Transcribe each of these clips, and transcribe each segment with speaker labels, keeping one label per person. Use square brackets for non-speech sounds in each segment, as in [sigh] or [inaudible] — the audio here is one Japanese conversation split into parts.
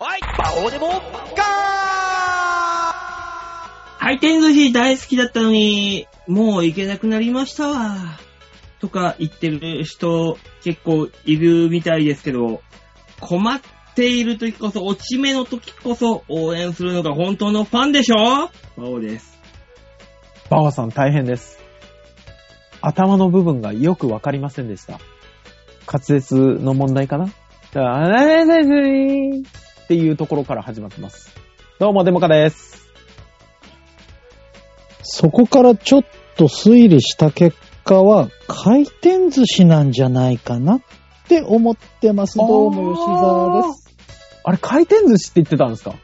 Speaker 1: オでもガ
Speaker 2: 回転寿司大好きだったのに、もう行けなくなりましたわ。とか言ってる人結構いるみたいですけど、困っている時こそ、落ち目の時こそ応援するのが本当のファンでしょ馬王です。
Speaker 3: バオさん大変です。頭の部分がよくわかりませんでした。滑舌の問題かなだからあれですねっていうところから始まってます。どうも、デモカです。
Speaker 4: そこからちょっと推理した結果は、回転寿司なんじゃないかなって思ってます。どうも吉沢です。
Speaker 3: す。あれ、回転寿司って言ってたんですか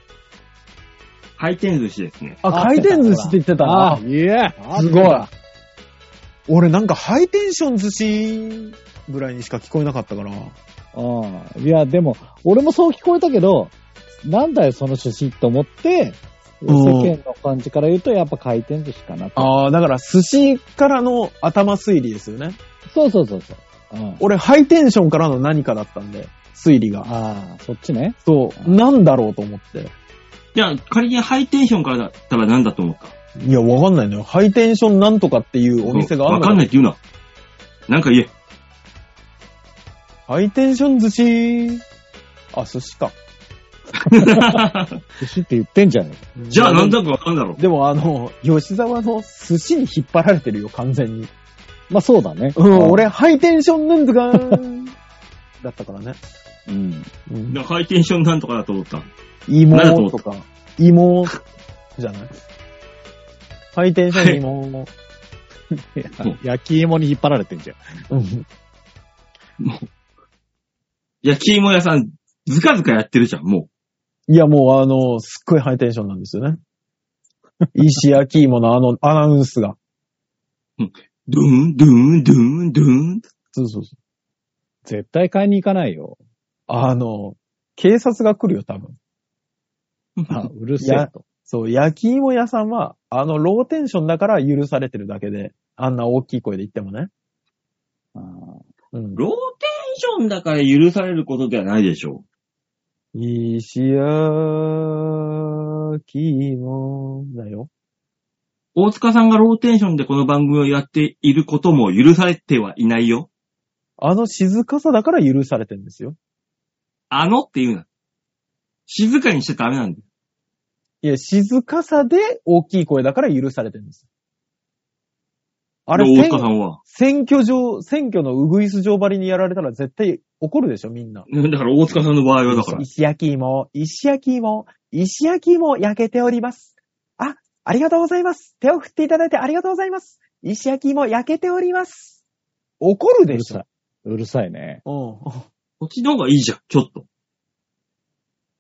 Speaker 2: 回転寿司ですね。
Speaker 3: あ、回転寿司って言ってた
Speaker 4: あ
Speaker 3: な
Speaker 4: あ、。いえ。
Speaker 3: すごい。俺なんかハイテンション寿司ぐらいにしか聞こえなかったから。
Speaker 4: うん。いや、でも、俺もそう聞こえたけど、なんだよ、その寿司と思って、世
Speaker 3: うん
Speaker 4: 間の感じから言うと、やっぱ回転寿司かなと。
Speaker 3: ああ、だから寿司からの頭推理ですよね。
Speaker 4: そうそうそうそう。うん。
Speaker 3: 俺ハイテンションからの何かだったんで、推理が。
Speaker 4: ああ、そっちね。
Speaker 3: そう、なんだろうと思って。
Speaker 2: じゃあ、仮にハイテンションからだったら何だと思った
Speaker 3: いや、わかんないのよ。ハイテンションなんとかっていうお店がある。
Speaker 2: わかんないいって言うな。なんか言え。
Speaker 3: ハイテンション寿司。あ、寿司か。
Speaker 4: 寿司って言ってんじゃね
Speaker 2: じゃあ何だかわかんだろう。
Speaker 3: でもあの、吉沢の寿司に引っ張られてるよ、完全に。
Speaker 4: えまあそうだね。
Speaker 3: うん、俺、ハイテンションなんとか、 [laughs] だったからね。
Speaker 4: うん。
Speaker 3: うん
Speaker 2: だからハイテンションなんとかだと思った。なんだと思
Speaker 3: 芋
Speaker 2: っ
Speaker 3: とか、芋じゃない。ハイテンション芋。
Speaker 5: 焼き芋に引っ張られてんじゃん。
Speaker 3: うん
Speaker 2: 焼き芋屋さん、ずかずかやってるじゃん、も
Speaker 3: いや、もうあの、すっごいハイテンションなんですよね。石焼き芋のあのアナウンスが。
Speaker 2: う。ドゥーン、ドゥーン、ドゥーン、ドゥーン。
Speaker 3: そうそうそう。
Speaker 5: 絶対買いに行かないよ。
Speaker 3: あの、警察が来るよ、多分。
Speaker 5: あ、うるせえと。
Speaker 3: そう、焼き芋屋さんは、あの、ローテンションだから許されてるだけで、あんな大きい声で言ってもね。うん。
Speaker 2: ローテンションだから許されることではないでしょ
Speaker 3: 石焼き芋だよ。
Speaker 2: う。大塚さんがローテンションでこの番組をやっていることも許されてはいないよ。
Speaker 3: あの静かさだから許されてるんですよ。
Speaker 2: あのって言うな。静かにしちゃダメなんだよ。
Speaker 3: いや、静かさで大きい声だから許されてるんです。あれ、
Speaker 2: 大
Speaker 3: 選
Speaker 2: 塚さんは。
Speaker 3: 選挙上、選挙のウグイス上張りにやられたら絶対怒るでしょ、みんな。
Speaker 2: だから大塚さんの場合はだから。
Speaker 3: 石焼き芋、石焼き芋、石焼き芋焼けております。あ、ありがとうございます。手を振っていただいてありがとうございます。石焼き芋焼けております。怒る
Speaker 5: う
Speaker 3: で
Speaker 5: る
Speaker 3: し
Speaker 5: さ
Speaker 3: ょ
Speaker 5: い。。うるさいね。
Speaker 3: う
Speaker 2: こっちの方がいいじゃん、ちょっと。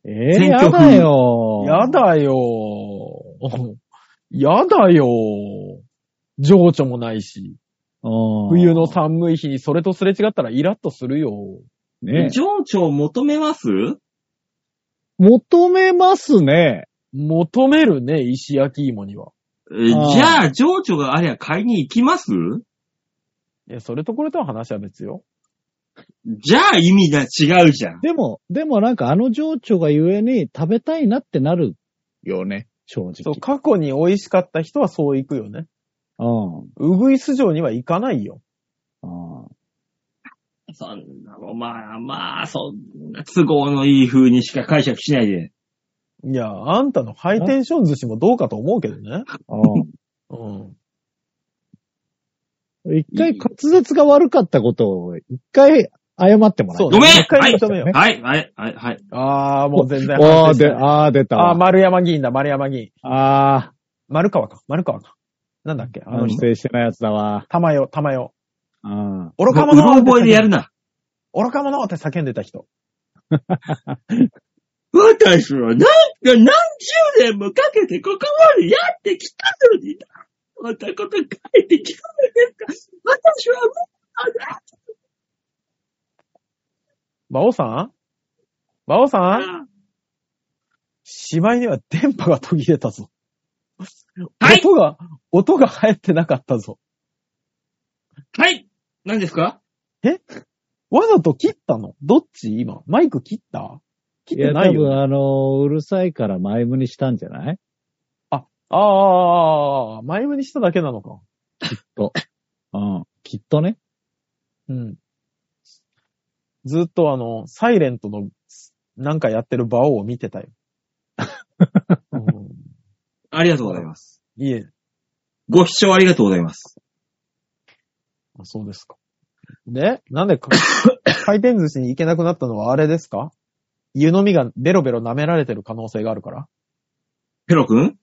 Speaker 5: ええ
Speaker 2: 選
Speaker 5: や
Speaker 2: 挙区
Speaker 5: だよ
Speaker 3: ん。。やだよー。やだよー。情緒もないし、
Speaker 5: うん。
Speaker 3: 冬の寒い日にそれとすれ違ったらイラッとするよ。
Speaker 5: ね。
Speaker 2: 情緒を求めます
Speaker 5: 求めますね。
Speaker 3: 求めるね、石焼き芋には。
Speaker 2: えじ
Speaker 5: あー
Speaker 2: ゃあ、情緒がありゃ買いに行きます
Speaker 3: いや、それとこれとは話は別よ。
Speaker 2: じゃあ意味が違うじゃん。
Speaker 5: でも、でもなんかあの情緒がゆえに食べたいなってなるよね。正
Speaker 3: そ
Speaker 5: 直
Speaker 3: う、。過去に美味しかった人はそう行くよね。
Speaker 5: うん。
Speaker 3: うぐいす城には行かないよ。
Speaker 5: うん
Speaker 2: そんなの、まあまあ、そんな都合のいい風にしか解釈しないで。
Speaker 3: いや、あんたのハイテンション寿司もどうかと思うけどね。
Speaker 5: う
Speaker 3: うん。
Speaker 5: ん。一回滑舌が悪かったことを、一回謝ってもら。
Speaker 3: そうう、
Speaker 2: ごめん
Speaker 3: もう一回
Speaker 2: はい
Speaker 3: 認めよう。
Speaker 2: はい、はい、はい、はい。
Speaker 3: あー、もう全然反
Speaker 5: あ
Speaker 3: 省
Speaker 5: あ、
Speaker 3: して
Speaker 5: で、
Speaker 3: ない。
Speaker 5: ああ、出た
Speaker 3: あー、
Speaker 5: わ。
Speaker 3: 丸山議員だ、丸山議員。
Speaker 5: あ
Speaker 3: 丸川か、丸川か。なんだっけ、
Speaker 5: あ、
Speaker 3: あの
Speaker 5: 反
Speaker 3: 人。
Speaker 5: 省してないやつだわ。
Speaker 3: 玉よ、玉よ。
Speaker 5: うん。
Speaker 3: 愚か
Speaker 2: う
Speaker 3: 者
Speaker 2: ろ覚えでやる
Speaker 3: な。
Speaker 2: な。
Speaker 3: 愚か者って叫んでた人。
Speaker 2: 私は何、何十年もかけてここまでやってきたのに、またこと書いてきたのですか。私はもう、あ
Speaker 3: 馬王さん馬王さんしまいには電波が途切れたぞ。
Speaker 2: はい
Speaker 3: 音が、音が入ってなかったぞ。
Speaker 2: はい何ですか
Speaker 3: わざと切ったのどっち今マイク切った切っ
Speaker 5: い
Speaker 3: て
Speaker 5: や、
Speaker 3: な
Speaker 5: 多
Speaker 3: いよ、ね。
Speaker 5: 分あの、うるさいからマイムにしたんじゃない
Speaker 3: ああ、前ムにしただけなのか。
Speaker 5: うん。きっとね。
Speaker 3: うん。ずっとあの、サイレントのなんかやってる場を見 [laughs] てたよ。うん
Speaker 2: ありがとうございます。
Speaker 3: いえ、
Speaker 2: ご視聴ありがとうございます。
Speaker 3: あそうですか。で、なん [laughs] でか回転寿司に行けなくなったのはあれですか湯飲みがベロベロ舐められてる可能性があるから。
Speaker 2: ペロくん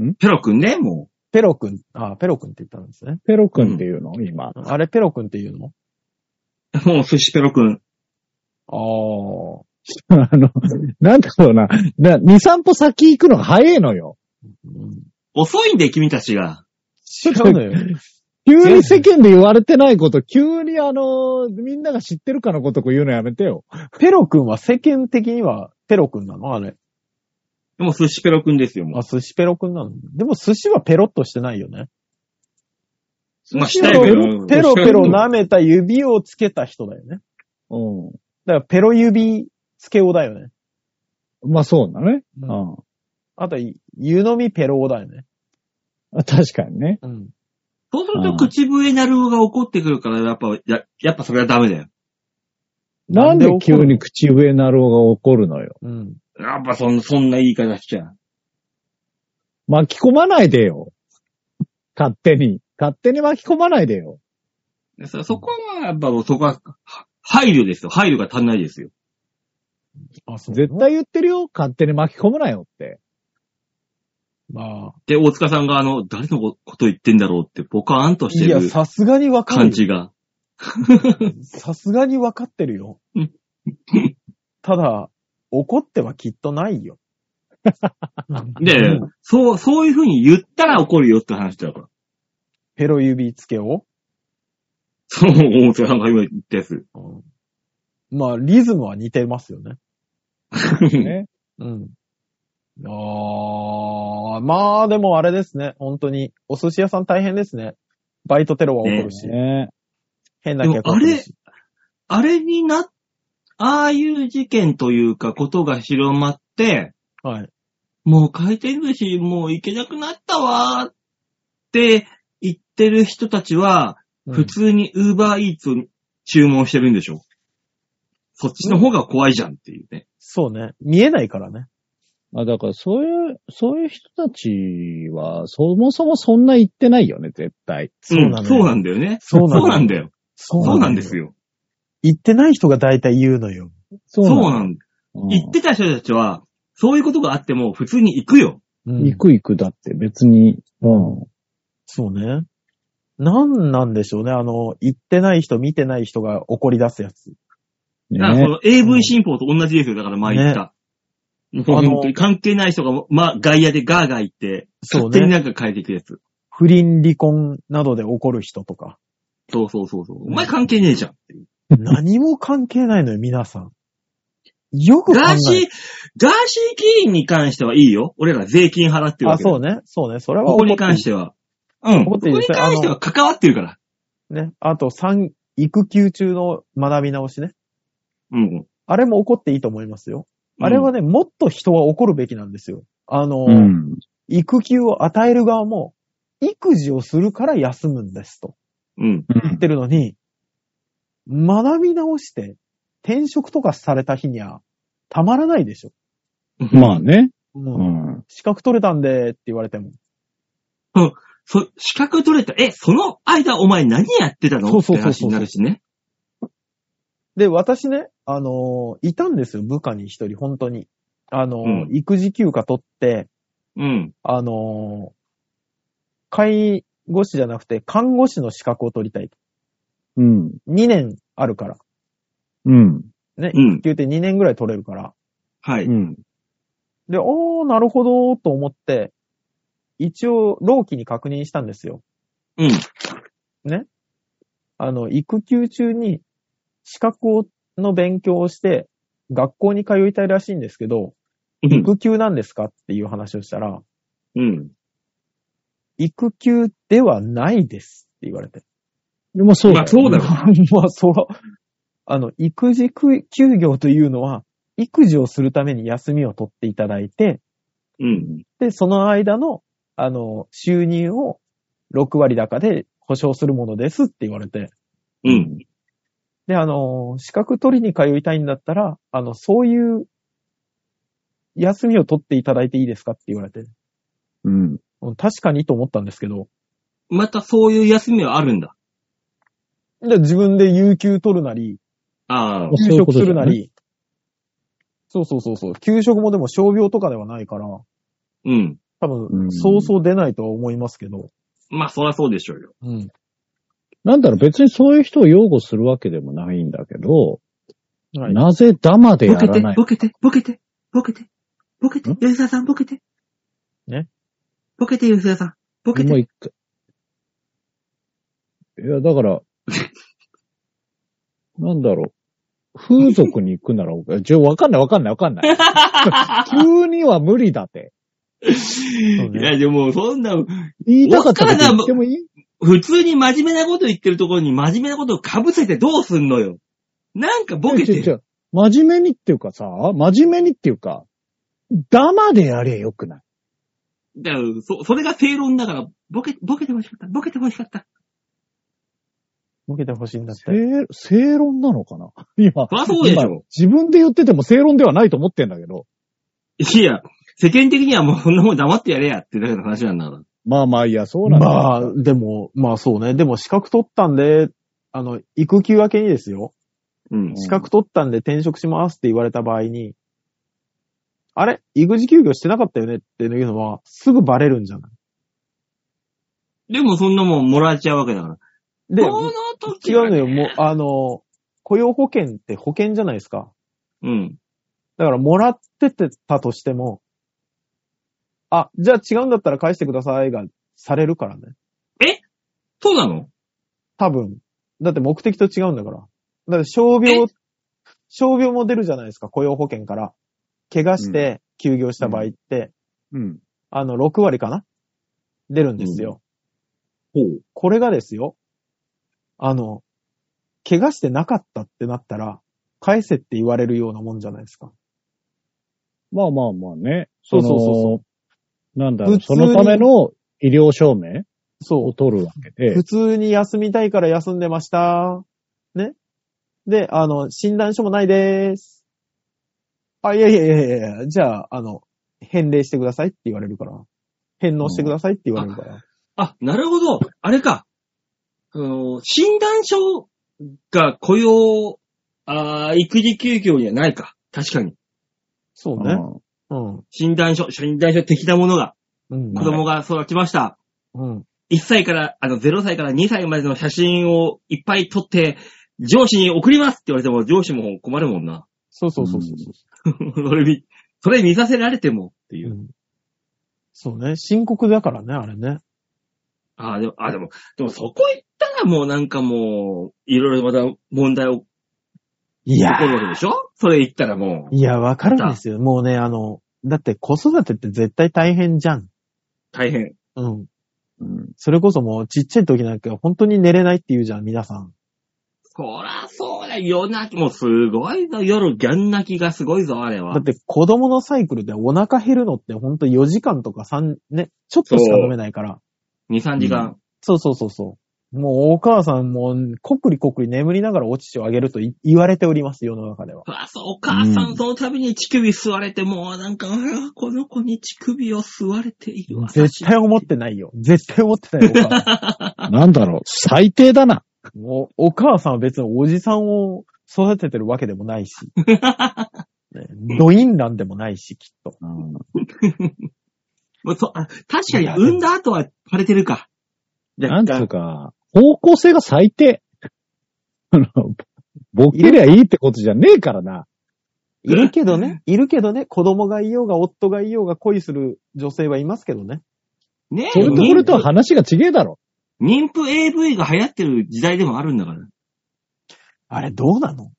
Speaker 5: ん
Speaker 2: ペロくんね、も
Speaker 3: ペロ君、あ、ペロ君って言ったんですね。
Speaker 5: ペロ君っていうの、今。
Speaker 3: あれペロ君って言うの
Speaker 2: う。もう寿司ペロくん。
Speaker 3: あ
Speaker 5: [laughs] あの、なんだろうな。な、2、3歩先行くのが早いのよ。
Speaker 2: 遅いんで、君たちが。
Speaker 3: あ、違うのよ。 [laughs]
Speaker 5: 急に世間で言われてないこと、急にあの、みんなが知ってるかのことく言うのやめてよ。
Speaker 3: ペロ君は世間的にはペロ君なのあれ。
Speaker 2: でも寿司ペロくんですよ、も
Speaker 3: あ、寿司ペロ君なのでも寿司はペロっとしてないよね。
Speaker 2: う。まあ、したいけど。
Speaker 3: ペロペロ
Speaker 2: な。
Speaker 3: 舐めた指をつけた人だよね。
Speaker 5: う
Speaker 3: だからペロ指つけおだよね。
Speaker 5: ん。まあそうだね。う
Speaker 3: あ
Speaker 5: ん。
Speaker 3: あと、湯飲みペロおだよね。
Speaker 5: 確かにね。
Speaker 3: うん。
Speaker 2: そうする
Speaker 5: う
Speaker 2: と
Speaker 5: ん
Speaker 2: 口笛なるおが怒ってくるから、やっぱ、や、やっぱそれはダメだよ。
Speaker 5: な
Speaker 3: なんん
Speaker 5: で
Speaker 3: で
Speaker 5: 急に口笛なろうが怒るのよ。
Speaker 3: うん。
Speaker 2: やっぱそん、そんな言い方しちゃう。
Speaker 5: 巻き込まないでよ。勝手に。勝手に巻き込まないでよ。
Speaker 2: でそ、そこは、やっぱもうそこは、は配慮ですよ。配慮が足んないですよ。
Speaker 3: あ、そ
Speaker 5: 絶。対言ってるよ。勝手に巻き込むなよって。
Speaker 3: まあ。
Speaker 2: で、大塚さんがあの、誰のこと言ってんだろうって、ポカーンとして
Speaker 3: いや、
Speaker 2: る
Speaker 3: さすがにわか
Speaker 2: 感
Speaker 3: るよ。
Speaker 2: じが。
Speaker 3: さすがにわかってるよ
Speaker 2: うん。
Speaker 3: [laughs] ただ、怒ってはきっとないよ。
Speaker 2: で、
Speaker 3: うん
Speaker 2: そう、そういう風に言ったら怒るよって話だから。
Speaker 3: ペロ指つけを。
Speaker 2: そう、大塚さんが今言ったや
Speaker 3: [laughs]
Speaker 2: つ。
Speaker 3: うんまあ、リズムは似てますよね。
Speaker 5: ね。
Speaker 3: うん。ああ、まあでもあれですね。本当に。お寿司屋さん大変ですね。バイトテロは起こるし。
Speaker 5: ね
Speaker 3: 変な客が来るし。
Speaker 2: あれにな、ああいう事件というか、ことが広まって、
Speaker 3: はい。
Speaker 2: もう回転寿司もう行けなくなったわーって言ってる人たちは、普通に Uber Eats を注文してるんでしょ、そっちの方が怖いじゃんっていうね。
Speaker 3: そうね。見えないからね。
Speaker 5: まあだからそういう、そういう人たちは、そもそもそんな言ってないよね、絶対。
Speaker 3: そうなのよ
Speaker 2: んそうなんだよね。
Speaker 3: そうなのよ
Speaker 2: そうなんだよ。
Speaker 3: そ
Speaker 2: そうなんです。よ。
Speaker 3: 行ってない人が大体言うのよ。
Speaker 5: そ
Speaker 2: そうなんだ。
Speaker 5: の
Speaker 2: 行ってた人たちは、そういうことがあっても普通に行くよ。
Speaker 3: うん
Speaker 5: 行く行くだって別に。うん。
Speaker 3: そうね。なんなんでしょうね。あの、行ってない人、見てない人が怒り出すやつ。
Speaker 2: だからそ
Speaker 5: ね
Speaker 2: の AV 新法と同じですよ。だから前言った。もう本当に関係ない人が、ま、外野でガーガー言って、
Speaker 3: そう
Speaker 2: 勝手に
Speaker 3: ね。
Speaker 2: なんか変えていくやつ。
Speaker 3: 不倫、離婚などで怒る人とか。
Speaker 2: [laughs] そうそうそうそう。お前関係ねえじゃん。
Speaker 3: 何も関係ないのよ、皆さん。よく考え
Speaker 2: ガーシー、ガーシー議員に関してはいいよ。俺ら税金払ってるわ
Speaker 3: あ、
Speaker 2: けだ
Speaker 3: そうね。そうね。それは。
Speaker 2: ここに関してては。うん。こ
Speaker 3: 怒っ
Speaker 2: こ
Speaker 3: ていいで
Speaker 2: に
Speaker 3: すね
Speaker 2: 関しては関わってるから。
Speaker 3: ね。あと、産、育休中の学び直しね。
Speaker 2: うん。
Speaker 3: あれも怒っていいと思いますよ。あれはね、もっと人は怒るべきなんですよ。あの、
Speaker 5: うん。
Speaker 3: 育休を与える側も、育児をするから休むんですと
Speaker 2: うん。
Speaker 5: うん
Speaker 3: 言ってるのに、学び直して転職とかされた日にはたまらないでしょ。
Speaker 2: うん。
Speaker 5: まあね。
Speaker 3: う、
Speaker 5: うんん。
Speaker 3: 資格取れたんでって言われても。
Speaker 2: そ、資格取れた。え、その間お前何やってたの
Speaker 3: そうそうそうそ
Speaker 2: って話
Speaker 3: う
Speaker 2: になるしね。
Speaker 3: で、私ね、あのーいたんですよ、部下に一人、本当に。あのー
Speaker 2: うん
Speaker 3: 育児休暇取って、
Speaker 2: うん。
Speaker 3: あのー介護士じゃなくて看護師の資格を取りたいと。
Speaker 5: うん。
Speaker 3: 2年あるから。
Speaker 5: うん。
Speaker 3: ね、
Speaker 2: うん
Speaker 3: 育休って2年ぐらい取れるから。
Speaker 2: は
Speaker 5: う
Speaker 2: い。
Speaker 5: ん。
Speaker 3: で、おー、なるほど、と思って、一応、老期に確認したんですよ。
Speaker 2: うん。
Speaker 3: あの、育休中に資格をの勉強をして、学校に通いたいらしいんですけど、
Speaker 2: うん。
Speaker 3: 育休なんですかっていう話をしたら、
Speaker 2: うん。
Speaker 3: 育休ではないですって言われて。
Speaker 5: でもそうだ [laughs]
Speaker 2: まあそうだろ
Speaker 5: よ。
Speaker 3: まあ、そら、あの、育児休休業というのは、育児をするために休みを取っていただいて、
Speaker 2: うん。
Speaker 3: で、その間の、あの、収入を6割高で保証するものですって言われて、
Speaker 2: うん。
Speaker 3: で、あの、資格取りに通いたいんだったら、あの、そういう、休みを取っていただいていいですかって言われて、
Speaker 5: うん。
Speaker 3: うん確かにと思ったんですけど、
Speaker 2: またそういう休みはあるんだ。
Speaker 3: じゃあ自分で有給取るなり、
Speaker 2: ああ。
Speaker 3: 休
Speaker 4: そういうこと
Speaker 3: 職す
Speaker 4: だよ
Speaker 3: る
Speaker 4: ね
Speaker 3: なり、そうそうそうそう、休職もでも傷病とかではないから、
Speaker 2: うん。
Speaker 3: 多
Speaker 5: う
Speaker 3: 分、
Speaker 5: ん
Speaker 3: そうそう出ないとは思いますけど、
Speaker 2: まあ、そらそうでしょうよ。
Speaker 3: うん。
Speaker 5: なんだろう、別にそういう人を擁護するわけでもないんだけど、
Speaker 3: はい。
Speaker 5: なぜダマでや
Speaker 2: ボケ
Speaker 5: ら
Speaker 2: て
Speaker 5: ない、
Speaker 2: ボケて、ボケて、ボケて、ボケて
Speaker 5: ん、
Speaker 2: 吉沢さんボケて。
Speaker 3: ね
Speaker 2: ボケて、吉沢さん。ボケ
Speaker 5: もう
Speaker 2: て。
Speaker 5: 一回。いや、だから、 [laughs] なんだろう。風俗に行くなら、 [laughs] えちょ、わかんないわかんないわかんない。
Speaker 2: [laughs]
Speaker 5: 急には無理だって。
Speaker 3: そう
Speaker 2: い
Speaker 3: ね
Speaker 2: や、でも、そんな、
Speaker 5: 言いたかったこと言ってもいい
Speaker 2: 普通に真面目なこと言ってるところに真面目なことを被せてどうすんのよ。なんかボケて
Speaker 5: 違う違
Speaker 2: る。
Speaker 5: う真面目にっていうかさ、真面目にっていうか、ダマでやりゃよくない。
Speaker 2: だからそ、それが正論だから、ボケ、ボケて欲しかった。ボケて欲しかった。
Speaker 3: 受けてほしいんだって。
Speaker 5: 正正論なのかな今。
Speaker 2: そりゃそうでしょ
Speaker 5: 今自分で言ってても正論ではないと思ってんだけど。
Speaker 2: いや、世間的にはもうそんなもん黙ってやれやってだけの話なんだから。
Speaker 5: まあまあ、いや、そうなんだ。
Speaker 3: まあ、でも、まあそうね。でも資格取ったんで、あの、育休明けにですよ。
Speaker 2: うん。
Speaker 3: 資格取ったんで転職しますって言われた場合に、あれ育児休業してなかったよねっていうのは、すぐバレるんじゃない
Speaker 2: でもそんなもんもらっちゃうわけだから。
Speaker 3: で、
Speaker 2: この時
Speaker 3: 違
Speaker 2: は
Speaker 3: うのよ。もう、あの、雇用保険って保険じゃないですか。
Speaker 2: うん。
Speaker 3: だから、もらっててたとしても、あ、じゃあ違うんだったら返してくださいがされるからね。
Speaker 2: そうなの
Speaker 3: 多分。だって目的と違うんだから。だって、傷病、傷病も出るじゃないですか、雇用保険から。怪我して休業した場合って、
Speaker 5: うん。
Speaker 3: あの、6割かな出るんですよ。
Speaker 2: ほう。
Speaker 3: これがですよ、あの、怪我してなかったってなったら、返せって言われるようなもんじゃないですか。
Speaker 5: まあまあまあね。
Speaker 3: そう
Speaker 5: の
Speaker 3: そうそうそ
Speaker 5: なんだろう、
Speaker 3: 普通
Speaker 5: そ
Speaker 3: に
Speaker 5: のための医療証明
Speaker 3: そう
Speaker 5: を。取るわけで
Speaker 3: 普。通に休みたいから休んでました。ね。で、あの、診断書もないでーす。あ、いやいやいやいやいや、じゃあ、あの、返礼してくださいって言われるから。返納してくださいって言われるから。
Speaker 2: あ、なるほど。あれか。あの、診断書が雇用、あー育児休業にはないか。確かに。
Speaker 3: そう
Speaker 5: う
Speaker 3: ね。
Speaker 5: ん
Speaker 3: うん。
Speaker 2: 診断書、診断書的なものが、
Speaker 3: うん。
Speaker 2: 子供が育ちました。
Speaker 3: うん。
Speaker 2: 1歳から、あの、0歳から2歳までの写真をいっぱい撮って、上司に送りますって言われても、上司も困るもんな。 [laughs]
Speaker 3: そうそうそうそうそう。
Speaker 2: それ見、それ見させられてもっていうう。
Speaker 3: んそうね。深刻だからね、あれね。
Speaker 2: ああ、でも、あ、でも、でもそこ行ったらもうなんかもう、いろいろまた問題を
Speaker 3: い
Speaker 2: 起こるわけでしょそれ行ったらもう、
Speaker 3: いや、わかるんですよ。もうね、あの、だって子育てって絶対大変じゃん。
Speaker 2: 大変。
Speaker 3: うん。
Speaker 5: うん
Speaker 3: それこそもうちっちゃい時なんか本当に寝れないって言うじゃん、皆さん。
Speaker 2: そらそうだよ、夜泣き、もうすごいの、夜ギャン泣きがすごいぞ、あれは。
Speaker 3: だって子供のサイクルでお腹減るのってほんと4時間とか3、ね、ちょっとしか飲めないから。
Speaker 2: 2、3時間。
Speaker 3: そうそうそうそう。もうお母さんもこくりこくり眠りながらお乳をあげるとい言われております、世の中では。
Speaker 2: そらそう、お母さ
Speaker 5: うん
Speaker 2: んその度に乳首吸われて、もうなんか、あーこの子に乳首を吸われている
Speaker 3: 絶対思ってないよ。絶対思ってないよ、お母さ
Speaker 5: なんだろう、最低だな。
Speaker 2: [laughs]
Speaker 3: ん。もうお母さんは別におじさんを育ててるわけでもないし。ね、ドインランでもないし、きっと。
Speaker 5: うん
Speaker 2: もうそあ確かに、産んだ後は枯れてるか。
Speaker 5: なんつ
Speaker 2: 若
Speaker 5: う
Speaker 2: 干
Speaker 5: か、方向性が最低。 [laughs] あのボケりゃいいってことじゃねえからな。
Speaker 3: いるけどね、いるけどね、子供がいようが夫がいようが恋する女性はいますけどね。
Speaker 2: ねえ
Speaker 5: それとこれとは話が違えだろ。
Speaker 2: 妊婦 AV が流行ってる時代でもあるんだから。
Speaker 3: あれどうなの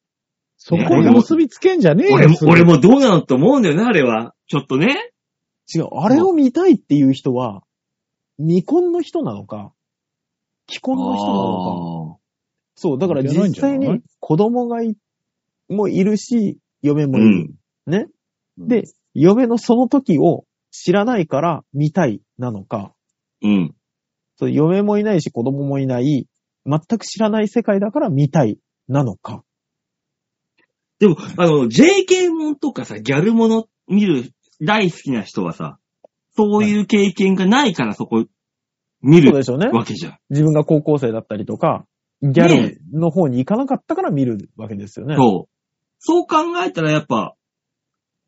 Speaker 5: そこに結びつけんじゃねえよ。
Speaker 2: 俺も、
Speaker 5: すぐ
Speaker 2: 俺もどうなのと思うんだよね、あれは。ちょっとね。
Speaker 3: 違う。あれを見たいっていう人は、未婚の人なのか、既婚の人なのか、そう、だから
Speaker 5: いけないん
Speaker 3: 実
Speaker 5: じゃない
Speaker 3: 際に子供がい、もいるし、嫁も
Speaker 2: う
Speaker 3: いる。
Speaker 2: ん。
Speaker 3: で、嫁のその時を知らないから見たいなのか、
Speaker 2: うん。
Speaker 3: そう嫁もいないし子供もいない、全く知らない世界だから見たいなのか。
Speaker 2: でも、あの、JK もんとかさ、ギャルもの見る、大好きな人はさ、そういう経験がないからそこ、見
Speaker 3: そう
Speaker 2: る
Speaker 3: でしょうね。
Speaker 2: わけじゃん。
Speaker 3: 自分が高校生だったりとか、ギャルの方に行かなかったから見るわけですよね。
Speaker 2: そう。そう考えたらやっぱ、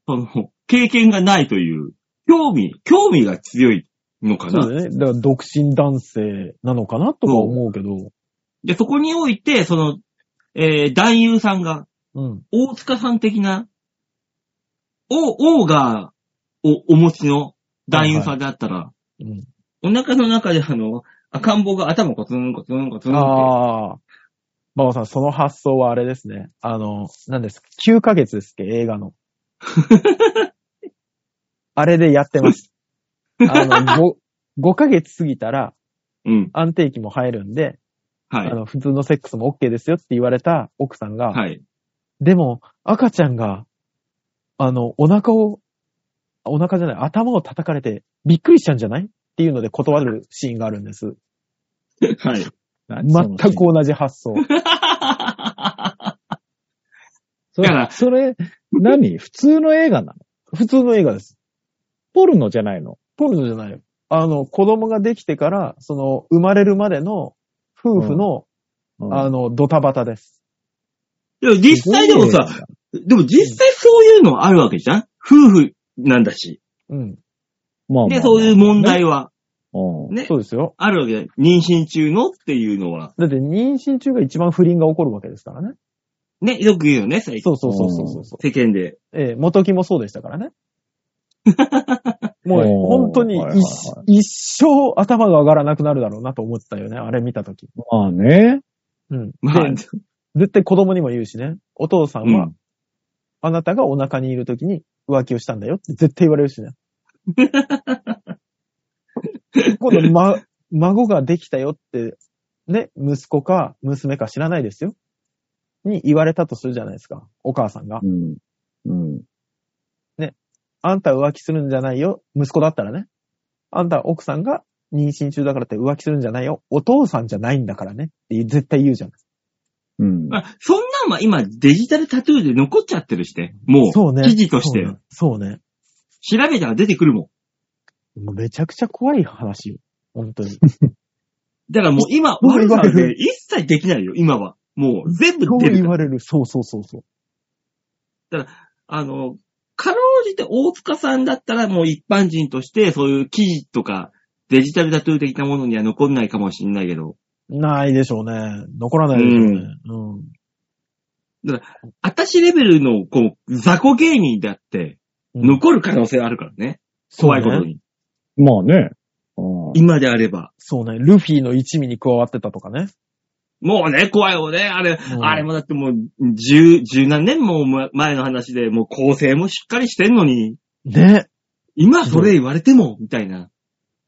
Speaker 2: その、経験がないという、興味、興味が強いのか
Speaker 3: そう
Speaker 2: な。
Speaker 3: だよね。だから独身男性なのかなとか思うけど、
Speaker 2: で、そこにおいて、その、えー、男優さんが、
Speaker 3: うん。
Speaker 2: 大塚さん的な、お、オーガーをお持ちの男優さんだったら、
Speaker 3: うん
Speaker 2: お腹の中であの、赤ん坊が頭コツンコツンコツンって。
Speaker 3: ああ。馬場さん、その発想はあれですね。あの、何ですか ?9 ヶ月ですっけ映画 [laughs] の。あれでやって [laughs] ます。あの、5, 5ヶ月過ぎたら
Speaker 2: うん。
Speaker 3: 安定期も入るんで、
Speaker 2: は
Speaker 3: あ
Speaker 2: い。
Speaker 3: の、普通のセックスも OK ですよって言われた奥さんが、
Speaker 2: はい。 [laughs]
Speaker 3: でも、赤ちゃんが、あの、お腹を、お腹じゃない、頭を叩かれて、びっくりしちゃうんじゃないっていうので断るシーンがあるんです。
Speaker 2: はい。
Speaker 3: 全く
Speaker 5: こう。
Speaker 3: 同じ発
Speaker 5: [laughs]
Speaker 3: 想。
Speaker 5: そ
Speaker 2: だから
Speaker 5: れ、それ、何普通の映画なの
Speaker 3: 普通の映画です。
Speaker 5: ポルノじゃないの
Speaker 3: ポルノじゃないよ。あの、子供ができてから、その、生まれるまでの、夫婦の、
Speaker 5: うん
Speaker 3: あの、ドタバタです。
Speaker 2: でも実際でもさ、、でも実際そういうのあるわけじゃん夫婦なんだし。
Speaker 3: うん。
Speaker 5: まあまあ
Speaker 2: で、そういう問題は、
Speaker 5: うん
Speaker 2: ね
Speaker 3: そ、うですよ。
Speaker 2: あるわけじゃん。妊娠中のっていうのは、
Speaker 3: だって、妊娠中が一番不倫が起こるわけですからね。
Speaker 2: ね、よく言うよね、最近。
Speaker 3: そうそうそうそうそうそう。
Speaker 2: 世間で。
Speaker 3: ええ、元木もそうでした
Speaker 5: [laughs]
Speaker 3: からね。もう
Speaker 5: おー
Speaker 3: 本当に
Speaker 5: はいはいはい
Speaker 3: 一,、一生頭が上がらなくなるだろうなと思ってたよね、あれ見たとき。
Speaker 5: まあね。
Speaker 3: うん。
Speaker 2: まあ、
Speaker 3: で、絶対子供にも言うしね、お父さんは、
Speaker 2: うん
Speaker 3: あなたがお腹にいるときに浮気をしたんだよって絶対言われるしね。
Speaker 5: [laughs]
Speaker 3: 今度、ま、孫ができたよって、ね、息子か娘か知らないですよ。に言われたとするじゃないですか、お母さんが。
Speaker 5: うん。うん。
Speaker 3: あんた浮気するんじゃないよ。息子だったらね。あんた奥さんが妊娠中だからって浮気するんじゃないよ。お父さんじゃないんだからね。って言う絶対言うじゃん。
Speaker 5: うん。
Speaker 2: まあ、そんなんは今デジタルタトゥーで残っちゃってるしね。もう、
Speaker 3: そうね。
Speaker 2: 記事として
Speaker 3: そうね。そうね。
Speaker 2: 調べたら出てくるもん。
Speaker 3: もうめちゃくちゃ怖い話よ。
Speaker 2: [laughs]
Speaker 3: 本当に。
Speaker 2: だからもう今、
Speaker 3: そう
Speaker 2: 悪
Speaker 3: 言
Speaker 2: さ
Speaker 3: わ
Speaker 2: は
Speaker 3: れる
Speaker 2: ね、一切できないよ、今は。もう全部
Speaker 3: そう
Speaker 2: 出る
Speaker 3: 言
Speaker 2: から。
Speaker 3: われる。そうそうそうそう。
Speaker 2: あの、かろうじて大塚さんだったらもう一般人として、そういう記事とか、デジタルタトゥー的なものには残んないかもしれないけど、
Speaker 3: ないでしょうね。残らないでしょうね。うん。
Speaker 2: 私レベルの、こう、雑魚芸人だって、
Speaker 3: うん
Speaker 2: 残る可能性あるからね。怖いことに。
Speaker 5: まあね。うん
Speaker 2: 今であれば。
Speaker 3: そうね。ルフィの一味に加わってたとかね。
Speaker 2: もうね、怖いよね。あれ、
Speaker 3: うん
Speaker 2: あれもだってもう、十、十何年も前の話で、もう構成もしっかりしてんのに、
Speaker 3: ね。
Speaker 2: 今それ言われても、みたいな。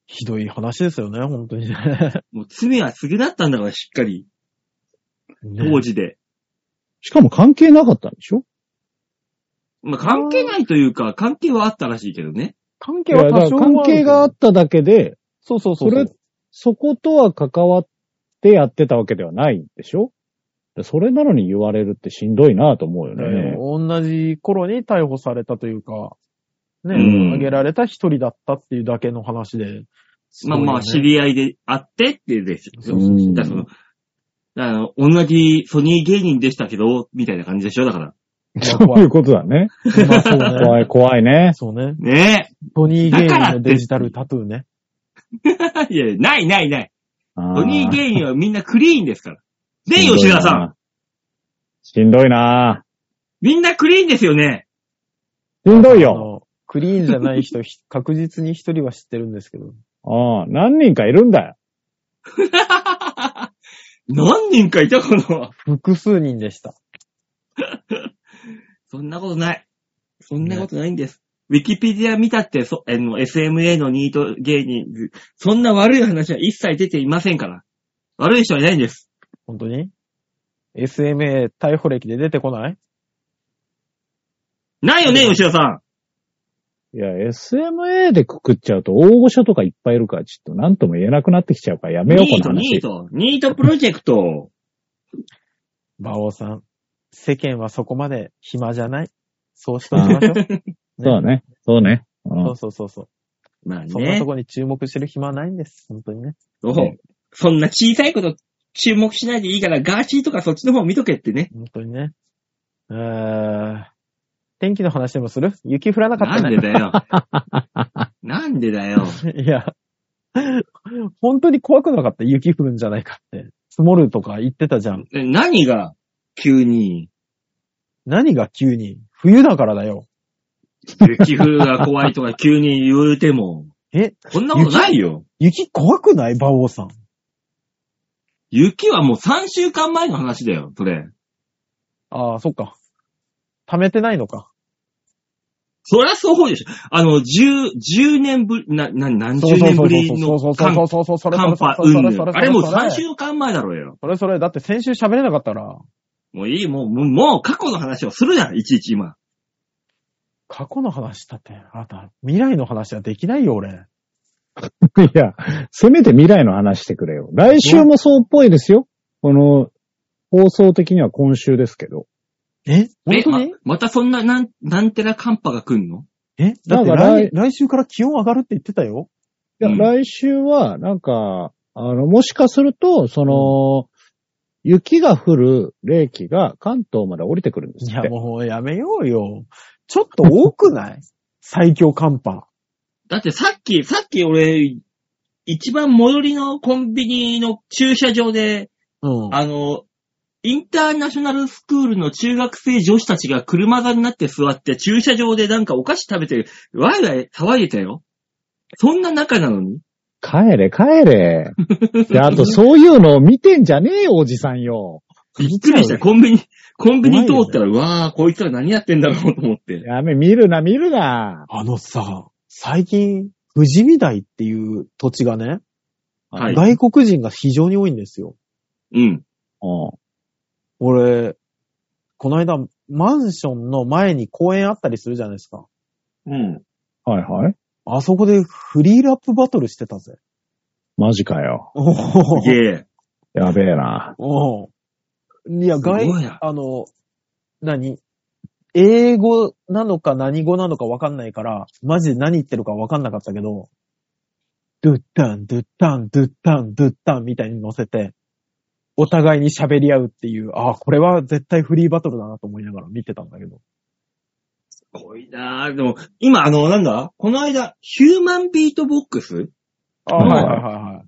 Speaker 3: ひどい話ですよね、本当にね。
Speaker 2: もう罪はすげだったんだから、しっかり。当時で。
Speaker 5: しかも関係なかったんでしょ
Speaker 2: まあ、関係ないというか、関係はあったらしいけどね。
Speaker 3: 関
Speaker 5: い
Speaker 3: 係は
Speaker 5: やだ
Speaker 3: 多
Speaker 5: から
Speaker 3: 少はある
Speaker 5: 関係があっただけで、
Speaker 3: そうそうそうそう。
Speaker 5: それそことは関わってやってたわけではないんでしょそれなのに言われるってしんどいなと思うよ
Speaker 3: ね
Speaker 5: ね。
Speaker 3: 同じ頃に逮捕されたというか、
Speaker 2: う
Speaker 3: ね、
Speaker 2: ん
Speaker 3: 挙げられた一人だったっていうだけの話で。
Speaker 2: まあまあ、
Speaker 3: す
Speaker 2: 知
Speaker 3: ごいよね
Speaker 2: り合いであってっていうですよ。
Speaker 3: そう
Speaker 5: そうそう
Speaker 2: だからその、あの、同じソニー芸人でしたけど、みたいな感じでしょだから。
Speaker 5: そういうことだね。
Speaker 3: ま
Speaker 2: [laughs]
Speaker 3: あそうね。
Speaker 5: 怖い、怖いね。
Speaker 3: そうね。
Speaker 2: ね [laughs]
Speaker 3: トニー・ゲ
Speaker 2: だ
Speaker 3: イ
Speaker 2: からっ
Speaker 3: の
Speaker 2: て
Speaker 3: デジタルタトゥーね。
Speaker 2: え。いや、ないないない。ソ
Speaker 5: ソ
Speaker 2: ニー芸人はみんなクリーンですから。ねえ、吉田さん。。
Speaker 5: しんどいな
Speaker 2: みんなクリーンですよね。
Speaker 5: しんどい
Speaker 3: あ
Speaker 5: よ。
Speaker 3: のクリーンじゃない人、ひ確実に一人は知ってるんですけど。
Speaker 5: うん。何人かいるんだよ。
Speaker 2: 何人かいたかな
Speaker 3: 複数人でした。
Speaker 2: そんなことない。そんなことないんです。ウィキペディア見たって、そ、あの、SMA のニート芸人、そんな悪い話は一切出ていませんから。悪い人はいないんです。
Speaker 3: 本当に SMA 逮捕歴で出てこない
Speaker 2: ないよね、吉田さん。
Speaker 5: いや、SMA でくくっちゃうと大御所とかいっぱいいるから、ちょっとなんとも言えなくなってきちゃうから、やめよう
Speaker 2: ニ
Speaker 5: こ
Speaker 2: ー
Speaker 5: の
Speaker 2: ト、ニー
Speaker 5: 話。
Speaker 2: ト、ニートプロジェクト。
Speaker 3: 馬王さん、世間はそこまで暇じゃない。そうしてお
Speaker 2: [laughs]
Speaker 3: きましょう。
Speaker 5: そうだね。そうね。うん
Speaker 3: そうそうそうそう。
Speaker 2: まあ
Speaker 3: そんな
Speaker 2: ね
Speaker 3: と。こに注目してる暇はないんです。本当にね。
Speaker 2: おうそんな小さいこと注目しないでいいから、ガーシーとかそっちの方見とけってね。
Speaker 3: 本当にね。えー、天気の話でもする雪降らなかっ
Speaker 2: な
Speaker 3: た
Speaker 2: ん
Speaker 3: ね
Speaker 2: で。だよ。なんでだよ。
Speaker 3: [laughs] いや、本当に怖くなかった。雪降るんじゃないかって。積もるとか言ってたじゃん。
Speaker 2: え何が、急に、
Speaker 3: 何が急に冬だからだよ。
Speaker 2: 雪風が怖いとか急に言うても。
Speaker 3: え
Speaker 2: こんなことないよ。
Speaker 3: 雪怖くない馬王さん。
Speaker 2: 雪はもう3週間前の話だよ、それ。
Speaker 3: ああ、そっか。溜めてないのか。
Speaker 2: そりゃそうでしょ。あの、10、10年ぶり、な、な、何
Speaker 3: そ
Speaker 2: 十
Speaker 3: うそう
Speaker 2: 年
Speaker 3: そう
Speaker 2: ぶりの
Speaker 3: そうそうそ
Speaker 2: 寒
Speaker 3: うそうそうそれそ
Speaker 2: 寒
Speaker 3: れそ
Speaker 2: 波、
Speaker 3: れ
Speaker 2: う
Speaker 3: そ
Speaker 2: ん
Speaker 3: れ
Speaker 2: ぬ
Speaker 3: それそれそれ
Speaker 2: ん。あれもう
Speaker 3: それ
Speaker 2: 3週間前だろうよ。
Speaker 3: それそれ、だって先週喋れなかったら、
Speaker 2: もういい、もう、もうもう過去の話をするじゃん、いちいち今。
Speaker 3: 過去の話だって、あなた、未来の話はできないよ、俺。
Speaker 5: [laughs] いや、せめて未来の話してくれよ。来週もそうっぽいですよ。この、放送的には今週ですけど。
Speaker 3: え本当
Speaker 2: え
Speaker 3: に
Speaker 2: ままたそんな、なん、なんてら寒波が来んの
Speaker 3: えだって
Speaker 5: なんか
Speaker 3: 来
Speaker 5: 来
Speaker 3: 来週から気温上がるって言ってたよ。
Speaker 5: いや、
Speaker 2: うん
Speaker 5: 来週は、なんか、あの、もしかすると、その、雪が降る冷気が関東まで降りてくるん
Speaker 3: い
Speaker 5: ですっ
Speaker 3: や、
Speaker 5: て。
Speaker 3: もうやめようよ。ちょっと多く [laughs] ない最強寒波。
Speaker 2: だってさっき、さっき俺、一番最寄りのコンビニの駐車場で、
Speaker 3: うん。
Speaker 2: あの、インターナショナルスクールの中学生女子たちが車座になって座って駐車場でなんかお菓子食べて、ワイワイ騒いでたよ。そんな中なのに
Speaker 5: 帰れ、帰れ。で、あと、そういうのを見てんじゃねえよ、おじさんよ。
Speaker 2: びっくりした。コンビニ、コンビニ通ったら、うわー、こいつら何やってんだろうと思って。
Speaker 5: やめ、見るな、見るな。
Speaker 3: あのさ、最近、富士見台っていう土地がね、
Speaker 2: はい。
Speaker 3: 外国人が非常に多いんですよ。
Speaker 2: うん。
Speaker 5: うん。
Speaker 3: 俺、この間、マンションの前に公園あったりするじゃないですか。
Speaker 2: うん。
Speaker 5: はいはい。
Speaker 3: あそこでフリーラップバトルしてたぜ。
Speaker 5: マジかよ。
Speaker 3: お
Speaker 2: すげえ。
Speaker 5: やべえな。
Speaker 3: おいや、
Speaker 2: すごい
Speaker 3: 外、
Speaker 2: な。
Speaker 3: あの、何英語なのか何語なのかわかんないから、マジで何言ってるかわかんなかったけど、ドゥッタン、ドゥッタン、ドゥッタン、ドゥッタンみたいに乗せて、お互いに喋り合うっていう、ああ、これは絶対フリーバトルだなと思いながら見てたんだけど。
Speaker 2: すごいなーでも、今、あの、なんだこの間、ヒューマンビートボックス
Speaker 3: あ
Speaker 5: うん
Speaker 3: はいはい。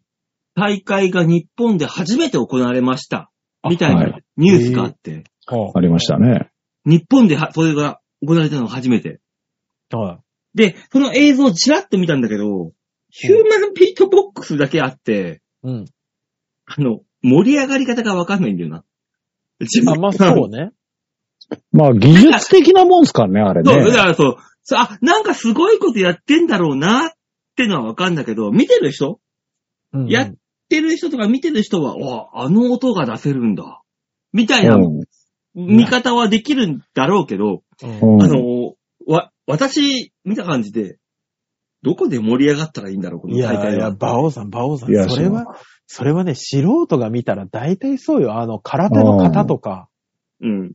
Speaker 2: 大会が日本で初めて行われました。
Speaker 3: あ
Speaker 2: みたい
Speaker 5: は
Speaker 2: ないニュースがあって。
Speaker 3: は
Speaker 5: ありましたね。
Speaker 2: 日本ではそれが行われたのが初めて。
Speaker 3: た。はい。
Speaker 2: で、その映像をちらっと見たんだけど、ヒューマンビートボックスだけあって、
Speaker 3: うん。
Speaker 2: あの、盛り上がり方がわかんないんだよな。自
Speaker 3: あ、まあそうね。
Speaker 5: まあ、技術的なもんすからね、あれ
Speaker 2: そう、だ
Speaker 5: ね。
Speaker 2: からそう、そうあ、なんかすごいことやってんだろうなってのはわかんだけど、見てる人
Speaker 3: うん
Speaker 2: や見てる人とか見てる人は、おあの音が出せるんだ。みたいな
Speaker 5: うん
Speaker 2: 見方はできるんだろうけど、
Speaker 3: うん
Speaker 5: うん
Speaker 2: あの、わ、私、見た感じで、どこで盛り上がったらいいんだろう、この
Speaker 3: いや
Speaker 2: 大会
Speaker 3: いや、
Speaker 2: は。
Speaker 3: 馬王さん、馬王さ
Speaker 5: いや
Speaker 3: ん、それは、それはね、素人が見たら大体そうよ。あの、空手の型とか、
Speaker 2: うん。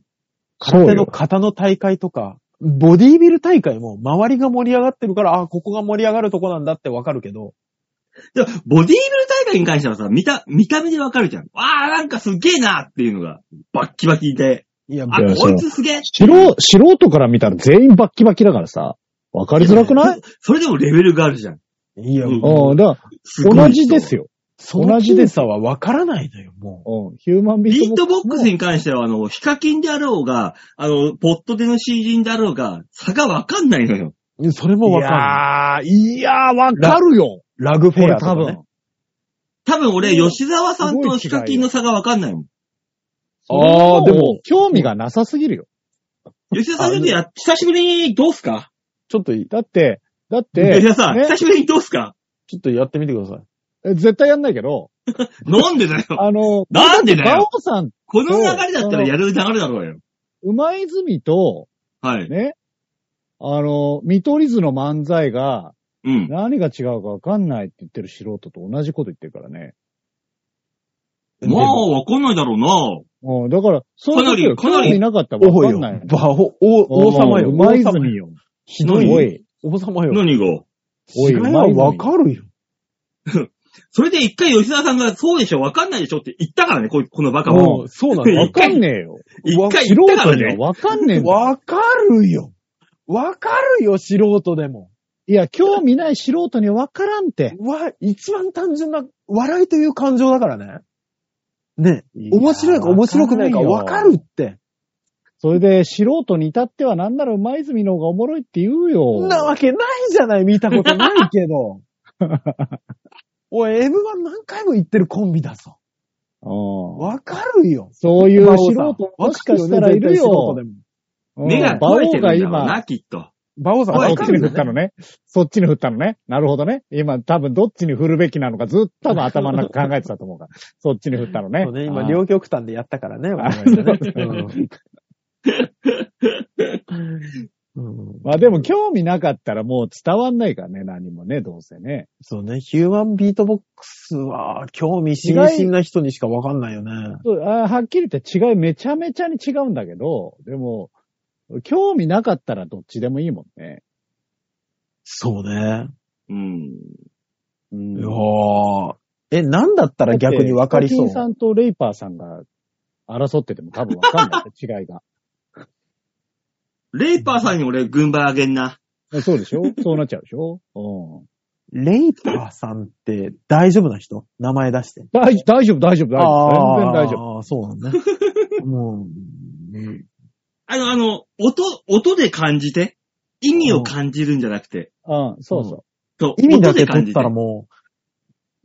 Speaker 5: そう
Speaker 3: 空手の
Speaker 5: よ。
Speaker 3: 型の大会とか、ボディービル大会も周りが盛り上がってるから、あ、ここが盛り上がるとこなんだってわかるけど、
Speaker 2: でもボディービル大会に関してはさ、見た、見た目でわかるじゃん。わあ、なんかすげえなっていうのが、バッキバキで、
Speaker 3: いや、
Speaker 2: あ、
Speaker 5: いや
Speaker 2: こいつすげえ
Speaker 5: 素人、素人から見たら全員バッキバキだからさ、わかりづらくない
Speaker 2: それでもレベルがあるじゃん。
Speaker 3: いや、
Speaker 2: うん
Speaker 5: うん、だか
Speaker 2: すごい人
Speaker 5: ら、同じですよ。
Speaker 3: その僅差はわからないのよ、も
Speaker 5: うん、ヒューマンビ
Speaker 2: ビ
Speaker 5: ー
Speaker 2: ート
Speaker 5: トボ
Speaker 2: ボ
Speaker 5: ック
Speaker 2: ック
Speaker 5: スも。
Speaker 2: スに関しては、あの、ヒカキンであろうが、あの、ポットでの CD であろうが、差がわかんないのよ。
Speaker 3: う。それもわかんない。
Speaker 5: いやー、いやー、わかるよ。
Speaker 3: ラグフ
Speaker 5: こ
Speaker 3: ェ
Speaker 5: れ
Speaker 3: アとか
Speaker 5: 多
Speaker 3: ね
Speaker 5: 分。。
Speaker 2: 多分俺、吉沢さんとヒカキンの差がわかんないもん。
Speaker 5: ああ、
Speaker 3: それは
Speaker 5: でも、興味がなさすぎるよ。
Speaker 2: 吉沢さんとや、久しぶりにどうすか
Speaker 3: ちょっと、
Speaker 5: だって、だって、
Speaker 2: 吉沢さん、
Speaker 5: ね
Speaker 2: 久しぶりにどうすか
Speaker 3: ちょっとやってみてください。
Speaker 5: 絶対やんないけど、
Speaker 2: なんでだよ。
Speaker 5: あの、
Speaker 2: [laughs] なんでだよ
Speaker 5: バオさん、
Speaker 2: この流れだったらやる流れだろうよ。
Speaker 5: 馬泉と、
Speaker 2: はい。
Speaker 5: ね、あの、見取り図の漫才が、
Speaker 2: うん。
Speaker 5: 何が違うかわかんないって言ってる素人と同じこと言ってるからね。
Speaker 2: まあ、わかんないだろうな。
Speaker 5: うん、だから、その時は
Speaker 2: かなりかなり
Speaker 5: 興味なかったら
Speaker 3: お
Speaker 5: わ
Speaker 3: い
Speaker 5: か
Speaker 3: よ
Speaker 5: んない。。
Speaker 3: バオ、お王様よ。
Speaker 5: 馬
Speaker 3: 王様
Speaker 5: 泉
Speaker 3: よ。
Speaker 5: よ。
Speaker 3: ひどい
Speaker 5: お
Speaker 2: [laughs]
Speaker 3: よ。
Speaker 5: い。
Speaker 3: 王様よ。
Speaker 2: 何が
Speaker 5: おい
Speaker 3: 違いはわかるよ。
Speaker 2: それで一回吉沢さんが、そうでしょ、わかんないでしょって言ったからね、こいこのバカ
Speaker 3: も
Speaker 2: も。
Speaker 3: う、そうなんだ
Speaker 5: [laughs] わかんねえよ。
Speaker 2: 一回
Speaker 5: 素
Speaker 2: 言ったか
Speaker 5: 人
Speaker 2: ら
Speaker 5: には
Speaker 2: ね。
Speaker 5: わかんねえん
Speaker 2: [laughs]
Speaker 5: だよ
Speaker 3: わかるよ。わかるよ、素人でも。
Speaker 5: いや、興味ない素人にはわからんって。
Speaker 3: わ、一番単純な、笑いという感情だからね。ね、面白いか面白くないかわかるっ
Speaker 5: よ。
Speaker 3: て。
Speaker 5: それで、素人に至ってはなんなら馬泉の方がおもろいって言うよ。
Speaker 3: んなわけないじゃない、見たことないけど。おい、M1 何回も言ってるコンビだぞ。
Speaker 5: うん
Speaker 3: わかるよ。
Speaker 5: そういう
Speaker 3: 馬
Speaker 5: 素
Speaker 3: 王さん
Speaker 5: 人もしかしたらいる
Speaker 3: わ
Speaker 5: よ
Speaker 3: か。るね絶対素人でも
Speaker 5: うん
Speaker 2: 目が
Speaker 5: 馬
Speaker 2: 壊れ
Speaker 5: 王
Speaker 2: てるん
Speaker 5: が
Speaker 2: だろう
Speaker 5: 今
Speaker 2: な、、きっと。
Speaker 3: 馬王さん、
Speaker 5: あ
Speaker 2: わ
Speaker 5: そ
Speaker 3: わ
Speaker 5: っ
Speaker 2: か
Speaker 5: ち
Speaker 2: る
Speaker 5: に
Speaker 2: よね
Speaker 5: 振ったのね。そっちに振ったのね。なるほどね。今、多分どっちに振るべきなのかずっと多分頭の中考えてた
Speaker 3: [laughs]
Speaker 5: と思うから。そっちに振ったのね。
Speaker 3: そうね、今、
Speaker 5: あー
Speaker 3: 両極端でやったからね、 [laughs] 我々ねうんうん
Speaker 5: まあでも興味なかったらもう伝わんないからね、何もね、どうせね。
Speaker 3: そうね、ヒューマンビートボックスは、興味津々な人にしかわかんないよね。
Speaker 5: そうあはっきり言って違い、めちゃめちゃに違うんだけど、でも、興味なかったらどっちでもいいもんね。
Speaker 3: そうね。
Speaker 2: うん。
Speaker 5: うん
Speaker 3: いやーえ、なんだったら逆にわかりそ
Speaker 5: だってヒカ
Speaker 3: う。
Speaker 5: キンさんとレイパーさんが争ってても多分わかんない [laughs] よ、違いが。
Speaker 2: レイパーさんに俺、軍配あげんな。
Speaker 5: そうでしょそうなっちゃうでしょうん。
Speaker 3: レイパーさんって大丈夫な人名前出して。
Speaker 5: 大大丈夫、大丈夫、大丈夫。全然大丈夫。
Speaker 3: 夫。あーそう
Speaker 5: [laughs]
Speaker 3: なんだ。もう、ね
Speaker 2: あの、あの、音、音で感じて。意味を感じるんじゃなくて。
Speaker 5: うん、そうそ
Speaker 2: そう。
Speaker 3: 意味だ
Speaker 2: 音
Speaker 3: け
Speaker 2: で感
Speaker 3: 取っ
Speaker 2: じ
Speaker 3: た
Speaker 2: て
Speaker 3: ら。も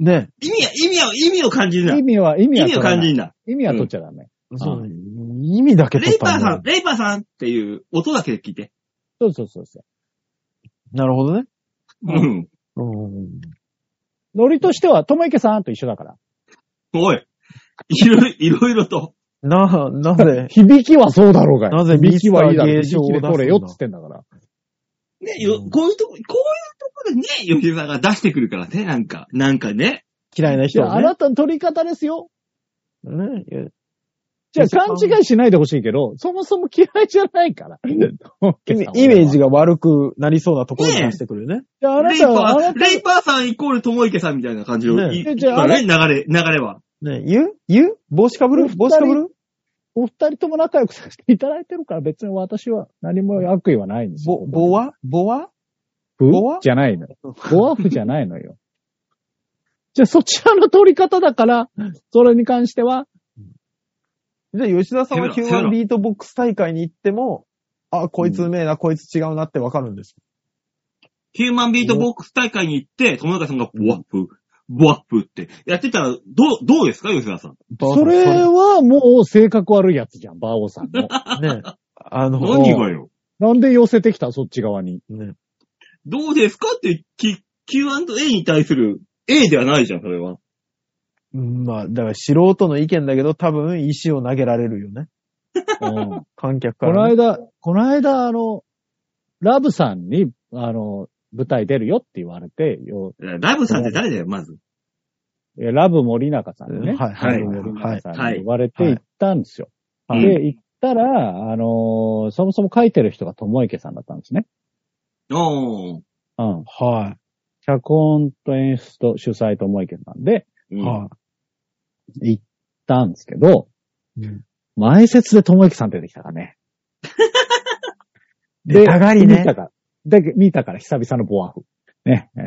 Speaker 3: う、ね。
Speaker 2: 意味は、意味は、意味を感じる
Speaker 5: う。意
Speaker 2: んだ。
Speaker 5: 味は、意味
Speaker 2: 意
Speaker 5: は
Speaker 2: 味を
Speaker 5: 取ら
Speaker 2: 感
Speaker 5: な
Speaker 2: じるん
Speaker 5: い。
Speaker 2: だ。
Speaker 5: 意味は取っちゃダメ。
Speaker 3: そうね。意味だけ取
Speaker 2: レ
Speaker 3: っ
Speaker 2: イパ
Speaker 3: た
Speaker 2: ーさ
Speaker 3: らも
Speaker 2: ん、レイパーさんっていう音だけで聞いて。
Speaker 5: そうそうそうそう。
Speaker 3: う。なるほどね。
Speaker 2: う
Speaker 5: うん
Speaker 2: ん。
Speaker 3: うん。
Speaker 5: ノリとしては、ともいけさんと一緒だから。、
Speaker 2: おい。いろいろ、いろいろと。
Speaker 3: な、なぜ
Speaker 5: 響きはそうだろうがよ
Speaker 3: なぜ
Speaker 5: 響きはいいだろう。
Speaker 3: ミスター
Speaker 5: 響
Speaker 3: 芸賞を
Speaker 5: きで
Speaker 3: 出すんだ
Speaker 5: 取れよってってんだから。
Speaker 2: ね、よ、
Speaker 3: うん
Speaker 2: こういうとこ、こういうところでね、吉沢が出してくるからね、なんか、なんかね。
Speaker 3: 嫌いない人
Speaker 5: や、
Speaker 3: は
Speaker 5: あ
Speaker 3: ね。
Speaker 5: なたの取り方ですよ。
Speaker 3: ねいや
Speaker 5: じゃあ、勘違いしないでほしいけど、そもそも嫌いじゃな
Speaker 3: [laughs]
Speaker 5: いから。
Speaker 3: イメイメージが悪くなりそうなところに出してくるよね。
Speaker 5: が。あな
Speaker 2: レイパ
Speaker 5: たは、あ
Speaker 2: ー、
Speaker 5: なたは
Speaker 2: レイパーさんイコール友池さんみたいな感じの、
Speaker 3: ね
Speaker 2: い
Speaker 5: え
Speaker 2: い
Speaker 5: じゃあ
Speaker 2: まあね、流れ、流れは。
Speaker 3: ね言う言う帽子かぶ
Speaker 5: お
Speaker 3: る
Speaker 5: 二人
Speaker 3: 帽子かぶる
Speaker 5: お二人とも仲良くさせていただいてるから、別に私は何も悪意はないんですよ
Speaker 3: ぼ、。ぼわぼわ
Speaker 5: ふ
Speaker 3: ボア
Speaker 5: じゃないの。ボワフじゃないのよ。じゃあ、そちらの取り方だから、それに関しては、
Speaker 3: じゃあ、吉田さんは
Speaker 2: セ
Speaker 3: ヒ
Speaker 2: ブ
Speaker 3: ュー
Speaker 2: ラ
Speaker 3: マンビートボックス大会に行っても、あ、こいつうめえな、こいつ違うなってわかるんです。
Speaker 2: ヒューマンビートボックス大会に行って、友中さんがボワップ、ボワップってやってたら、どう、どうですか、吉沢さん。
Speaker 5: それはもう性格悪いやつじゃん、バオさん
Speaker 3: [laughs]
Speaker 5: の。
Speaker 3: ねあの、
Speaker 2: 何がよ。
Speaker 5: なんで寄せてきた、そっち側に。
Speaker 3: ね
Speaker 2: どうですかって、き Q&A に対する A ではないじゃん、それは。
Speaker 3: うんまあ、だから素人の意見だけど、多分石を投げられるよね。
Speaker 5: うん
Speaker 3: 観客か
Speaker 5: この
Speaker 3: らね、
Speaker 5: 間、この間、あの、ラブさんに、あの、舞台出るよって言われて、よ
Speaker 2: ラブさんって誰だよ、まず。
Speaker 5: いやラブ森中さんにね、
Speaker 3: はい、
Speaker 2: はい
Speaker 5: ラブ森
Speaker 3: は
Speaker 5: 中
Speaker 3: い。
Speaker 5: さん
Speaker 2: は
Speaker 5: に
Speaker 2: い
Speaker 5: 言われて
Speaker 3: はい
Speaker 5: 行ったんですよ。
Speaker 3: はい
Speaker 5: で、行ったら、あのーそもそも書いてる人が友池さんだったんですね。
Speaker 2: おー。
Speaker 5: うん。
Speaker 3: は
Speaker 5: 脚本と演出と主催友池さんで
Speaker 2: うん
Speaker 3: い。は
Speaker 5: 行ったんですけど、
Speaker 3: い。うん
Speaker 5: 前説で友池さん出てきたから
Speaker 3: [laughs]
Speaker 5: ね。
Speaker 3: 出たがりね
Speaker 5: 見たから。で、見たから久々のボアフ。ね。え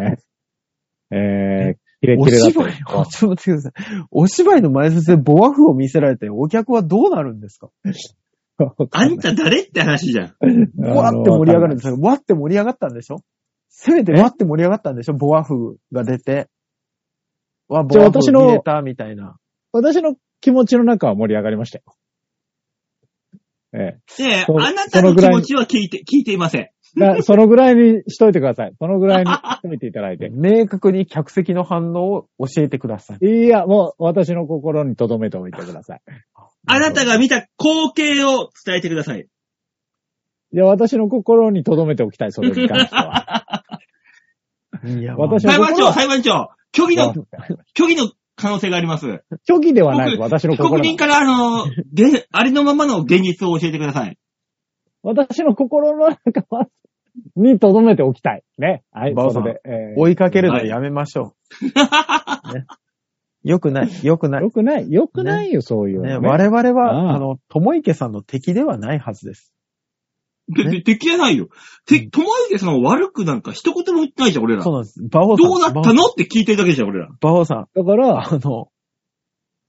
Speaker 5: ー、えー、キレ
Speaker 3: お
Speaker 5: キレだった。
Speaker 3: 芝居、ち
Speaker 5: [laughs]
Speaker 3: ょっと待ってください。お芝居の前説でボワフを見せられて、お客はどうなるんですか
Speaker 2: あんた誰って話じゃん。
Speaker 3: わーって盛り上がるんです
Speaker 5: よ。
Speaker 3: よ。わーって盛り上がったんでしょせめてわーって盛り上がったんでしょボワフが出て。わ、ボ
Speaker 5: じゃあ
Speaker 3: ワフ
Speaker 5: 私の
Speaker 3: 見れたみたいな。
Speaker 5: 私の気持ちの中は盛り上がりましたよ。ええ
Speaker 2: ねえ、
Speaker 5: そう
Speaker 2: あなた
Speaker 5: その
Speaker 2: の
Speaker 5: ぐ
Speaker 2: 気
Speaker 5: らい
Speaker 2: 持ちは聞いて、聞いていません。
Speaker 5: だそのぐらいにしといてください。そのぐらいにしといていただ
Speaker 3: [laughs]
Speaker 5: いて。
Speaker 3: 明確に客席の反応を教えてください。
Speaker 5: いや、もう私の心に留めておいてください。
Speaker 2: あなたが見た光景を伝えてください。
Speaker 5: いや、私の心に留めておきたい、それに関
Speaker 2: [laughs]
Speaker 5: しては。
Speaker 3: いや
Speaker 5: 私
Speaker 2: 裁判
Speaker 5: 心
Speaker 2: 長、
Speaker 5: は
Speaker 2: 裁判長、虚偽の、虚偽の可能性があります。
Speaker 5: 虚偽ではない、
Speaker 2: 僕
Speaker 5: 私の
Speaker 2: 被
Speaker 5: 心
Speaker 2: 告
Speaker 5: に
Speaker 2: 人。からあの、げありのままの現実を教えてください。
Speaker 5: 私の心の中は、に留めておきたい。ね。はい、
Speaker 3: バオさ
Speaker 5: そ
Speaker 3: ん
Speaker 5: れで。えー
Speaker 3: 追いかけるのやめましょう。ねよくない、よくない。
Speaker 5: よくない、よくないよ、そういう
Speaker 3: ね、
Speaker 5: のね。
Speaker 3: 我々
Speaker 5: うん
Speaker 3: は、あの、ともいけさんの敵ではないはずです。
Speaker 2: で、で、敵じゃないよ。
Speaker 3: う
Speaker 2: て、
Speaker 3: ん
Speaker 2: ともゆけさんは悪くなんか一言も言ってないじゃん、俺ら。
Speaker 3: そ
Speaker 2: ど
Speaker 3: うなんです。バオさん。
Speaker 2: うなったのって聞いてるだけじゃん、俺ら。
Speaker 3: バオさん、
Speaker 5: だから、
Speaker 3: あの、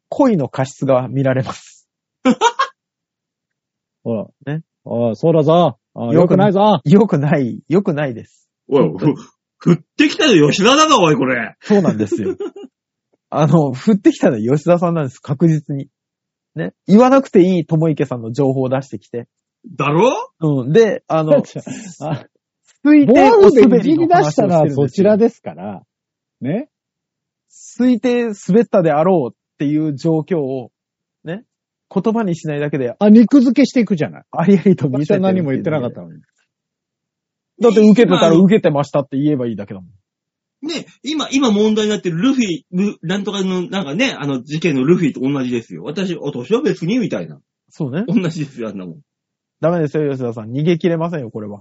Speaker 3: 恋の過失が見られます。
Speaker 5: ほら。
Speaker 3: ね。
Speaker 5: ああ、そうだぞ。ああ
Speaker 3: よ
Speaker 5: よ
Speaker 3: く
Speaker 5: く
Speaker 3: な
Speaker 5: ないぞ。
Speaker 3: よくない、よくないです。
Speaker 2: おい、ふ振ってきたよ、吉田だぞ、おい、これ。
Speaker 3: そうなんですよ。あの、振ってきたのは吉田さんなんです、確実に。ね。言わなくていいともいけさんの情報を出してきて。
Speaker 2: だろ
Speaker 3: うん。で、あの、
Speaker 5: [laughs] あ
Speaker 3: 推
Speaker 5: ボ
Speaker 3: 定お
Speaker 5: ールで
Speaker 3: 滑
Speaker 5: いじ
Speaker 3: りの
Speaker 5: り出し
Speaker 3: 話をしてる
Speaker 5: たの
Speaker 3: ん
Speaker 5: は
Speaker 3: ですよ
Speaker 5: そちらですから。ね。
Speaker 3: 推定滑ったであろうっていう状況を、ね。言葉にしないだけで、
Speaker 5: あ、肉付けしていくじゃない。
Speaker 3: ありありと見せ
Speaker 5: 私
Speaker 3: て
Speaker 5: は
Speaker 3: る
Speaker 5: 何も言ってなかったのに。
Speaker 3: だって受けてたら受けてましたって言えばいいだけだもん。
Speaker 2: ね、今、今問題になってるルフィ、ルなんとかの、なんかね、あの、事件のルフィと同じですよ。私、私は別に、みたいな。
Speaker 3: そうね。
Speaker 2: 同じですよ、あんなもん。
Speaker 3: ダメですよ、吉田さん。逃げ切れませんよ、これは。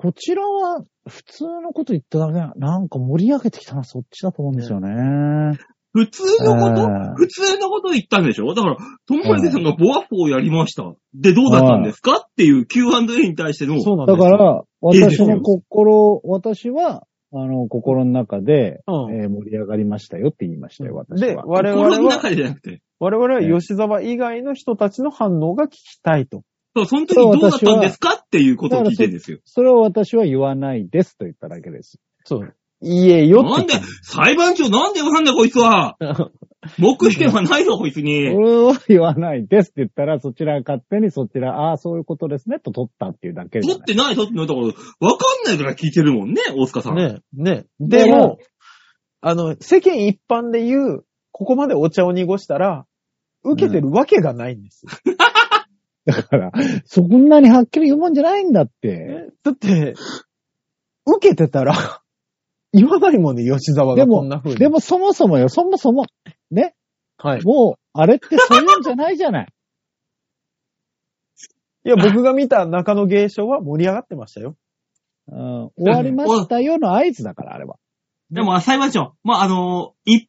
Speaker 4: こちらは普通のこと言っただけな、なんか盛り上げてきたな、そっちだと思うんですよね。
Speaker 2: 普通のこと、
Speaker 4: うん
Speaker 2: 普通のこと言ったんでしょだから、トム・ハリさんがボアフォーをやりました。で、どうだったんですかっていう Q&A に対しての、
Speaker 3: そうなんで
Speaker 5: だ
Speaker 3: すよ
Speaker 5: から、
Speaker 2: いいです
Speaker 5: 私
Speaker 2: よ
Speaker 5: の心、私は、あの、心の中で、えー盛り上がりましたよって言いましたよ、
Speaker 3: うん、
Speaker 5: 私
Speaker 3: で、
Speaker 5: は。
Speaker 3: 我々
Speaker 2: 心の
Speaker 3: は、
Speaker 2: 中じゃなくて。
Speaker 3: 我々は吉沢以外の人たちの反応が聞きたいと。
Speaker 2: そう、その時どうだったんですかっていうことを聞いてるんですよ。
Speaker 5: それを私は言わないですと言っただけです。
Speaker 3: そう。言えよ
Speaker 2: な
Speaker 3: っ
Speaker 2: ん
Speaker 3: て
Speaker 2: で。、裁判長なんでなんだこいつは黙秘権はないぞ、こいつ
Speaker 5: そ
Speaker 2: に。
Speaker 5: れを言わないですって言ったら、そちらが勝手にそちら、ああ、そういうことですね、と取ったっていうだけじゃ
Speaker 2: 取
Speaker 5: ない
Speaker 2: ってない、取ってないところ、わかんないから聞いてるもんね、大塚さん。
Speaker 3: ねねでも、あの、世間一般で言う、ここまでお茶を濁したら、受けてるわけがないんですよ。
Speaker 5: だから、そんなにはっきり言うもんじゃないんだって。
Speaker 3: ねだって、受けてたら、言わないもんね、吉沢
Speaker 5: で
Speaker 3: が
Speaker 5: も
Speaker 3: こんな風に。
Speaker 5: で、もそもそもよ、そもそも、
Speaker 3: はい。
Speaker 5: [laughs] もう、あれってそういうんじゃないじゃ
Speaker 2: [laughs]
Speaker 5: ない。
Speaker 3: いや、僕が見た中野芸賞は盛り上がってましたよ。
Speaker 5: うん、終わりましたよの合図だから、あ
Speaker 2: [laughs]
Speaker 5: れは。
Speaker 2: でも、裁判長、まあ、あの一般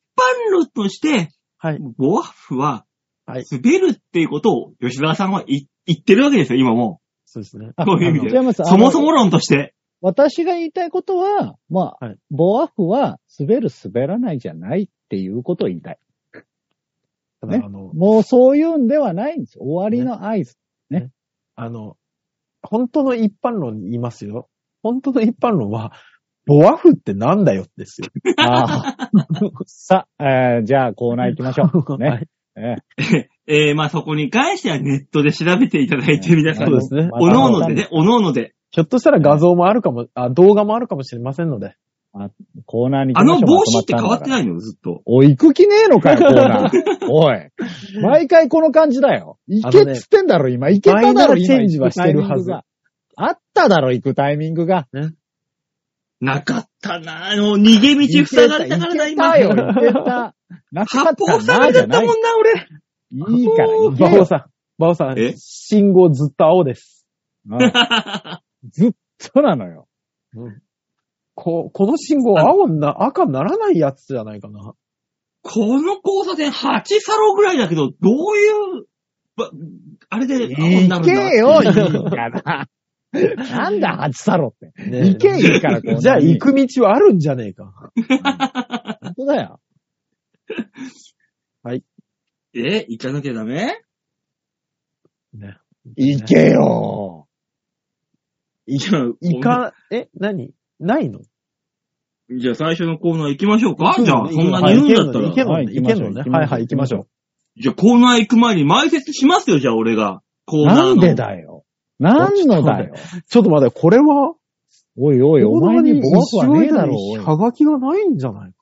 Speaker 2: 論として、
Speaker 3: はい。
Speaker 2: ボアフは
Speaker 3: はい、
Speaker 2: 滑るっていうことを吉沢さんは言言ってるわけですよ、今も
Speaker 3: そうですね。
Speaker 5: あ
Speaker 2: そういう意味で
Speaker 5: 違います。
Speaker 2: う。そもそ
Speaker 5: も
Speaker 2: も論として。
Speaker 5: 私が言いたいことは、まあ、
Speaker 3: はい
Speaker 5: ボアフは滑る滑らないじゃないっていうことを言いたい。
Speaker 3: ただ
Speaker 5: ね
Speaker 3: あの、
Speaker 5: もうそういうんではないんです。終わりの合図。
Speaker 3: あの、本当の一般論言いますよ。本当の一般論は、ボアフってなんだよですよ。
Speaker 5: ああ [laughs] さあ、えーじゃあコーナー行きまし
Speaker 2: [laughs]
Speaker 5: ょう。
Speaker 3: は
Speaker 5: ね。
Speaker 3: い
Speaker 5: えー
Speaker 2: えー、まあ、そこに関してはネットで調べていただいて、皆さ、
Speaker 3: そうんですね
Speaker 2: おのおのでね、おのおので。
Speaker 3: ひょっとしたら画像もあるかも、あ、動画もあるかもしれませんので。
Speaker 5: コーナーに行
Speaker 2: あ
Speaker 5: きましょ
Speaker 2: の
Speaker 5: う。
Speaker 2: 帽子って変わって
Speaker 5: い
Speaker 2: ないの、ずっと。
Speaker 5: おい、行く気ねえのかよ、コーナー。おい。毎回この感じだよ。行けっつってんだろ、今。行けただ
Speaker 3: マイナ
Speaker 5: ろ、
Speaker 3: ー
Speaker 5: 今。
Speaker 3: チェンジはしてるはず
Speaker 5: 行くタイミングがあっただろ、行くタイミングが。
Speaker 2: なかったなあの、逃げ道塞がれたからな、
Speaker 5: いけ
Speaker 2: 今
Speaker 5: た。よ、いけた。なかっ
Speaker 2: 発砲
Speaker 5: た
Speaker 2: され
Speaker 5: な、
Speaker 2: ち
Speaker 5: じ
Speaker 2: ゃ
Speaker 5: ゃ
Speaker 2: った
Speaker 5: ない。
Speaker 2: もんな、俺。
Speaker 5: いいから、行け
Speaker 3: バオ
Speaker 5: よ。
Speaker 3: さん、バオさん
Speaker 2: え、
Speaker 3: 信号ずっと青です。
Speaker 5: うんずっとなのよ。
Speaker 3: こ、この信号青な、赤ならないやつじゃないかな。
Speaker 2: この交差点8サロぐらいだけど、どういう、ばあれで、青になるん
Speaker 5: 行け
Speaker 2: だ
Speaker 5: よ、いいから。なんだ、八サロって。
Speaker 3: ね
Speaker 5: 行け、いいから、こう
Speaker 3: じゃあ行。く道はあるんじゃねえか。
Speaker 5: 本当だよ。
Speaker 2: え、行かなきゃダメ
Speaker 3: ね
Speaker 5: 行けよ。
Speaker 2: じゃあ、
Speaker 3: 行か、え、何ないの
Speaker 2: じゃあ最初のコーナー行きましょうか
Speaker 3: 行くの
Speaker 2: じゃあ、
Speaker 3: 行
Speaker 2: そ
Speaker 3: く
Speaker 2: ん
Speaker 3: の
Speaker 2: なに言うんだった
Speaker 3: 行け
Speaker 2: ら。
Speaker 3: んのね、
Speaker 5: はい
Speaker 3: 行けんの
Speaker 5: 行
Speaker 3: ね。
Speaker 5: き
Speaker 3: は
Speaker 5: ま
Speaker 3: い
Speaker 5: しょ
Speaker 3: は
Speaker 5: う
Speaker 3: い、行きましょう。
Speaker 2: じゃあコーナー行く前に前説しますよ、じゃあ俺が。コーナーの。
Speaker 5: なんでだよ。なんのだよ。
Speaker 3: ちょっと待って、これは、
Speaker 5: おいおい、お前にボワフはねえだろ、おい
Speaker 3: はがきがないんじゃないか。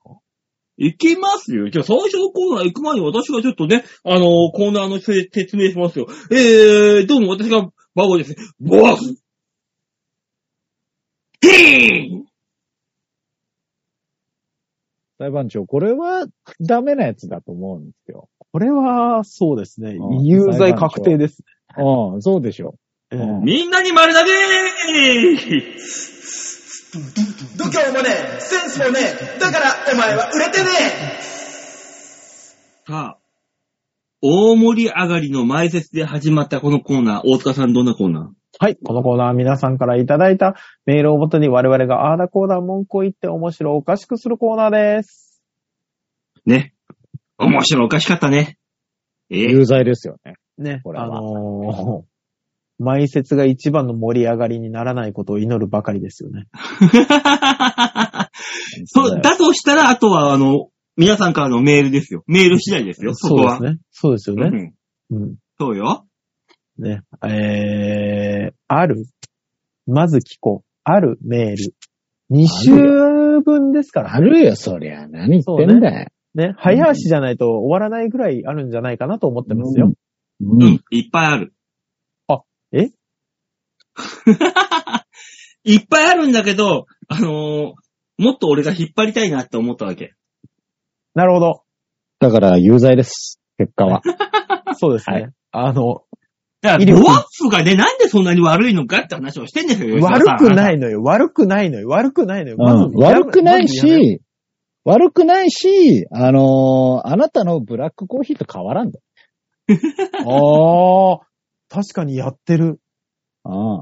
Speaker 2: 行きますよ。じゃあ最初のコーナー行く前に私がちょっとね、あのーコーナーのせ説明しますよ。えー、どうも私がバゴです。ボワフヒーン
Speaker 5: 裁判長、これはダメなやつだと思うんですよ。
Speaker 3: これは、そうですね
Speaker 5: う。ん
Speaker 3: 有罪確定です
Speaker 5: うん、そうでしょ。
Speaker 3: ね。
Speaker 5: ん
Speaker 3: ええ
Speaker 2: みんなに丸投げー
Speaker 1: 度胸もねえ、センスもねえ、だからお前は売れてねえ
Speaker 2: さあ、大盛り上がりの前説で始まったこのコーナー、大塚さんどんなコーナ
Speaker 3: はい。このコーナーは皆さんからいただいたメールをもとに我々がアーダコーナー文句を言って面白おかしくするコーナーです。
Speaker 2: ーね。面白いおかしかったね。ええ
Speaker 5: 有罪ですよね。
Speaker 3: ね。
Speaker 5: これは
Speaker 3: あのー、埋設が一番の盛り上がりにならないことを祈るばかりですよね。
Speaker 2: [laughs] そう、だとしたら、あとは、あの、皆さんからのメールですよ。メール次第ですよ、そこ
Speaker 3: うで
Speaker 2: は。
Speaker 3: すね。そうですよ
Speaker 2: う
Speaker 3: ね。
Speaker 2: ん
Speaker 3: うん。
Speaker 2: そうよ。
Speaker 3: ね。えー、ある。まず聞こう。あるメール。2週分ですから。
Speaker 5: あるよ、そりゃ。何言ってんだよ。
Speaker 3: ね。早足じゃないと終わらないぐらいあるんじゃないかなと思ってますよ。
Speaker 5: うん。
Speaker 2: う
Speaker 5: うん
Speaker 2: ん。いっぱいある。
Speaker 3: あ、え
Speaker 2: [laughs] いっぱいあるんだけど、あのーもっと俺が引っ張りたいなって思ったわけ。
Speaker 3: なるほど。
Speaker 5: だから、有罪です。結果 [laughs] は。
Speaker 3: そうですね。
Speaker 5: は
Speaker 3: あの、
Speaker 2: だか
Speaker 3: 威
Speaker 2: ら、
Speaker 3: 力
Speaker 2: ボアップがね、なんでそんなに悪いのかって話をしてんですよ、吉田さん
Speaker 3: 悪くないのよ。 [laughs] 悪くないのよ。悪くないのよ。
Speaker 5: うん。悪くない、
Speaker 3: まずやめ
Speaker 5: し、悪くないし、あのーあなたのブラックコーヒーと変わら [laughs] んだ。
Speaker 3: ああ、確かにやってる。
Speaker 5: ああ。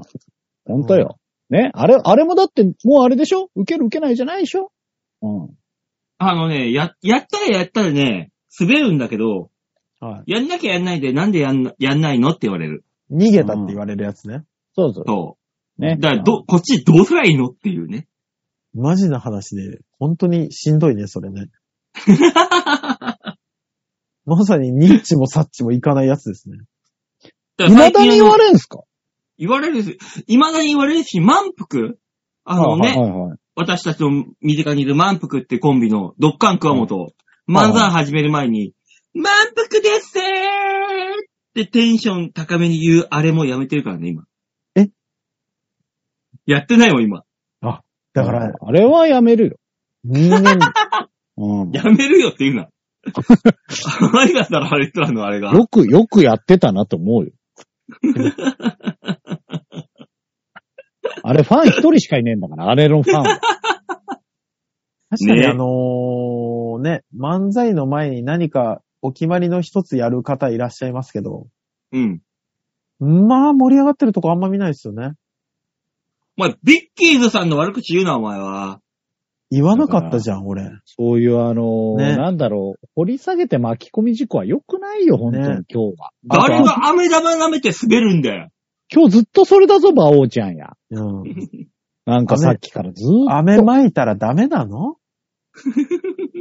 Speaker 5: ほんとよ。ね。あれ、あれもだって、もうあれでしょ受ける受けないじゃないでしょうん。
Speaker 2: あのね、や、やったらやったらね、滑るんだけど、
Speaker 3: は
Speaker 2: やんなきゃやんないで、なんでやんな、やんないのって言われる。
Speaker 3: い。逃げたって言われるやつね。
Speaker 5: そうそう。
Speaker 2: そ
Speaker 5: ね
Speaker 2: う。。だから、ど、こっちどうすりゃいいのっていうね。
Speaker 3: マジな話で、本当にしんどいね、それね。まさにニッチもサッチもいかないやつですね。
Speaker 2: だから
Speaker 5: 未
Speaker 2: 最
Speaker 5: だ
Speaker 2: 近
Speaker 5: に言われんすか
Speaker 2: 言われるし、未だに言われるし、満腹あのね、
Speaker 5: はいはいはい。
Speaker 2: 私たちの身近にいる満腹ってコンビのドッカンクワモト、
Speaker 5: はい
Speaker 2: 漫才始める前に、満腹ですーってテンション高めに言うあれもやめてるからね、今。
Speaker 3: え
Speaker 2: やってないもん、今。
Speaker 3: だから、
Speaker 5: あれはやめるよ。
Speaker 3: 人間、
Speaker 2: [laughs]
Speaker 5: うん。
Speaker 2: やめるよって言うな。あまりだったらあれつらのあれが。
Speaker 5: よく、よくやってたなと思うよ。あれファン一人しかいねえんだから、あれのファンは。
Speaker 3: 確かに
Speaker 2: ね
Speaker 3: あのーね、漫才の前に何かお決まりの一つやる方いらっしゃいますけど、
Speaker 2: うん。
Speaker 3: まあ盛り上がってるとこあんま見ないですよね。
Speaker 2: お前、ビッキーズさんの悪口言うな、お前は。
Speaker 3: 言わなかったじゃん、俺。
Speaker 5: そういうあのー
Speaker 3: ね
Speaker 5: なんだろう、掘り下げて巻き込み事故は良くないよ、本当に
Speaker 3: ね
Speaker 5: 今日は。
Speaker 2: 誰
Speaker 5: あと
Speaker 2: が飴玉舐めて滑るんだよ。
Speaker 5: 今日ずっとそれだぞ、馬王ちゃんや。
Speaker 3: うん。
Speaker 5: なんかさっきからずーっと。
Speaker 3: 雨まいたらダメなの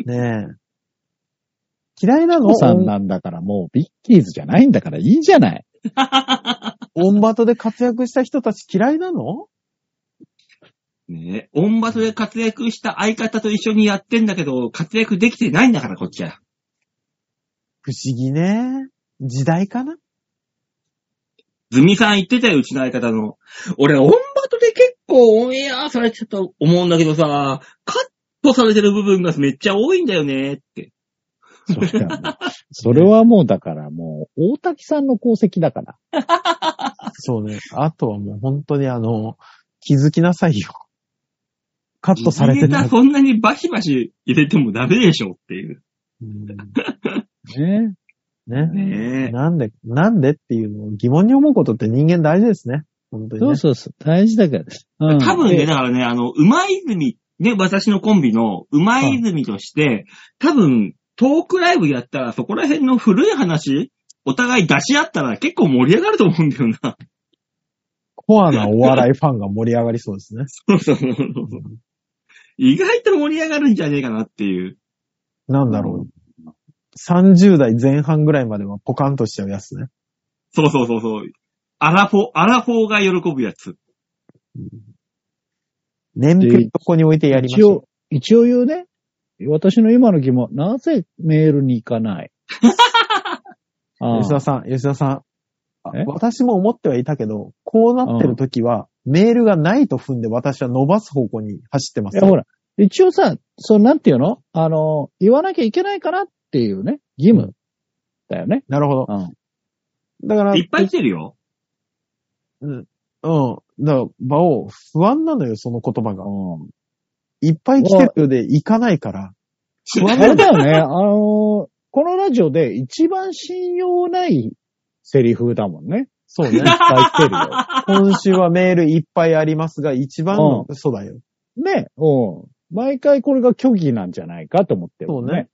Speaker 3: ねえ。嫌いなの
Speaker 5: 馬王さん
Speaker 3: オン
Speaker 5: なんだからもうビッキーズじゃないんだからいいじゃない。
Speaker 3: オンバトで活躍した人たち嫌いなの
Speaker 2: ねえ、オンバトで活躍した相方と一緒にやってんだけど、活躍できてないんだから、こっちは。
Speaker 3: 不思議ね。時代かな
Speaker 2: ズミさん言ってたよ、うちの相方の。俺、オンバトで結構オンエアされちゃったと思うんだけどさ、カットされてる部分がめっちゃ多いんだよね、って。
Speaker 5: そしたらもうそれはもうだからもう、大滝さんの功績だから。
Speaker 3: そうね。あとはもう本当にあの、気づきなさいよ。カットされ
Speaker 2: 時事
Speaker 3: て
Speaker 2: ネ
Speaker 3: な
Speaker 2: タ
Speaker 3: い。
Speaker 2: そんなにバシバシ入れてもダメでしょっていう。
Speaker 3: うん
Speaker 5: ね。
Speaker 3: ね。
Speaker 2: ねえ。
Speaker 3: なんで、なんでっていうのを疑問に思うことって人間大事ですね。本当に
Speaker 5: そ
Speaker 3: ね
Speaker 5: う。そうそう。大事だから。うん
Speaker 2: 多分
Speaker 3: え
Speaker 2: ね、
Speaker 3: え
Speaker 2: だからね、あの、馬泉、ね、私のコンビの馬泉として、多分、トークライブやったら、そこら辺の古い話、お互い出し合ったら結構盛り上がると思うんだよな。
Speaker 3: コアなお笑いファンが盛り上がりそうですね。
Speaker 2: そうそうそうそう意外と盛り上がるんじゃねえかなっていう。
Speaker 3: なんだろう。30代前半ぐらいまではポカンとしちゃうやつね。
Speaker 2: そうそうそうそう。アラフォー、アラフォーが喜ぶやつ。
Speaker 3: 年表ここに置いてやりまし
Speaker 5: 一
Speaker 3: ょ
Speaker 5: 応、一応言うね。私の今の疑問、なぜメールに行
Speaker 3: [laughs]
Speaker 5: かないあ
Speaker 3: う。
Speaker 5: あ
Speaker 3: 吉田さん、吉田さん。あ
Speaker 5: え
Speaker 3: 私も思ってはいたけど、こうなってる時は、メールがないと踏んで私は伸ばす方向に走ってま
Speaker 5: い
Speaker 3: す
Speaker 5: や、。ほら、一応さ、その、なんていうのあの、言わなきゃいけないかなっていうね、義務だよね。
Speaker 3: なるほど。
Speaker 5: うん。
Speaker 3: だから、
Speaker 2: いっぱい来てるよ。
Speaker 3: うん。だから、場を不安なのよ、その言葉が。
Speaker 5: うん
Speaker 3: いっぱい来てるようで行かないから。
Speaker 5: あれだよね、あの、このラジオで一番信用ないセリフだもんね。
Speaker 3: そう
Speaker 5: い
Speaker 3: ね
Speaker 5: っぱ。い来てるよ。
Speaker 3: 今週はメールいっぱいありますが、一番の嘘だよ。
Speaker 5: ね、うん。毎回これが虚偽なんじゃないかと思ってる、
Speaker 3: そうね。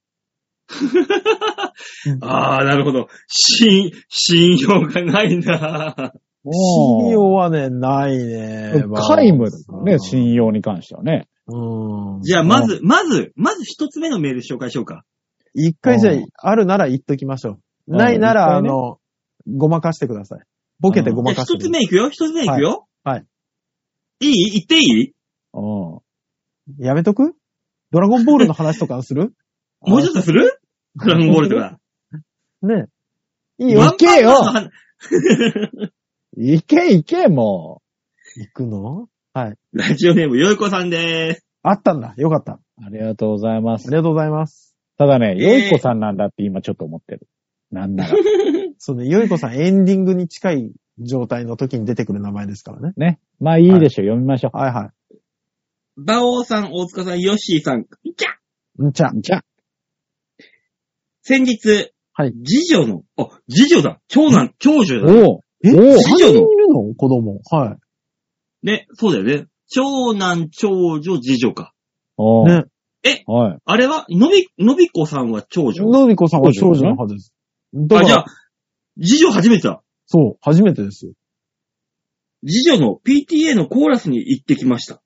Speaker 2: ああ、なるほど。信、信用がないなぁ
Speaker 3: 信
Speaker 5: うん
Speaker 3: 用はね、ないね。
Speaker 5: 皆無だよね、
Speaker 3: 用。
Speaker 5: 信用に関してはね。
Speaker 3: うん。
Speaker 2: じゃあ、まず、まず、まず一つ目のメール紹介しようか。
Speaker 3: 一回じゃ
Speaker 5: うん
Speaker 3: あ、あるなら言っときましょう。
Speaker 5: うん
Speaker 3: ないなら、あ
Speaker 5: 一回ね
Speaker 3: の、ごまかしてください。ボケてご
Speaker 2: じゃ
Speaker 3: ま
Speaker 2: あ
Speaker 3: かして
Speaker 2: 一
Speaker 3: くだ
Speaker 2: つ
Speaker 3: さい。
Speaker 2: 目いくよ一つ目いくよ。
Speaker 3: はいはい
Speaker 2: いい言っていい
Speaker 5: うん。
Speaker 3: やめとくドラゴンボールの話とかする
Speaker 2: もうちょっとするドラゴンボールとか。
Speaker 3: ねえ。いいよ。
Speaker 2: ワンパンマンの話
Speaker 5: いけいけ、も
Speaker 3: 行くの
Speaker 2: ラジオネーム、よいこさんでーす。
Speaker 3: あったんだ。よかった。あ
Speaker 5: う。ありがとうございます
Speaker 3: り。がとうございます。
Speaker 5: ただね、
Speaker 2: えー
Speaker 5: よいこさんなんだって今ちょっと思ってる。なんなら。
Speaker 3: そうね、よいこさんエンディングに近い状態の時に出てくる名前ですからね。
Speaker 5: ね。まあいいでしょう、読みましょ
Speaker 3: はいは
Speaker 2: バオさん、大塚さん、ヨッシーさん。じゃ
Speaker 3: い。んちゃ。
Speaker 5: う。じゃあ、
Speaker 2: 先日、
Speaker 3: はい
Speaker 2: 次女の、あ、次女だ。長男、長女だ。
Speaker 5: おう
Speaker 3: え
Speaker 5: おう
Speaker 3: 三人いるの子供。は
Speaker 2: ね、そうだよね。長男、長女、次女か。
Speaker 5: お
Speaker 3: い。
Speaker 5: う
Speaker 3: ね。
Speaker 5: はい。
Speaker 2: あれは、のび、のびこさんは長女。
Speaker 3: のびこさんは少女のはずです。だ
Speaker 2: あ、
Speaker 3: か
Speaker 2: じゃ
Speaker 3: ら
Speaker 2: あ、、次女初めてだ。
Speaker 3: そう、初めてですよ。
Speaker 2: 次女の PTA のコーラスに行ってきました。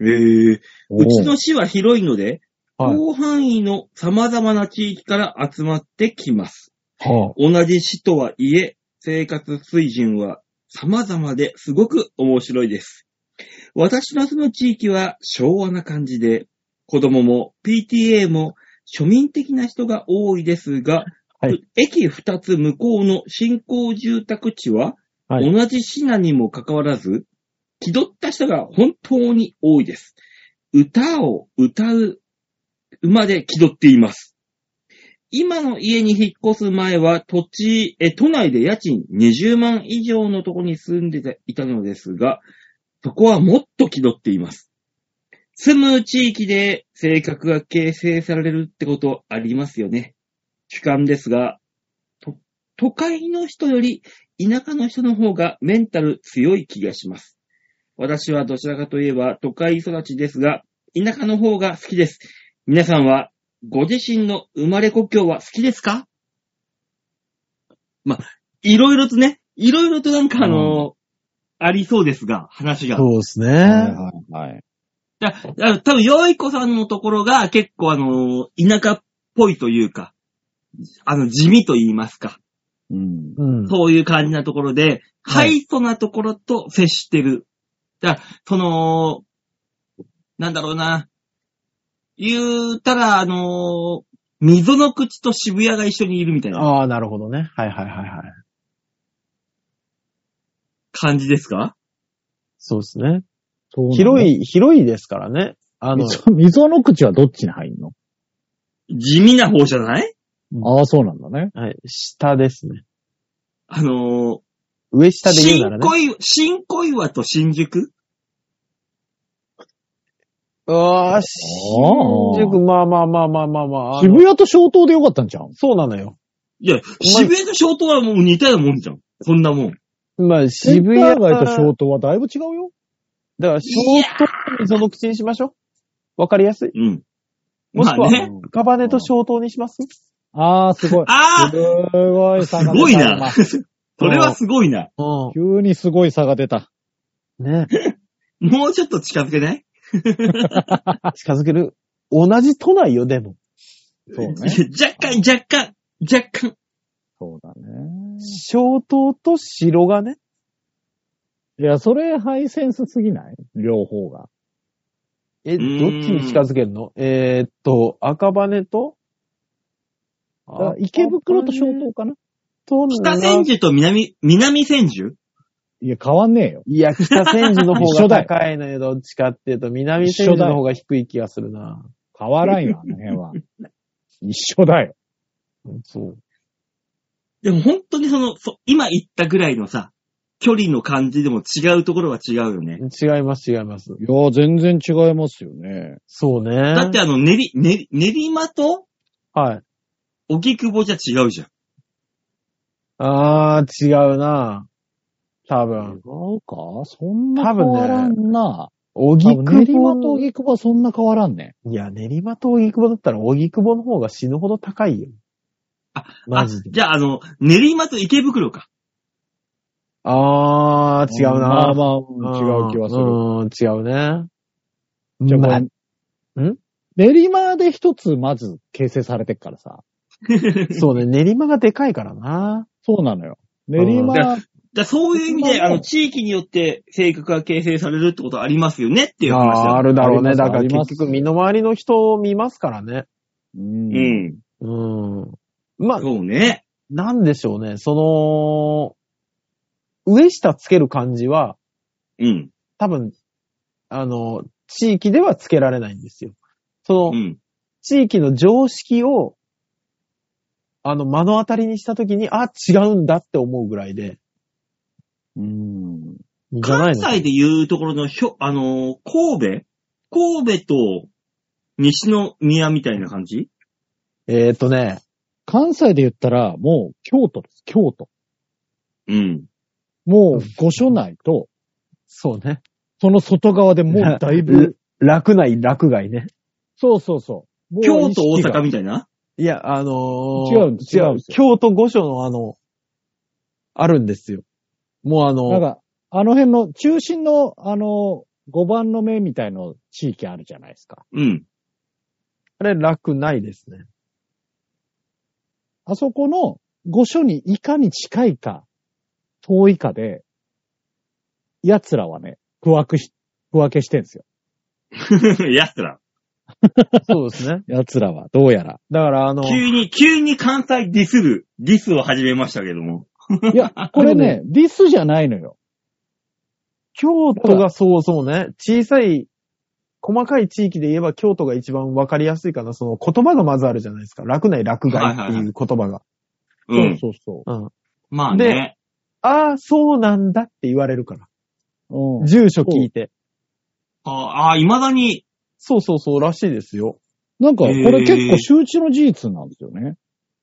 Speaker 2: えー、
Speaker 5: お
Speaker 2: うち
Speaker 5: う
Speaker 2: の市は広いので、
Speaker 3: はい
Speaker 2: 広範囲の様々な地域から集まってきます。
Speaker 3: は
Speaker 2: 同じ市とはいえ、生活水準は様々ですごく面白いです。私の住む地域は昭和な感じで、子供も PTA も庶民的な人が多いですが、
Speaker 3: はい
Speaker 2: 駅二つ向こうの新興住宅地は、
Speaker 3: はい
Speaker 2: 同じ市なにもかかわらず、気取った人が本当に多いです。歌を歌う馬で気取っています。今の家に引っ越す前は土地、え、都内で家賃20万以上のとこに住んでいたのですが、そこはもっと気取っています。住む地域で性格が形成されるってことありますよね。主観ですが、と都会の人より田舎の人の方がメンタル強い気がします。私はどちらかといえば都会育ちですが、田舎の方が好きです。皆さんはご自身の生まれ故郷は好きですかまあ、いろいろとね、いろいろとなんかあの、ありそうですが、話
Speaker 3: い。
Speaker 2: が。
Speaker 3: そうですね。
Speaker 5: はいはいはい。
Speaker 2: いや、だから多分、よいこさんのところが結構あの、田舎っぽいというか、あの、地味と言いますか、
Speaker 5: うん。
Speaker 3: うん。
Speaker 2: そういう感じなところで、ハ
Speaker 3: はい
Speaker 2: イソなところと接してる。だから、その、なんだろうな、言うたら、あの、溝の口と渋谷が一緒にいるみたいな
Speaker 3: ああ、なるほどね。はいはいはいはい。
Speaker 2: 感じですか
Speaker 3: そうですね。
Speaker 5: い。
Speaker 3: 広い、広いですからね。あの、
Speaker 5: 溝溝の口はどっちに入んの
Speaker 2: 地味な方じゃない
Speaker 5: ああ、そうなんだね。
Speaker 3: はい、下ですね。
Speaker 2: あの、
Speaker 3: 上下で言う
Speaker 2: 新
Speaker 3: ならね。
Speaker 2: 恋、新恋和と新宿
Speaker 3: ああ、
Speaker 5: あー
Speaker 3: 新宿、まあまあまあまあまあまあ。あの
Speaker 5: 渋谷と消灯でよかったんじゃん。
Speaker 3: そうなのよ。
Speaker 2: いや、渋谷と消灯はもう似たようなもんじゃん。そんなもん。
Speaker 3: まあ、
Speaker 5: 渋
Speaker 3: 渋
Speaker 5: 谷
Speaker 3: 谷
Speaker 5: 街
Speaker 3: は
Speaker 5: と消灯はだいぶ違うよ。
Speaker 3: だか
Speaker 2: い
Speaker 3: ら、消
Speaker 2: や
Speaker 3: 灯その口にしましょう。わかりやすい。
Speaker 2: うん。
Speaker 3: もしく
Speaker 2: まあ
Speaker 3: は
Speaker 2: ね。、
Speaker 3: 赤羽と消灯にします
Speaker 5: ああ、すごい。
Speaker 2: あ
Speaker 5: すごい
Speaker 2: あ
Speaker 5: 差
Speaker 2: す
Speaker 5: が出た。
Speaker 2: ごいな
Speaker 5: 今。
Speaker 2: それはすごいな。
Speaker 3: う
Speaker 5: 急にすごい差が出た。
Speaker 3: ん。ね。
Speaker 2: もうちょっと近づけない
Speaker 3: 近づける。同じ都内よ、でも。
Speaker 5: [laughs] そうね。
Speaker 2: 若干、若干、若干。
Speaker 5: そうだね。
Speaker 3: 小刀と白金
Speaker 5: いや、それハイセンスすぎない両方が。
Speaker 3: え、どっちに近づけるのえーっと、赤羽と
Speaker 5: だから池袋と小東かな
Speaker 3: と
Speaker 2: 北千住と南、南千住
Speaker 5: いや、変わんねえよ。
Speaker 3: いや、北千住の方
Speaker 5: 一緒
Speaker 3: が
Speaker 5: だよ
Speaker 3: 高いのよ、どっちかっていうと、南千住の方が低い気がするな。
Speaker 5: 変わらんよ、あの辺 [laughs] は。一緒だよ。
Speaker 3: そう。
Speaker 2: でも本当にその、そ今言ったぐらいのさ、距離の感じでも違うところは違うよね。
Speaker 3: 違います、違います。
Speaker 5: いや、全然違いますよね。
Speaker 3: そうね。
Speaker 2: だってあの、練り、練り、練馬と
Speaker 3: はい。
Speaker 2: 荻窪じゃ違うじゃん。
Speaker 3: あー、違うな。多分。
Speaker 5: うかそん
Speaker 3: な変わらん
Speaker 5: な。
Speaker 3: おぎ
Speaker 5: 練
Speaker 3: く
Speaker 5: 馬と荻窪はそんな変わらんね。
Speaker 3: いや、練馬と荻窪だったら荻窪の方が死ぬほど高いよ。
Speaker 2: あ、
Speaker 3: マジで。
Speaker 2: じゃああの、練馬と池袋か。
Speaker 3: あー、違うな。
Speaker 5: まあまあ、違う気はする。
Speaker 3: る。うん、違うね。
Speaker 5: じゃあ
Speaker 3: ま
Speaker 5: こ
Speaker 3: あ、
Speaker 5: れ、
Speaker 3: ん
Speaker 5: 練馬で一つまず形成されてっからさ。
Speaker 3: そうね、練馬がでかいからな。
Speaker 5: そうなのよ。練馬、
Speaker 2: うんだからそういう意味
Speaker 5: 一
Speaker 2: で、
Speaker 5: 番
Speaker 2: あ
Speaker 5: ね
Speaker 2: の、地域によって性格が形成されるってことはありますよねっていう話
Speaker 3: あー
Speaker 2: だ。
Speaker 3: あるだろう
Speaker 5: あ
Speaker 3: ね。
Speaker 5: ります
Speaker 3: だから
Speaker 5: あります
Speaker 3: 結局身の回りの人を見ますからね。
Speaker 5: うん
Speaker 2: うん。
Speaker 3: うん。まあ、
Speaker 2: そうね。
Speaker 3: なんでしょうね。その、上下つける感じは、
Speaker 2: うん。
Speaker 3: 多分、あの、地域ではつけられないんですよ。
Speaker 2: う
Speaker 3: その、
Speaker 2: ん。
Speaker 3: 地域の常識を、あの、目の当たりにしたときに、あ、違うんだって思うぐらいで。
Speaker 5: うん。
Speaker 3: じゃない
Speaker 2: 関
Speaker 3: の
Speaker 2: 西でいうところのひょ、あのー神戸神戸と西宮みたいな感じ
Speaker 3: えーっとね、
Speaker 5: 関西で言ったら、もう京都です。京都。
Speaker 2: うん。
Speaker 5: もう御所内と、
Speaker 3: そうね。
Speaker 5: その外側でもうだいぶ、
Speaker 3: 楽内、楽外ね。
Speaker 5: そうそうそう。もう
Speaker 2: 京都、
Speaker 5: 意
Speaker 2: 大
Speaker 5: 識が
Speaker 2: 阪みたいない
Speaker 3: や、あのー
Speaker 5: 違うんです違うんです
Speaker 3: 京都御所のあの、あるんですよ。もうあ
Speaker 5: なん
Speaker 3: の、
Speaker 5: か、あの辺の中心の、あの、5番の目みたいの地域あるじゃないですか。
Speaker 2: うん。 [laughs]
Speaker 3: あれ楽ないですね。
Speaker 5: あそこの御所にいかに近いか、遠いかで、奴らはね、区分けし、区分けしてんですよ。
Speaker 2: 奴ら。
Speaker 3: そうです
Speaker 5: [laughs]
Speaker 3: ね。
Speaker 5: 奴らは、どうやら。
Speaker 3: だからあの、
Speaker 2: 急に、急に関西ディスる、ディスを始めましたけども。
Speaker 5: いや、これね、ディスじゃないのよ。
Speaker 3: 京都がそうそうね、小さい、細かい地域で言えば京都が一番わかりやすいかな。その言葉がまずあるじゃないですか。楽内、楽外っていう言葉が。
Speaker 2: うん。
Speaker 5: そうそう
Speaker 3: うん。
Speaker 2: まあね。
Speaker 3: ああ、そうなんだって言われるから。
Speaker 5: そう。うん。
Speaker 3: 住所聞いて。
Speaker 2: ああ、未だに、
Speaker 3: そうそうそうらしいですよ。
Speaker 5: なんか、これ結構周知の事実なんですよね。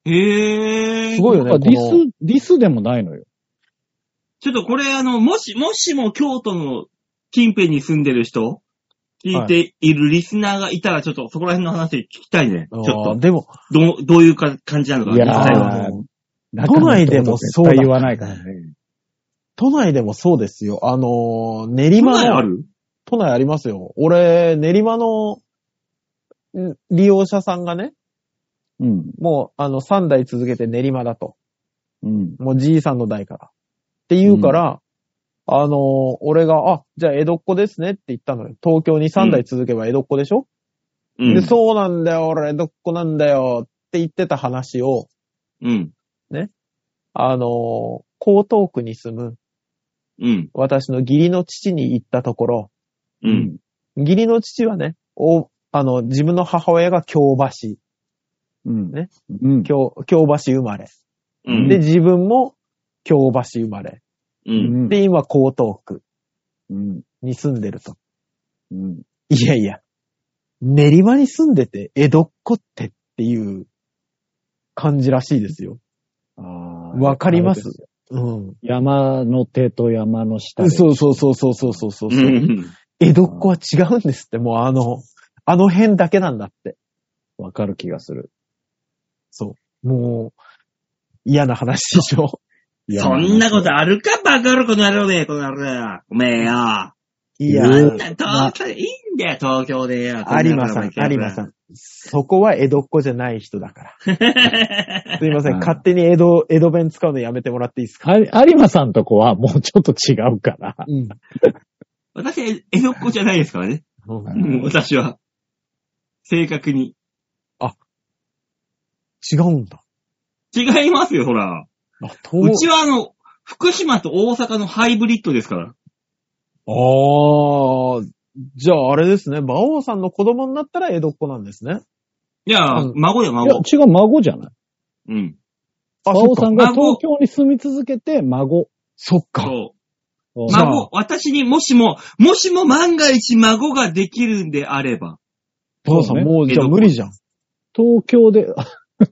Speaker 2: へえ。
Speaker 3: すごいよね
Speaker 5: なんかディ
Speaker 3: この
Speaker 5: ス、ディスでもないのよ。
Speaker 2: ちょっとこれあの、もし、もしも京都の近辺に住んでる人、聞いているリスナーがいたら、ちょっとそこら辺の話聞きたいね。ちょっ
Speaker 3: あー
Speaker 2: と、
Speaker 3: でも、
Speaker 2: どう、どういうか感じなのか、
Speaker 5: いや
Speaker 2: 実際は。
Speaker 5: ー
Speaker 3: も、
Speaker 5: 中の人と絶対言わないからね。
Speaker 3: 都内でもそうですよ。あのー、練
Speaker 2: 今
Speaker 3: 馬
Speaker 2: あ
Speaker 3: の、
Speaker 2: る
Speaker 3: 都内ありますよ。俺、練馬の、ん利用者さんがね、
Speaker 5: うん。
Speaker 3: もう、あの、3代続けて練馬だと。
Speaker 5: うん。
Speaker 3: もうじいさんの代から。って言うから、あのー俺が、あ、じゃあ江戸っ子ですねって言ったのよ。東京に3代続けば江戸っ子でしょ、
Speaker 2: うん。
Speaker 3: で、そうなんだよ、俺江戸っ子なんだよって言ってた話を、
Speaker 2: うん。
Speaker 3: あのー江東区に住む
Speaker 2: うん。
Speaker 3: 私の義理の父に行ったところ、
Speaker 2: う。。
Speaker 5: うん
Speaker 3: 義理の父はね、お、あの、自分の母親が京橋、
Speaker 5: うん。
Speaker 3: ね。
Speaker 5: うん。
Speaker 3: 京、京橋生まれ。
Speaker 2: うん。
Speaker 3: で、自分も京橋生まれ。
Speaker 2: うん。
Speaker 5: うん。
Speaker 3: で、今、江東区
Speaker 5: うん。
Speaker 3: に住んでると。
Speaker 5: うん。
Speaker 3: いやいや、練馬に住んでて、江戸っ子ってっていう感じらしいですよ。わ
Speaker 5: わ
Speaker 3: かりますうん。
Speaker 5: 山の手と山の下で。
Speaker 3: そうそうそうそうそうそうそう、
Speaker 2: うん。
Speaker 3: 江戸っ子は違うんですって、もうあの、あの辺だけなんだって。
Speaker 5: わかる気がする。
Speaker 3: そう。もう、嫌な話でしょ。
Speaker 2: そんなことあるかバカ野郎、この野郎め、この野郎。おめえよ。
Speaker 3: い
Speaker 2: い
Speaker 3: や、
Speaker 2: なんだ、東京、いいんだよ、東京でよ。
Speaker 3: 有馬さん、有馬さん。そこは江戸っ子じゃない人だから。すいませ
Speaker 5: うん
Speaker 3: ん、勝手に江戸、江戸弁使うのやめてもらっていいですか
Speaker 5: あり、有馬さんとこはもうちょっと違うから。
Speaker 3: うん。
Speaker 2: 私、江戸っ子じゃないですからね。うん私は。正確に。
Speaker 3: 違うんだ。
Speaker 2: 違いますよ、ほら。
Speaker 3: あ、
Speaker 2: う
Speaker 3: 東
Speaker 2: ちはあの、福島と大阪のハイブリッドですから。
Speaker 3: ああ、じゃああれですね、馬王さんの子供になったら江戸っ子なんですね。
Speaker 2: いや、
Speaker 3: うん
Speaker 2: 孫よ、
Speaker 5: いや
Speaker 2: 孫。、
Speaker 5: 違う、孫じゃない。
Speaker 2: うん。
Speaker 3: あ、
Speaker 5: 馬
Speaker 3: そ
Speaker 5: 王
Speaker 3: っ
Speaker 5: さ
Speaker 3: か
Speaker 5: ん。が
Speaker 2: 孫
Speaker 5: 東京に住み続けて、孫。
Speaker 3: そっか。
Speaker 2: そう。
Speaker 5: うん
Speaker 3: じゃあ
Speaker 2: 孫、私にもしも、もしも万が一孫ができるんであれば、
Speaker 3: 馬王さん、
Speaker 5: そうね
Speaker 3: もうじゃあ無理じゃん。
Speaker 5: 東京で、 [laughs]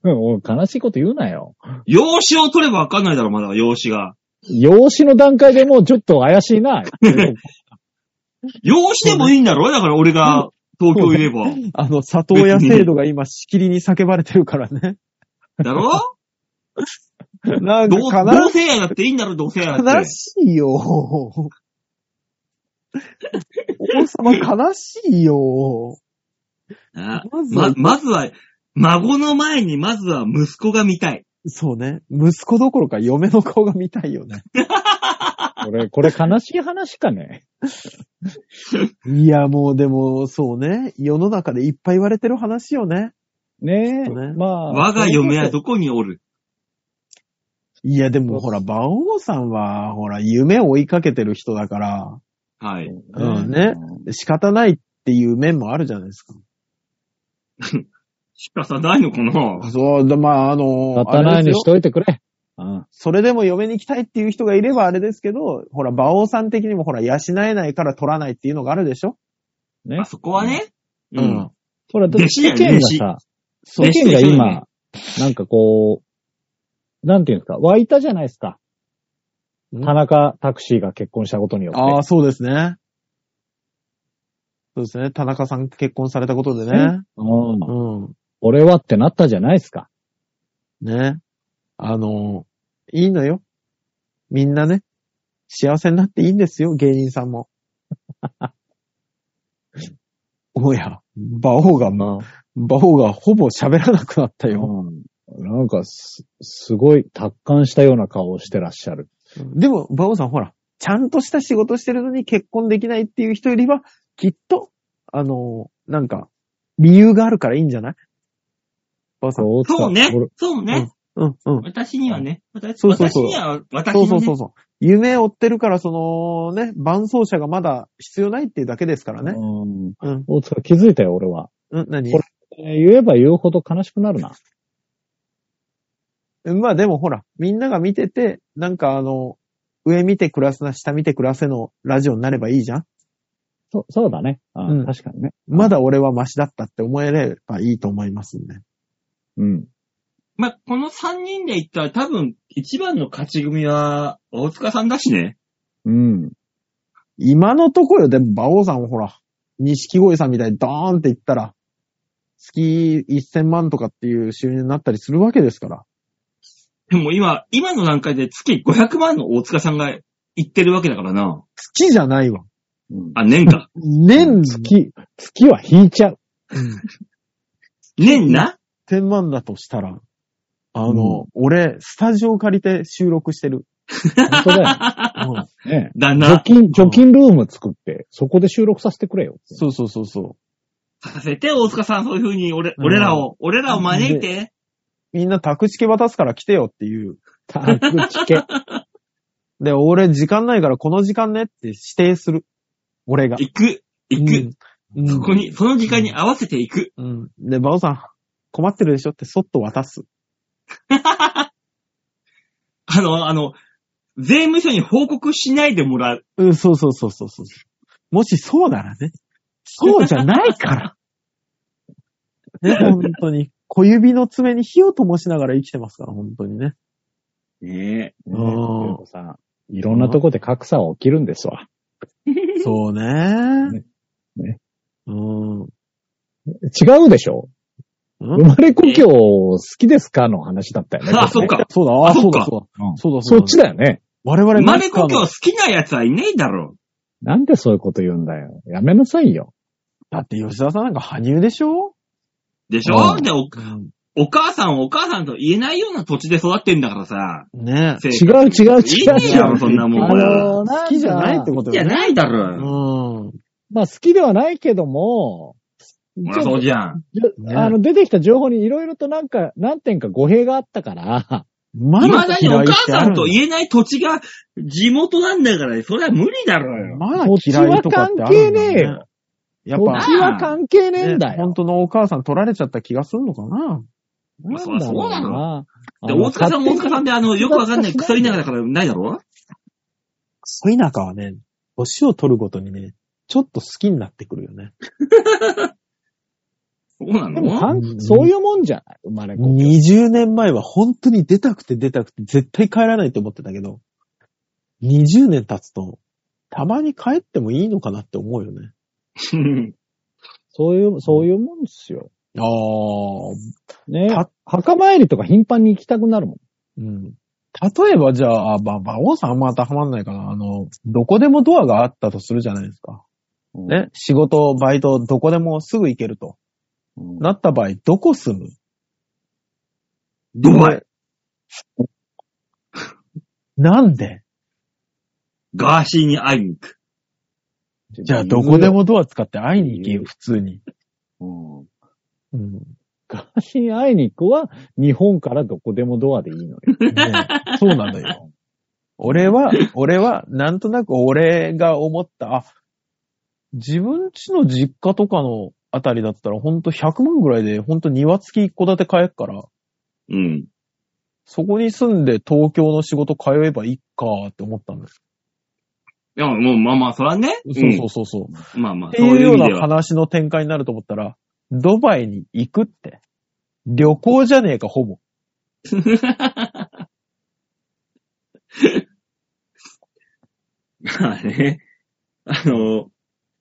Speaker 5: おい悲しいこと言うなよ。
Speaker 2: 養子を取ればわかんないだろ、まだ養子が。
Speaker 5: 養子の段階でもうちょっと怪しいな。 [laughs]
Speaker 2: 養子でもいいんだろだから俺が東京いれば。
Speaker 3: あの、里親制度が今しきりに叫ばれてるからね。
Speaker 2: だ
Speaker 3: [laughs]
Speaker 2: ろ
Speaker 3: なん
Speaker 2: 同
Speaker 3: か
Speaker 2: 同
Speaker 3: 悲し
Speaker 2: 性愛だっていいんだろ、同性愛だっ
Speaker 3: 悲
Speaker 2: て。
Speaker 3: しいよ。王様悲しいよ。
Speaker 2: な
Speaker 3: まずは
Speaker 2: ま、まずは、孫の前にまずは息子が見たい。
Speaker 3: そうね。息子どころか嫁の顔が見たいよね。
Speaker 5: これ、これ悲しい話かね。
Speaker 3: いや、もうでも、そうね。世の中でいっぱい言われてる話よね。
Speaker 5: ねえ。
Speaker 3: そうね
Speaker 5: まあ。
Speaker 2: 我が嫁はどこにおる
Speaker 3: いや、でもほら、馬王さんは、ほら、夢を追いかけてる人だから、
Speaker 2: はい。
Speaker 3: うんね仕方ないっていう面もあるじゃないですか。
Speaker 2: 仕方ないのか
Speaker 3: あ
Speaker 2: な
Speaker 3: そう、だまあ、あの、
Speaker 5: 立たな
Speaker 3: あれ
Speaker 5: い
Speaker 3: です
Speaker 5: に
Speaker 3: よ
Speaker 5: しといてくれ。うん。
Speaker 3: それでも嫁に行きたいっていう人がいればあれですけど、ほら、馬王さん的にもほら、養えないから取らないっていうのがあるでしょ
Speaker 5: ね
Speaker 2: あ。そこはね。う
Speaker 3: うんん。
Speaker 5: ほら、だ
Speaker 2: 弟
Speaker 5: 世
Speaker 2: 子だよ
Speaker 5: 間
Speaker 2: 弟子
Speaker 5: がさ、
Speaker 2: 弟
Speaker 5: 世
Speaker 2: 子
Speaker 5: 間が
Speaker 2: ですよ
Speaker 5: 今、なんかこう、なんていうんですか、湧いたじゃないですか。
Speaker 3: うん
Speaker 5: 田中タクシーが結婚したことによ
Speaker 3: あ
Speaker 5: っ
Speaker 3: あ、そうですね。そうですね。田中さん結婚されたことでね。
Speaker 5: て。うん。
Speaker 3: うん。
Speaker 5: 俺はってなったじゃないですか。
Speaker 3: ね。あの、いいのよ。みんなね。幸せになっていいんですよ、芸人さん [laughs] も。おや、馬王が、馬王がほぼ喋らなくなったよ。
Speaker 5: うん。なんかす、すごい達観したような顔をしてらっしゃる。
Speaker 3: でも、馬王さんほら、ちゃんとした仕事してるのに結婚できないっていう人よりは、きっと、あの、なんか、理由があるからいいんじゃない馬王さん。
Speaker 5: そう
Speaker 2: そうね
Speaker 5: 俺。
Speaker 2: そうね。
Speaker 3: うん、うん。
Speaker 2: 私にはね。私
Speaker 3: そうそうそう
Speaker 2: 私には、私
Speaker 3: そうそ
Speaker 2: の
Speaker 3: うそ
Speaker 2: ね
Speaker 3: うそう。夢追ってるから、そのね、伴走者がまだ必要ないっていうだけですからね。
Speaker 5: うん。
Speaker 3: うん。
Speaker 5: 大塚気づいたよ、俺は。
Speaker 3: うん、何
Speaker 5: こえー言えば言うほど悲しくなるな。
Speaker 3: まあでもほら、みんなが見てて、なんかあの、上見て暮らすな、下見て暮らせのラジオになればいいじゃん
Speaker 5: そう、そうだね。あ
Speaker 3: うん
Speaker 5: 確かにね。
Speaker 3: まだ俺はマシだったって思えればいいと思いますんで。
Speaker 5: うん。
Speaker 2: まあ、この3人で言ったら多分、一番の勝ち組は、大塚さんだしね。
Speaker 5: うん。
Speaker 3: 今のところよでも馬王さんをほら、錦鯉さんみたいにドーンって言ったら、月1000万とかっていう収入になったりするわけですから。
Speaker 2: でも今、今の段階で月500万の大塚さんが言ってるわけだからな。
Speaker 3: 月じゃないわ。
Speaker 5: うん
Speaker 2: あ、年か。
Speaker 3: 年
Speaker 5: 月、月は引いちゃう。
Speaker 2: 年な
Speaker 3: 1000万だとしたら、あの、俺、スタジオ借りて収録し
Speaker 2: [laughs]
Speaker 3: てる。
Speaker 5: 本当だよ。ね
Speaker 2: だ
Speaker 5: え貯
Speaker 2: な。
Speaker 5: 金、貯金ルーム作って、そこで収録させてくれよ。
Speaker 3: そうそうそうそ
Speaker 2: させて、大塚さん、そういう風に俺、
Speaker 3: うん
Speaker 2: 俺らを、俺らを招いて。
Speaker 3: う。みんな宅地系渡すから来てよっていう。
Speaker 5: タク
Speaker 2: [laughs]
Speaker 5: チケ。
Speaker 3: で、俺、時間ないからこの時間ねって指定する。俺が。
Speaker 2: 行く、行く。
Speaker 3: うん。
Speaker 2: そこに、その時間に合わせていく。
Speaker 3: うん。うん。で、バオさん、困ってるでしょってそっと渡す。
Speaker 2: あの、あの、税務署に報告しないでもらう。
Speaker 3: うん、そうそうそうそうそう。もしそうならね。そうじゃないから。ね、本当に。小指の爪に火を灯しながら生きてますから、本当にね。
Speaker 2: ねえ。
Speaker 5: ね
Speaker 3: うん
Speaker 5: えでもさいろんなとこで格差は起きるんですわ。
Speaker 3: そうね。
Speaker 5: ね
Speaker 3: うん。
Speaker 5: 違うでしょ
Speaker 3: うん
Speaker 5: 生まれ故郷好きですかの話だったよね。
Speaker 2: [laughs] あ、そっか。
Speaker 3: そうだ、あ
Speaker 2: あ
Speaker 3: あ、
Speaker 2: そ
Speaker 3: そ
Speaker 2: っ
Speaker 3: う
Speaker 2: か
Speaker 3: だ、そう
Speaker 5: う
Speaker 3: だ。
Speaker 5: ん
Speaker 3: そうだ、
Speaker 5: そっち
Speaker 3: だ。
Speaker 5: だよね。
Speaker 3: 我々
Speaker 2: 生ま
Speaker 3: マ
Speaker 2: れ
Speaker 3: ス
Speaker 2: 故
Speaker 3: カー
Speaker 2: 郷
Speaker 3: の
Speaker 2: 好きな奴はいねえだろ。
Speaker 5: なんでそういうこと言うんだよ。やめなさいよ。
Speaker 3: だって吉田さんなんか羽生でしょ
Speaker 2: でしょ
Speaker 5: うん
Speaker 2: でお、お母さんお母さんと言えないような土地で育ってんだからさ。
Speaker 3: ね
Speaker 2: 違
Speaker 5: 違う違う違う
Speaker 2: いいよ、そんなもん。好
Speaker 4: の、好
Speaker 3: 好きじゃないってこと
Speaker 2: きじ
Speaker 3: だ
Speaker 2: ゃ
Speaker 3: よね。
Speaker 2: ないだ
Speaker 3: う
Speaker 2: ろ。
Speaker 3: ん。
Speaker 4: まあ好きではないけども、
Speaker 2: ほら、そうじゃん。
Speaker 4: じゃ
Speaker 3: ね
Speaker 4: あの、出てきた情報にいろいろとなんか、何点か語弊があったから、
Speaker 3: ま
Speaker 2: 未だにお母さんと
Speaker 3: 言
Speaker 2: 言えない土地が地元なんだから、それは無理だろうよ。
Speaker 3: まだ嫌いとかってあるんだ
Speaker 4: こっちは関係ねえ
Speaker 3: ね
Speaker 4: よ。
Speaker 3: やっ
Speaker 4: こ
Speaker 3: ぱ
Speaker 4: っちは関係ねえんだ
Speaker 3: ね
Speaker 4: よ。
Speaker 3: 本当のお母さん取られちゃった気がするのかな
Speaker 2: まあそ
Speaker 4: ん
Speaker 2: う
Speaker 4: だろ
Speaker 2: そうなの。
Speaker 4: あ
Speaker 2: で、
Speaker 4: の
Speaker 2: 大塚さんも大塚さんで、あの、よくわかんない
Speaker 4: 勝
Speaker 2: 腐
Speaker 4: 手
Speaker 2: り
Speaker 4: に
Speaker 2: ながらからないだろ
Speaker 3: そういなかはね、年を取るごとにね、ちょっと好きになってくるよね。
Speaker 2: そうな
Speaker 4: でも
Speaker 2: の
Speaker 4: 関
Speaker 3: うん
Speaker 4: そういうもんじゃない生まれ故郷
Speaker 3: 20年前は本当に出たくて出たくて絶対帰らないと思ってたけど、20年経つと、たまに帰ってもいいのかなって思うよね。
Speaker 4: そういう、そういうもんですよ。
Speaker 3: ああ、
Speaker 4: ね
Speaker 3: た。
Speaker 4: 墓参りとか頻繁に行きたくなるもん。
Speaker 3: うん。例えばじゃあ、あば、馬王さんあんま当てはまんないかな。あの、どこでもドアがあったとするじゃないですか。
Speaker 4: うん
Speaker 3: ね。仕事、バイト、どこでもすぐ行けると。
Speaker 4: うん
Speaker 3: なった場合、どこ住む
Speaker 2: ドバイ、
Speaker 3: なんで
Speaker 2: ガーシーに会いに行く。
Speaker 3: じゃあ、どこで。もドア使って会いに行けよ、普通に。
Speaker 4: うん
Speaker 3: うん。
Speaker 4: 昔に会いに行くは、日本からどこでもドアでいいのよ。
Speaker 3: ねそうなんだよ。俺は、俺は、なんとなく俺が思った、あ、自分家の実家とかのあたりだったら、ほんと100万ぐらいで、ほんと庭付き一戸建て買えっから、
Speaker 2: うん。
Speaker 3: そこに住んで東京の仕事通えばいいかって思ったんです。
Speaker 2: いや、もう、まあまあ、そらね。
Speaker 3: そうそうそうそう。っ
Speaker 2: うん。まあまあ、
Speaker 3: て
Speaker 2: そう
Speaker 3: いう
Speaker 2: いう
Speaker 3: よう
Speaker 2: 意味で
Speaker 3: な
Speaker 2: は。
Speaker 3: 話の展開になると思ったら、ドバイに行くって。旅行じゃねえか、ほぼ。
Speaker 2: まあね。 [laughs] あの、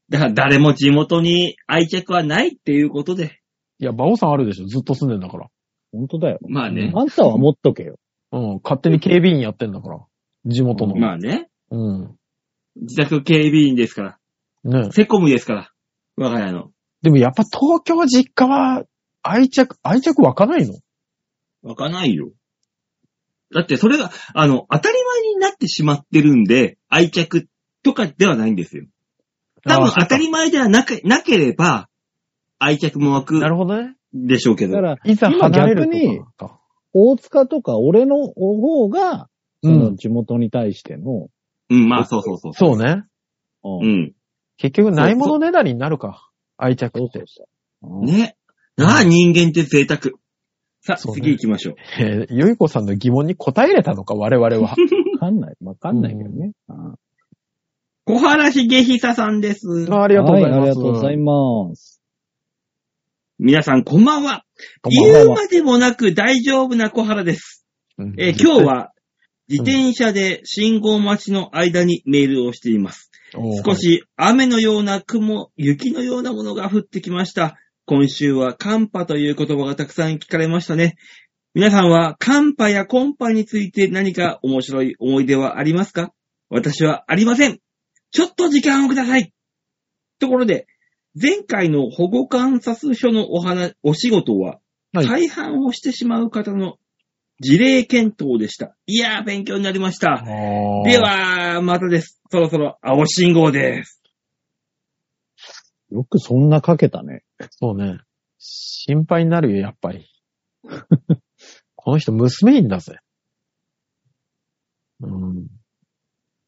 Speaker 2: だから誰も地元に愛着はないっていうことで。
Speaker 3: いや、馬王さんあるでしょ。ずっと住んでんだから。
Speaker 4: 本当だよ。
Speaker 2: まあね。
Speaker 4: あんたは持っとけよ。
Speaker 3: うん。勝手に警備員やってんだから。地元の。
Speaker 2: まあね。
Speaker 3: うん。
Speaker 2: 自宅警備員ですから。
Speaker 3: ね
Speaker 2: セコムですから。我が家の。
Speaker 3: でもやっぱ東京実家は愛着、愛着湧かないの
Speaker 2: 湧かないよ。だってそれが、あの、当たり前になってしまってるんで、愛着とかではないんですよ。多
Speaker 3: あ
Speaker 2: 分
Speaker 3: ー
Speaker 2: 当たり前ではなけ、なければ、愛着も湧く
Speaker 3: なるほどね。
Speaker 2: でしょうけ
Speaker 4: だか
Speaker 2: ど。
Speaker 4: ら、
Speaker 3: いざ離れるとか
Speaker 4: 今逆に
Speaker 3: か。
Speaker 4: 大塚とか俺の方が、
Speaker 3: う
Speaker 4: その
Speaker 3: ん。
Speaker 4: 地元に対しての、
Speaker 2: うん、まあそうそうそう。
Speaker 3: そうね。
Speaker 4: う
Speaker 2: うんん。
Speaker 3: 結局ないものねだりになるか。愛着
Speaker 4: そう
Speaker 3: っ
Speaker 4: そう。
Speaker 3: て
Speaker 4: そう。
Speaker 2: ね。なあ、人間って贅沢。さあ、
Speaker 3: そうね
Speaker 2: 次行きましょう。
Speaker 3: えーよいこさんの疑問に答えれたの
Speaker 2: [laughs]
Speaker 3: か、我々は。
Speaker 4: わかんない。わかんないけどね。あ
Speaker 2: 小原茂久さんです。
Speaker 3: あり
Speaker 4: り
Speaker 3: がとうございます。
Speaker 4: ありがとうございます。
Speaker 2: 皆さん、こんばんは。
Speaker 3: こんばん
Speaker 2: 言
Speaker 3: は
Speaker 2: うまでもなく大丈夫な小原です。
Speaker 3: うん
Speaker 2: えー今日は、自転車で信号待ちの間にメールをしています。少。し雨のような雲、雪のようなものが降ってきました。今週は寒波という言葉がたくさん聞かれましたね。皆さんは寒波やコンパについて何か面白い思い出はありますか私はありません。ちょっと時間をください。ところで、前回の保護観察所のお話、お仕事は、
Speaker 3: はい
Speaker 2: 大半をしてしまう方の事例検討でした。いやー、勉強になりました。で
Speaker 3: で、
Speaker 2: は、またです。そろそろ青信号です。
Speaker 4: よくそんなかけたね。
Speaker 3: そうね。心配になるよ、やっぱり。 [laughs] この人、娘いんだぜ。うん。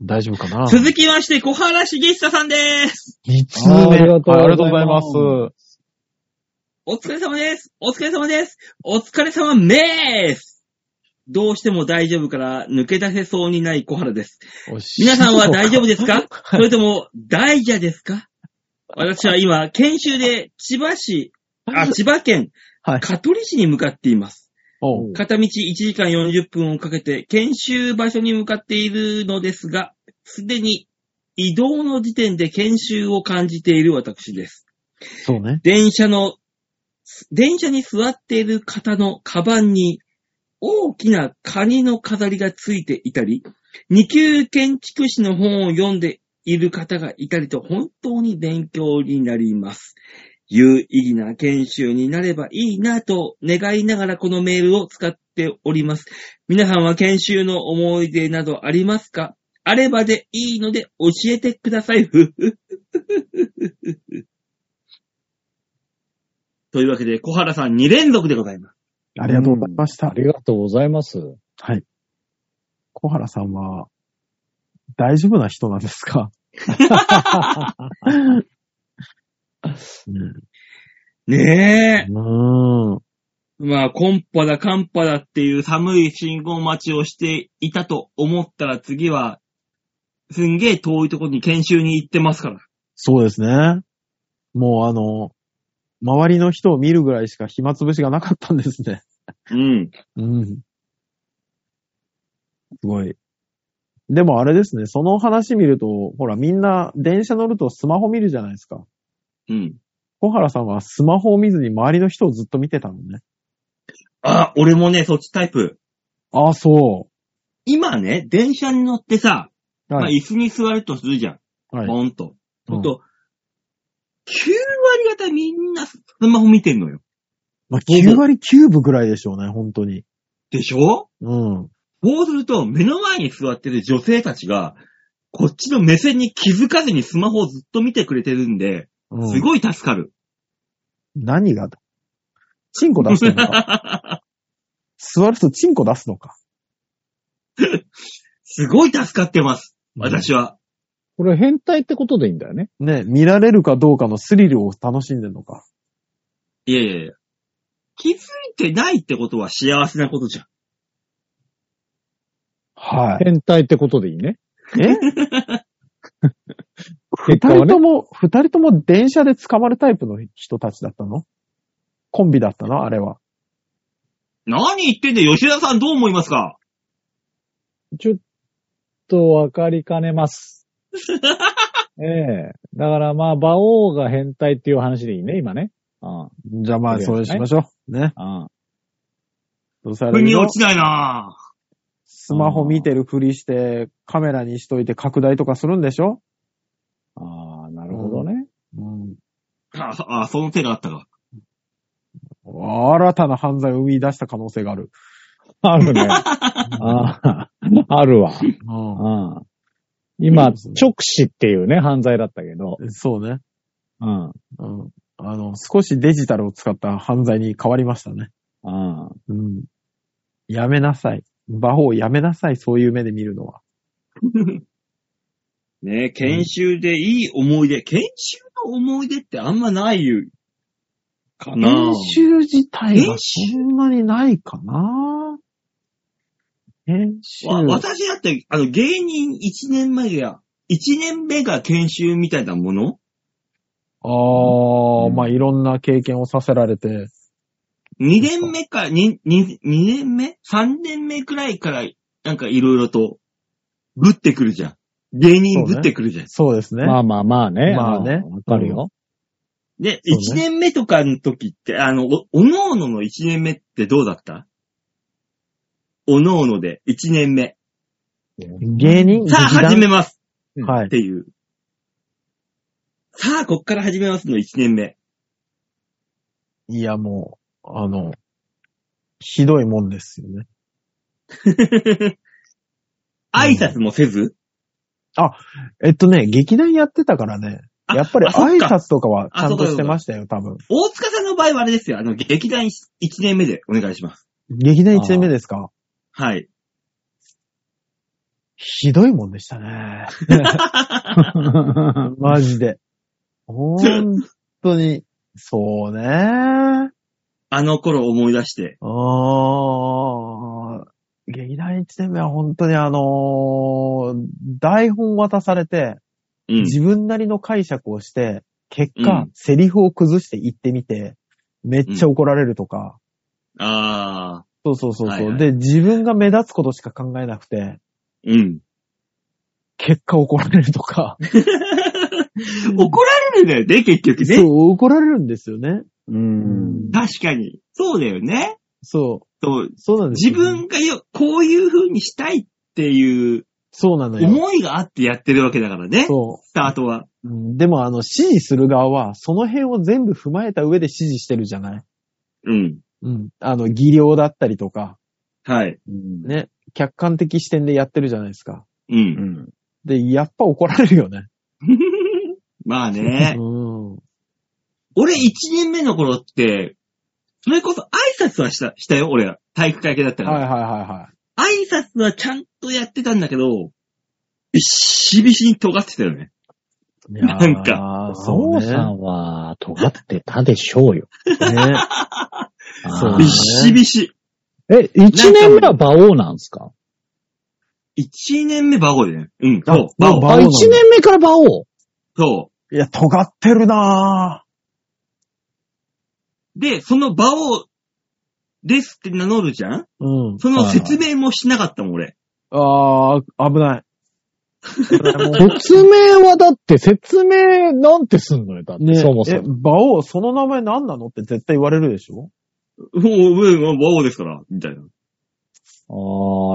Speaker 3: 大丈夫かな
Speaker 2: 続きまして、小原茂久さんです。
Speaker 3: 二通
Speaker 4: あー
Speaker 3: 目。
Speaker 4: ありがとうございます
Speaker 3: はいありがとうございます。
Speaker 2: お疲れ様です。お疲れ様です。お疲れ様めーす。どうしても大丈夫から抜け出せそうにない小原です。
Speaker 3: おし
Speaker 2: 皆さんは大丈夫ですかそ
Speaker 3: はい
Speaker 2: れとも、大蛇ですか私は今、研修で千葉市、あ、千葉県、
Speaker 3: はい
Speaker 2: 香取市に向かっています。
Speaker 3: [laughs] おう
Speaker 2: 片道1時間40分をかけて研修場所に向かっているのですが、すでに移動の時点で研修を感じている私です。
Speaker 3: そうね。
Speaker 2: 電車の、電車に座っている方のカバンに大きなカニの飾りがついていたり、二級建築士の本を読んでいる方がいたりと本当に勉強になります。有意義な研修になればいいなと願いながらこのメールを使っております。皆さんは研修の思い出などありますかあればでいいので教えてください。ふふというわけで、小原さん2連続でございます。
Speaker 3: ありがとうございました。
Speaker 5: ありがとうございます。
Speaker 3: 小原さんは、大丈夫な人なんですかうん
Speaker 2: ねえ。
Speaker 3: [laughs] うん。
Speaker 2: まあ、コンパだ、カンパだっていう寒い信号待ちをしていたと思ったら次は、すんげえ遠いところに研修に行ってますから。
Speaker 3: そうですね。もうあの、周りの人を見るぐらいしか暇つぶしがなかったんですね。
Speaker 2: うん。
Speaker 3: うん。すごい。でもあれですね、その話見ると、ほらみんな電車乗るとスマホ見るじゃないですか。
Speaker 2: うん。
Speaker 3: 小原さんはスマホを見ずに周りの人をずっと見てたのね。
Speaker 2: あ、俺もね、そっちタイプ。
Speaker 3: ああ、そ
Speaker 2: 今ね、電車に乗ってさ、
Speaker 3: う。
Speaker 2: まあ、
Speaker 3: はい。
Speaker 2: 椅子に座るとするじゃん。
Speaker 3: はい。
Speaker 2: ポンと。
Speaker 3: うん
Speaker 2: ほんと、9割方みんなスマホ見てんのよ。
Speaker 3: まあ、9割9分ぐらいでしょうね、本当に。
Speaker 2: でしょ
Speaker 3: うん。
Speaker 2: そうすると、目の前に座ってる女性たちが、こっちの目線に気づかずにスマホをずっと見てくれてるんで、
Speaker 3: うん、
Speaker 2: すごい助かる。
Speaker 3: 何がだチンコ出して
Speaker 2: [laughs]
Speaker 3: んのか座るとチンコ出すのか。
Speaker 2: すごい助かってます。私は。
Speaker 5: これ変態ってことでいいんだよね。
Speaker 3: ね、見られるかどうかのスリルを楽しんでんのか。
Speaker 2: いやいやいや。気づいてないってことは幸せなことじゃん。
Speaker 3: はい。
Speaker 5: 変態ってことでいいね。
Speaker 3: え二
Speaker 5: 果はね
Speaker 3: 人とも、二人とも電車で捕まるタイプの人たちだったのコンビだったのあれは。
Speaker 2: 何言ってんだよ吉田さんどう思いますか
Speaker 5: ちょっとわかりか
Speaker 3: [laughs]
Speaker 5: ねます。ええだからまあ、馬王が変態っていう話でいいね、今ね。あ
Speaker 3: じゃあまあ、それにしましょう。ね。
Speaker 5: あ、ああ。
Speaker 3: どうせあ
Speaker 2: 腑
Speaker 3: れ
Speaker 2: に
Speaker 3: よ
Speaker 2: 落ちないなぁ。
Speaker 3: スマホ見てるふりして、カメラにしといて拡大とかするんでしょ
Speaker 5: ああ、なるほどね。
Speaker 3: うん。
Speaker 2: あそあ、その手があったか。
Speaker 3: 新たな犯罪を生み出した可能性がある。
Speaker 5: あるね。ああ、あるわ。
Speaker 3: う
Speaker 5: ああ今、
Speaker 3: いいですね
Speaker 5: 直視っていうね、犯罪だったけど。
Speaker 3: ん。そうね。
Speaker 5: うん。
Speaker 3: うん。あの、少しデジタルを使った犯罪に変わりましたね。
Speaker 5: ああ
Speaker 3: うん。やめなさい。馬法やめなさい、そういう目で見るのは。
Speaker 2: ねえ、研修でいい思い出。研修の思い出ってあんまないゆかなぁ
Speaker 3: 練習自体は
Speaker 2: 練習
Speaker 3: そんなにないかな編集。
Speaker 2: わ私だって、あの、芸人1年前が、1年目が研修みたいなもの
Speaker 3: ああ、
Speaker 5: うん
Speaker 3: まあ、いろんな経験をさせられて。
Speaker 2: ?2 年目か、2、2、2年目 ?3 年目くらいから、なんかいろいろと、ぶってくるじゃん。芸人ぶってくるじゃん。
Speaker 3: そうですね。
Speaker 5: まあまあまあね。
Speaker 3: まあね
Speaker 5: うんわかるよ。
Speaker 2: で、
Speaker 3: そう
Speaker 2: 一、
Speaker 3: ね
Speaker 2: 年目とかの時って、あの、お、おのおのの一年目ってどうだったおのおので、一年目。
Speaker 3: 芸人
Speaker 2: さあ、
Speaker 3: 劇団
Speaker 2: 始めます
Speaker 3: はい
Speaker 2: っ。ていう。さあ、こっから始めますの一年
Speaker 3: [laughs]
Speaker 2: 目。
Speaker 3: いや、もう、あの、ひどいもんですよね。
Speaker 2: 挨拶もせず、
Speaker 3: えっとね、劇団やってたからね、
Speaker 2: あ
Speaker 3: やっぱり
Speaker 2: あそ
Speaker 3: 挨
Speaker 2: っか
Speaker 3: 拶とかはちゃんと
Speaker 2: あそっか
Speaker 3: してましたよ、多分。
Speaker 2: 大塚さんの場合はあれですよ。あの、劇団一一年目でお願いします。
Speaker 3: 劇団1年目ですか
Speaker 2: はい。
Speaker 3: ひどいもんでした
Speaker 2: [laughs]
Speaker 3: ね。マジで。ほんとに。そうね。あ
Speaker 2: あの頃思い出して。
Speaker 3: ー。劇団1年目は本当にあのー台本渡されて、
Speaker 2: うん。
Speaker 3: 自分なりの解釈をして、結果、
Speaker 2: うん
Speaker 3: セリフを崩して言ってみて、めっちゃ怒られるとか。
Speaker 2: ああ、
Speaker 3: そうそうそうそう、
Speaker 2: はいはい
Speaker 3: で、自分が目立つことしか考えなくて、
Speaker 2: うん。
Speaker 3: 結果怒られるとか。
Speaker 2: 怒られるんだよね、結局
Speaker 3: そ
Speaker 2: ね。
Speaker 3: う、怒られるんですよね。
Speaker 5: うん。
Speaker 2: 確かに。そうだよね。
Speaker 3: そう、
Speaker 2: そう、
Speaker 3: そうなんです
Speaker 2: 自
Speaker 3: よね、
Speaker 2: 分がよ、こういう風にしたいっていう
Speaker 3: そうなのよ。
Speaker 2: 思いがあってやってるわけだからね。
Speaker 3: そ
Speaker 2: スタートは。
Speaker 3: う。うんでも、あの、指示する側は、その辺を全部踏まえた上で指示してるじゃない。
Speaker 2: うん。
Speaker 3: うん。あの、技量だったりとか、
Speaker 2: はい。
Speaker 5: うん。
Speaker 3: ね、客観的視点でやってるじゃないですか。
Speaker 2: う。
Speaker 5: うんん。
Speaker 3: で、やっぱ怒られるよね。
Speaker 2: [laughs] まあね
Speaker 3: う。ん。
Speaker 2: 俺1年目の頃って、それこそ挨拶はした、したよ、俺は。体育会系だったか
Speaker 3: はいはい
Speaker 2: ら。
Speaker 3: はいはい。
Speaker 2: 挨拶はちゃんとやってたんだけど、びっしびしに尖ってたよね。 [laughs] なん
Speaker 3: か
Speaker 5: そうさんは、尖ってたでしょうよ。
Speaker 3: ね。そう
Speaker 5: あ
Speaker 2: び
Speaker 5: ー
Speaker 2: っしびし。
Speaker 5: え、一年目は馬王なんですか
Speaker 2: 1年目バゴでね。うん。
Speaker 3: あ
Speaker 2: そう、バ
Speaker 3: もう
Speaker 2: ゴ。
Speaker 3: 馬王
Speaker 5: あ、
Speaker 3: なんだ
Speaker 5: 一年目から馬王
Speaker 2: そ
Speaker 3: いや、尖ってるなぁ。
Speaker 2: う。で、そのバゴですって名乗るじゃん
Speaker 3: うん。
Speaker 2: その説明もしなかったもん、俺。
Speaker 3: ああ、危
Speaker 5: [laughs]
Speaker 3: ない。
Speaker 5: 説明はだって、説明なんてすんのよ、だって、
Speaker 3: ね
Speaker 5: そも
Speaker 3: え、
Speaker 5: そも。
Speaker 3: 馬王、その名前何なのって絶対言われるでしょ
Speaker 2: うん、うん、バゴですから、みたいな。
Speaker 5: あ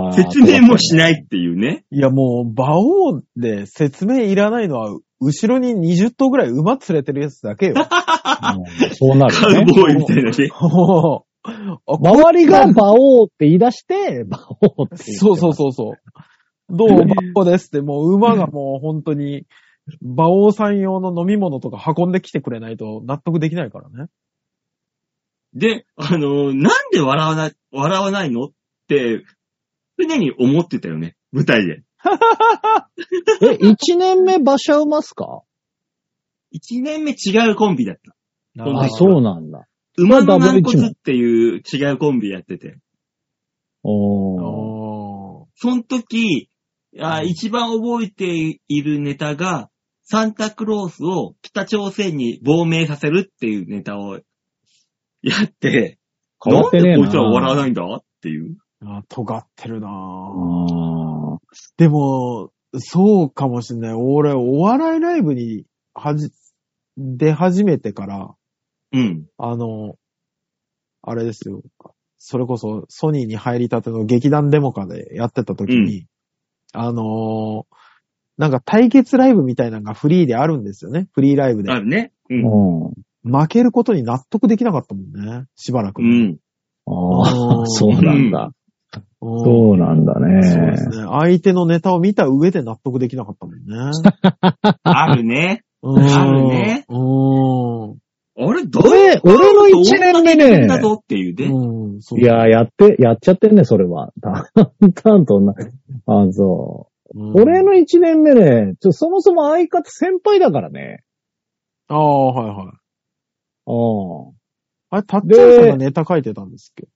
Speaker 5: ー
Speaker 2: 説明もしないっていうね。
Speaker 3: いや、もう、馬王で説明いらないのは、後ろに20頭ぐらい馬連れてるやつだ
Speaker 5: [laughs]
Speaker 3: けよ。
Speaker 5: うんそうな
Speaker 2: カ
Speaker 5: る
Speaker 2: ウ
Speaker 5: よね。
Speaker 2: ボーイみたいなね。
Speaker 3: もうあ
Speaker 5: 周りが馬王って言い出して、馬王って言って。
Speaker 3: そうそうそうそう。どう、馬王ですって、もう馬がもう本当に、馬王さん用の飲み物とか運んできてくれないと納得できないからね。
Speaker 2: で、あのーなんで笑わない、笑わないのって、常に思ってたよね。舞台で。
Speaker 5: え、一年目馬車馬っすか
Speaker 2: 一年目違うコンビだった。ん
Speaker 5: あ、
Speaker 2: あ
Speaker 5: そうなんだ。
Speaker 2: 馬の軟骨っていう違うコンビやってて。
Speaker 5: おー。
Speaker 3: おー
Speaker 2: その時、あ一番覚えているネタが、サンタクロースを北朝鮮に亡命させるっていうネタをやって、
Speaker 5: 変わってねえな
Speaker 2: なんでこいつら笑わないんだっていう。
Speaker 3: あ尖ってるな
Speaker 5: あ
Speaker 3: ぁ。
Speaker 5: ー
Speaker 3: でも、そうかもしんない。俺、お笑いライブに、はじ、出始めてから、
Speaker 2: うん。
Speaker 3: あの、あれですよ。それこそ、ソニーに入りたての劇団デモカでやってた時に、あのーなんか対決ライブみたいなのがフリーであるんですよね。フリーライブで
Speaker 2: あ。るね。うん。
Speaker 5: うん。
Speaker 3: 負けることに納得できなかったもんね。しばらく。
Speaker 2: うん。
Speaker 5: あ
Speaker 3: う
Speaker 5: あ、
Speaker 3: ん
Speaker 5: そうなん
Speaker 3: う
Speaker 5: だ。
Speaker 3: ん
Speaker 5: そうなんだ
Speaker 3: そうで
Speaker 5: ね
Speaker 3: す。ね。相手のネタを見た上で納得できなかったもんね。
Speaker 2: ある
Speaker 5: [laughs]
Speaker 2: ね。
Speaker 3: う
Speaker 2: [laughs]
Speaker 3: ん
Speaker 2: あるね。
Speaker 3: うん。
Speaker 2: あれ、どう
Speaker 5: 俺、俺の一
Speaker 2: ど
Speaker 5: 年目
Speaker 2: うな
Speaker 5: ね
Speaker 2: ん。だぞっていうね。
Speaker 3: うん、そう
Speaker 5: いや、やって、やっちゃってんね、それは。だんだんとな。あ、そうう。
Speaker 3: ん
Speaker 5: 俺の一年目ね、ちょ、そもそも相方先輩だからね。
Speaker 3: ああ、はいはい。
Speaker 5: うん。
Speaker 3: あれ、たっちゃんさんがネタ書いてたんですっけ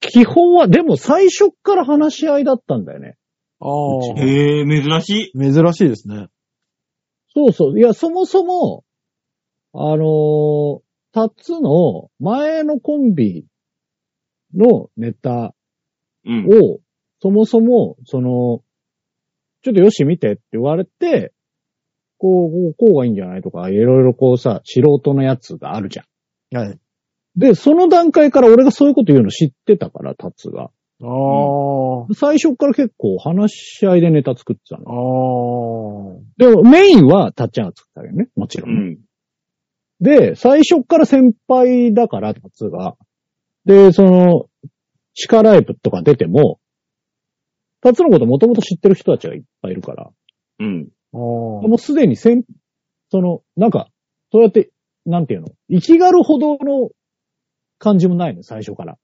Speaker 5: 基本は、でも最初っから話し合いだったんだよね。
Speaker 3: ああ、
Speaker 2: へえ、珍しい。
Speaker 3: 珍しいですね。
Speaker 5: そうそう。いや、そもそも、あのータッツの前のコンビのネタ
Speaker 2: うん。
Speaker 5: を、そもそも、その、ちょっとよし見てって言われて、こう、こうこうがいいんじゃないとか、いろいろこうさ、素人のやつがあるじゃん。
Speaker 3: はい。
Speaker 5: で、その段階から俺がそういうこと言うの知ってたから、タツが。
Speaker 3: ああ、
Speaker 5: 最初から結構話し合いでネタ作ってた
Speaker 3: あ
Speaker 5: の。
Speaker 3: あ、
Speaker 5: でも、メインはタッちゃんが作ったよね。もちろ。
Speaker 2: うんん。
Speaker 5: で、最初から先輩だから、タツが。で、その、地下ライブとか出ても、タツのこともともと知ってる人たちがいっぱいいるから。
Speaker 2: うん。
Speaker 3: ああ、
Speaker 5: もうすでに先、その、なんか、そうやって、なんていうの、生きがるほどの感じもないの、最初から。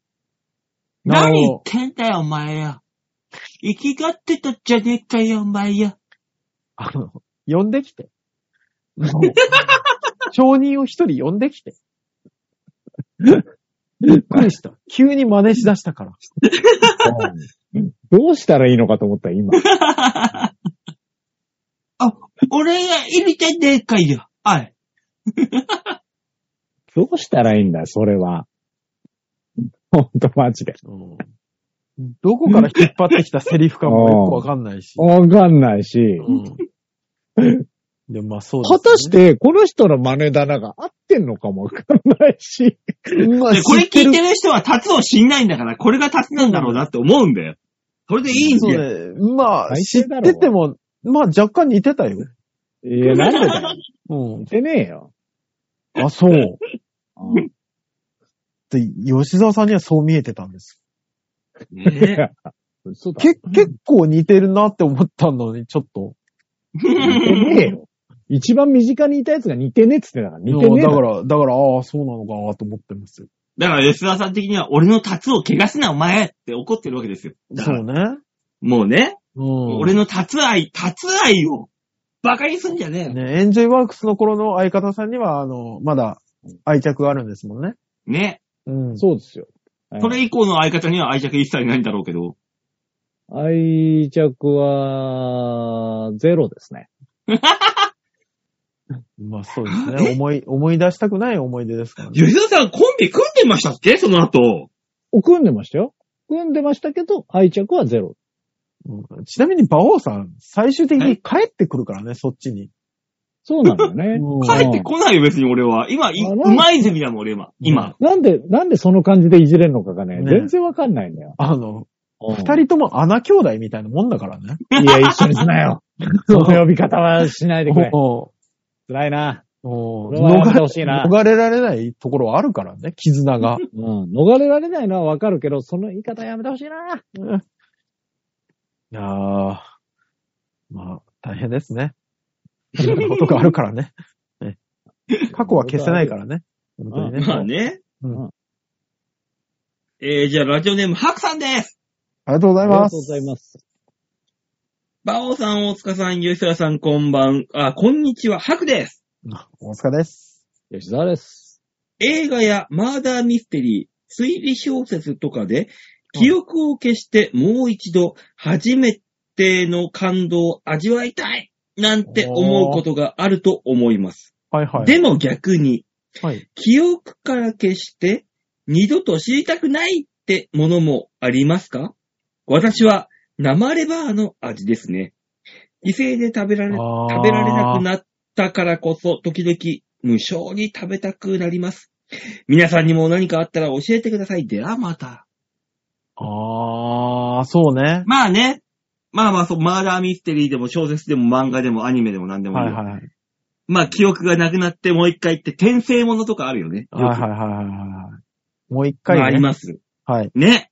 Speaker 3: なる
Speaker 2: 何言っ
Speaker 3: ほ
Speaker 2: てんだよ、お前よ。生きがってたじゃねえかよ、お前よ。
Speaker 3: [laughs] あの、呼んで [laughs] きて。証人を一人呼んで [laughs] きて。びっくりした。急に真似しだしたから。
Speaker 5: [laughs] どうしたらいいのかと思った、今。
Speaker 2: あ、俺がいるじゃねえかよ。はい。
Speaker 5: どうしたらいいんだよ、それは。 [laughs] ほんと、マジで。
Speaker 3: うんどこから引っ張ってきたセリフかもよくわかんないし。
Speaker 5: わかんないし。
Speaker 3: うんでもまあそうですね
Speaker 5: 果たして、この人の真似棚が合ってんのかもわかんないし。
Speaker 3: うわ
Speaker 2: でこれ
Speaker 3: 知って
Speaker 2: 聞い
Speaker 3: る
Speaker 2: てる人はタツを知んないんだから、これがタツなんだろうなって思うんだよ。それでいいん
Speaker 3: そう
Speaker 2: だよ。
Speaker 3: ね。まあ、
Speaker 5: 最
Speaker 3: 知
Speaker 5: 低
Speaker 3: っ
Speaker 5: だろ
Speaker 3: てても、まあ若干似てたよ。
Speaker 5: いや、なんでだよ。
Speaker 3: うん
Speaker 5: 似。てね
Speaker 3: [laughs]
Speaker 5: えよ。
Speaker 3: あ、そう。
Speaker 5: うん
Speaker 3: で、吉沢さんにはそう見えてたんです。
Speaker 2: ね
Speaker 5: 嘘だ。
Speaker 3: け、結構似てるなって思ったのに、ちょっと。
Speaker 5: 似てねえよ。一番身近にいたやつが似てねえっつってたから、似て
Speaker 3: い
Speaker 5: ねえ
Speaker 3: やだか
Speaker 5: よ。
Speaker 3: ら、だから、ああ、そうなのかなと思ってますよ。
Speaker 2: [laughs] だから吉沢さん的には、俺のタツを怪我すなお前って怒ってるわけですよ。だか
Speaker 3: そ
Speaker 2: ら
Speaker 3: うね。
Speaker 2: もうね、
Speaker 3: うん。
Speaker 2: 俺のタツ愛、タツ愛を、バカにすんじゃねえよ。
Speaker 3: ね、エンジョイワークスの頃の相方さんには、あの、まだ愛着があるんですもんね。
Speaker 2: ね。
Speaker 3: うん。
Speaker 5: そうですよ。はい
Speaker 2: それ以降の相方には愛着一切ないんだろうけど。
Speaker 5: 愛着は、ゼロですね。
Speaker 3: まあそうですね。思い、思い出したくない思い出ですからね。
Speaker 2: 吉沢さんコンビ組んでましたっけその後。
Speaker 5: お組んでましたよ。組んでましたけど、愛着はゼロ。
Speaker 3: うんちなみに、馬王さん、最終的
Speaker 2: は
Speaker 3: に
Speaker 2: い
Speaker 3: 帰ってくるからね、そっちに。
Speaker 5: そうなんだよね。
Speaker 3: うん
Speaker 2: 帰ってこないよ、別に俺は。今、い
Speaker 5: あ
Speaker 2: うまいゼミだもん、俺今。今。
Speaker 5: なんで、なんでその感じでいじれるのかがね、
Speaker 3: ね
Speaker 5: 全然わかんないんだよ。
Speaker 3: あの、
Speaker 5: 二
Speaker 3: 二人とも穴兄弟みたいなもんだからね。
Speaker 5: いや、一緒にすなよ。 [laughs] その呼び方はしないでく [laughs] れ。
Speaker 3: お
Speaker 5: 辛いな。
Speaker 3: うおう
Speaker 5: 俺はやめてほしいな
Speaker 3: 逃れられないところはあるからね、絆 [laughs] が。
Speaker 5: うん。逃れられないのはわかるけど、その言い方やめてほしいな。
Speaker 3: いやーまあ、大変ですね。いろんなことがあるからね。 [laughs] ね過去は消せないからね。本当にね。
Speaker 2: まあね。
Speaker 3: うん
Speaker 2: えー、じゃあラジオネーム、ハクさんです。
Speaker 3: ありがとうござ
Speaker 5: あ
Speaker 3: い
Speaker 5: りが
Speaker 3: ま
Speaker 5: とうご
Speaker 3: す。
Speaker 5: ざいます。
Speaker 2: バオさん、大塚さん、吉沢さん、こんばん、あ、こんにちは、ハクです。
Speaker 3: 大塚です。
Speaker 5: 吉沢です。
Speaker 2: 映画やマーダーミステリー、推理小説とかで、記憶を消してもう一度初めての感動を味わいたいなんて思うことがあると思います。
Speaker 3: はいはい。
Speaker 2: でも逆に、
Speaker 3: はい。
Speaker 2: 記憶から消して二度と知りたくないってものもありますか私は生レバーの味ですね。異性で食べられ、
Speaker 3: あー
Speaker 2: 食べられなくなったからこそ時々無性に食べたくなります。皆さんにも何かあったら教えてください。ではまた。
Speaker 3: あー、そうね。
Speaker 2: まあね。まあまあそう、マーダーミステリーでも小説でも漫画でもアニメでも何でもいい
Speaker 3: は
Speaker 2: よ。
Speaker 3: いはい。
Speaker 2: まあ記憶がなくなってもう一回って転生ものとかあるよね。
Speaker 3: はいはいはい
Speaker 2: よ
Speaker 3: はいはい。もう一
Speaker 2: く
Speaker 3: 回、ね。
Speaker 2: まああります。
Speaker 3: はい。
Speaker 2: ね。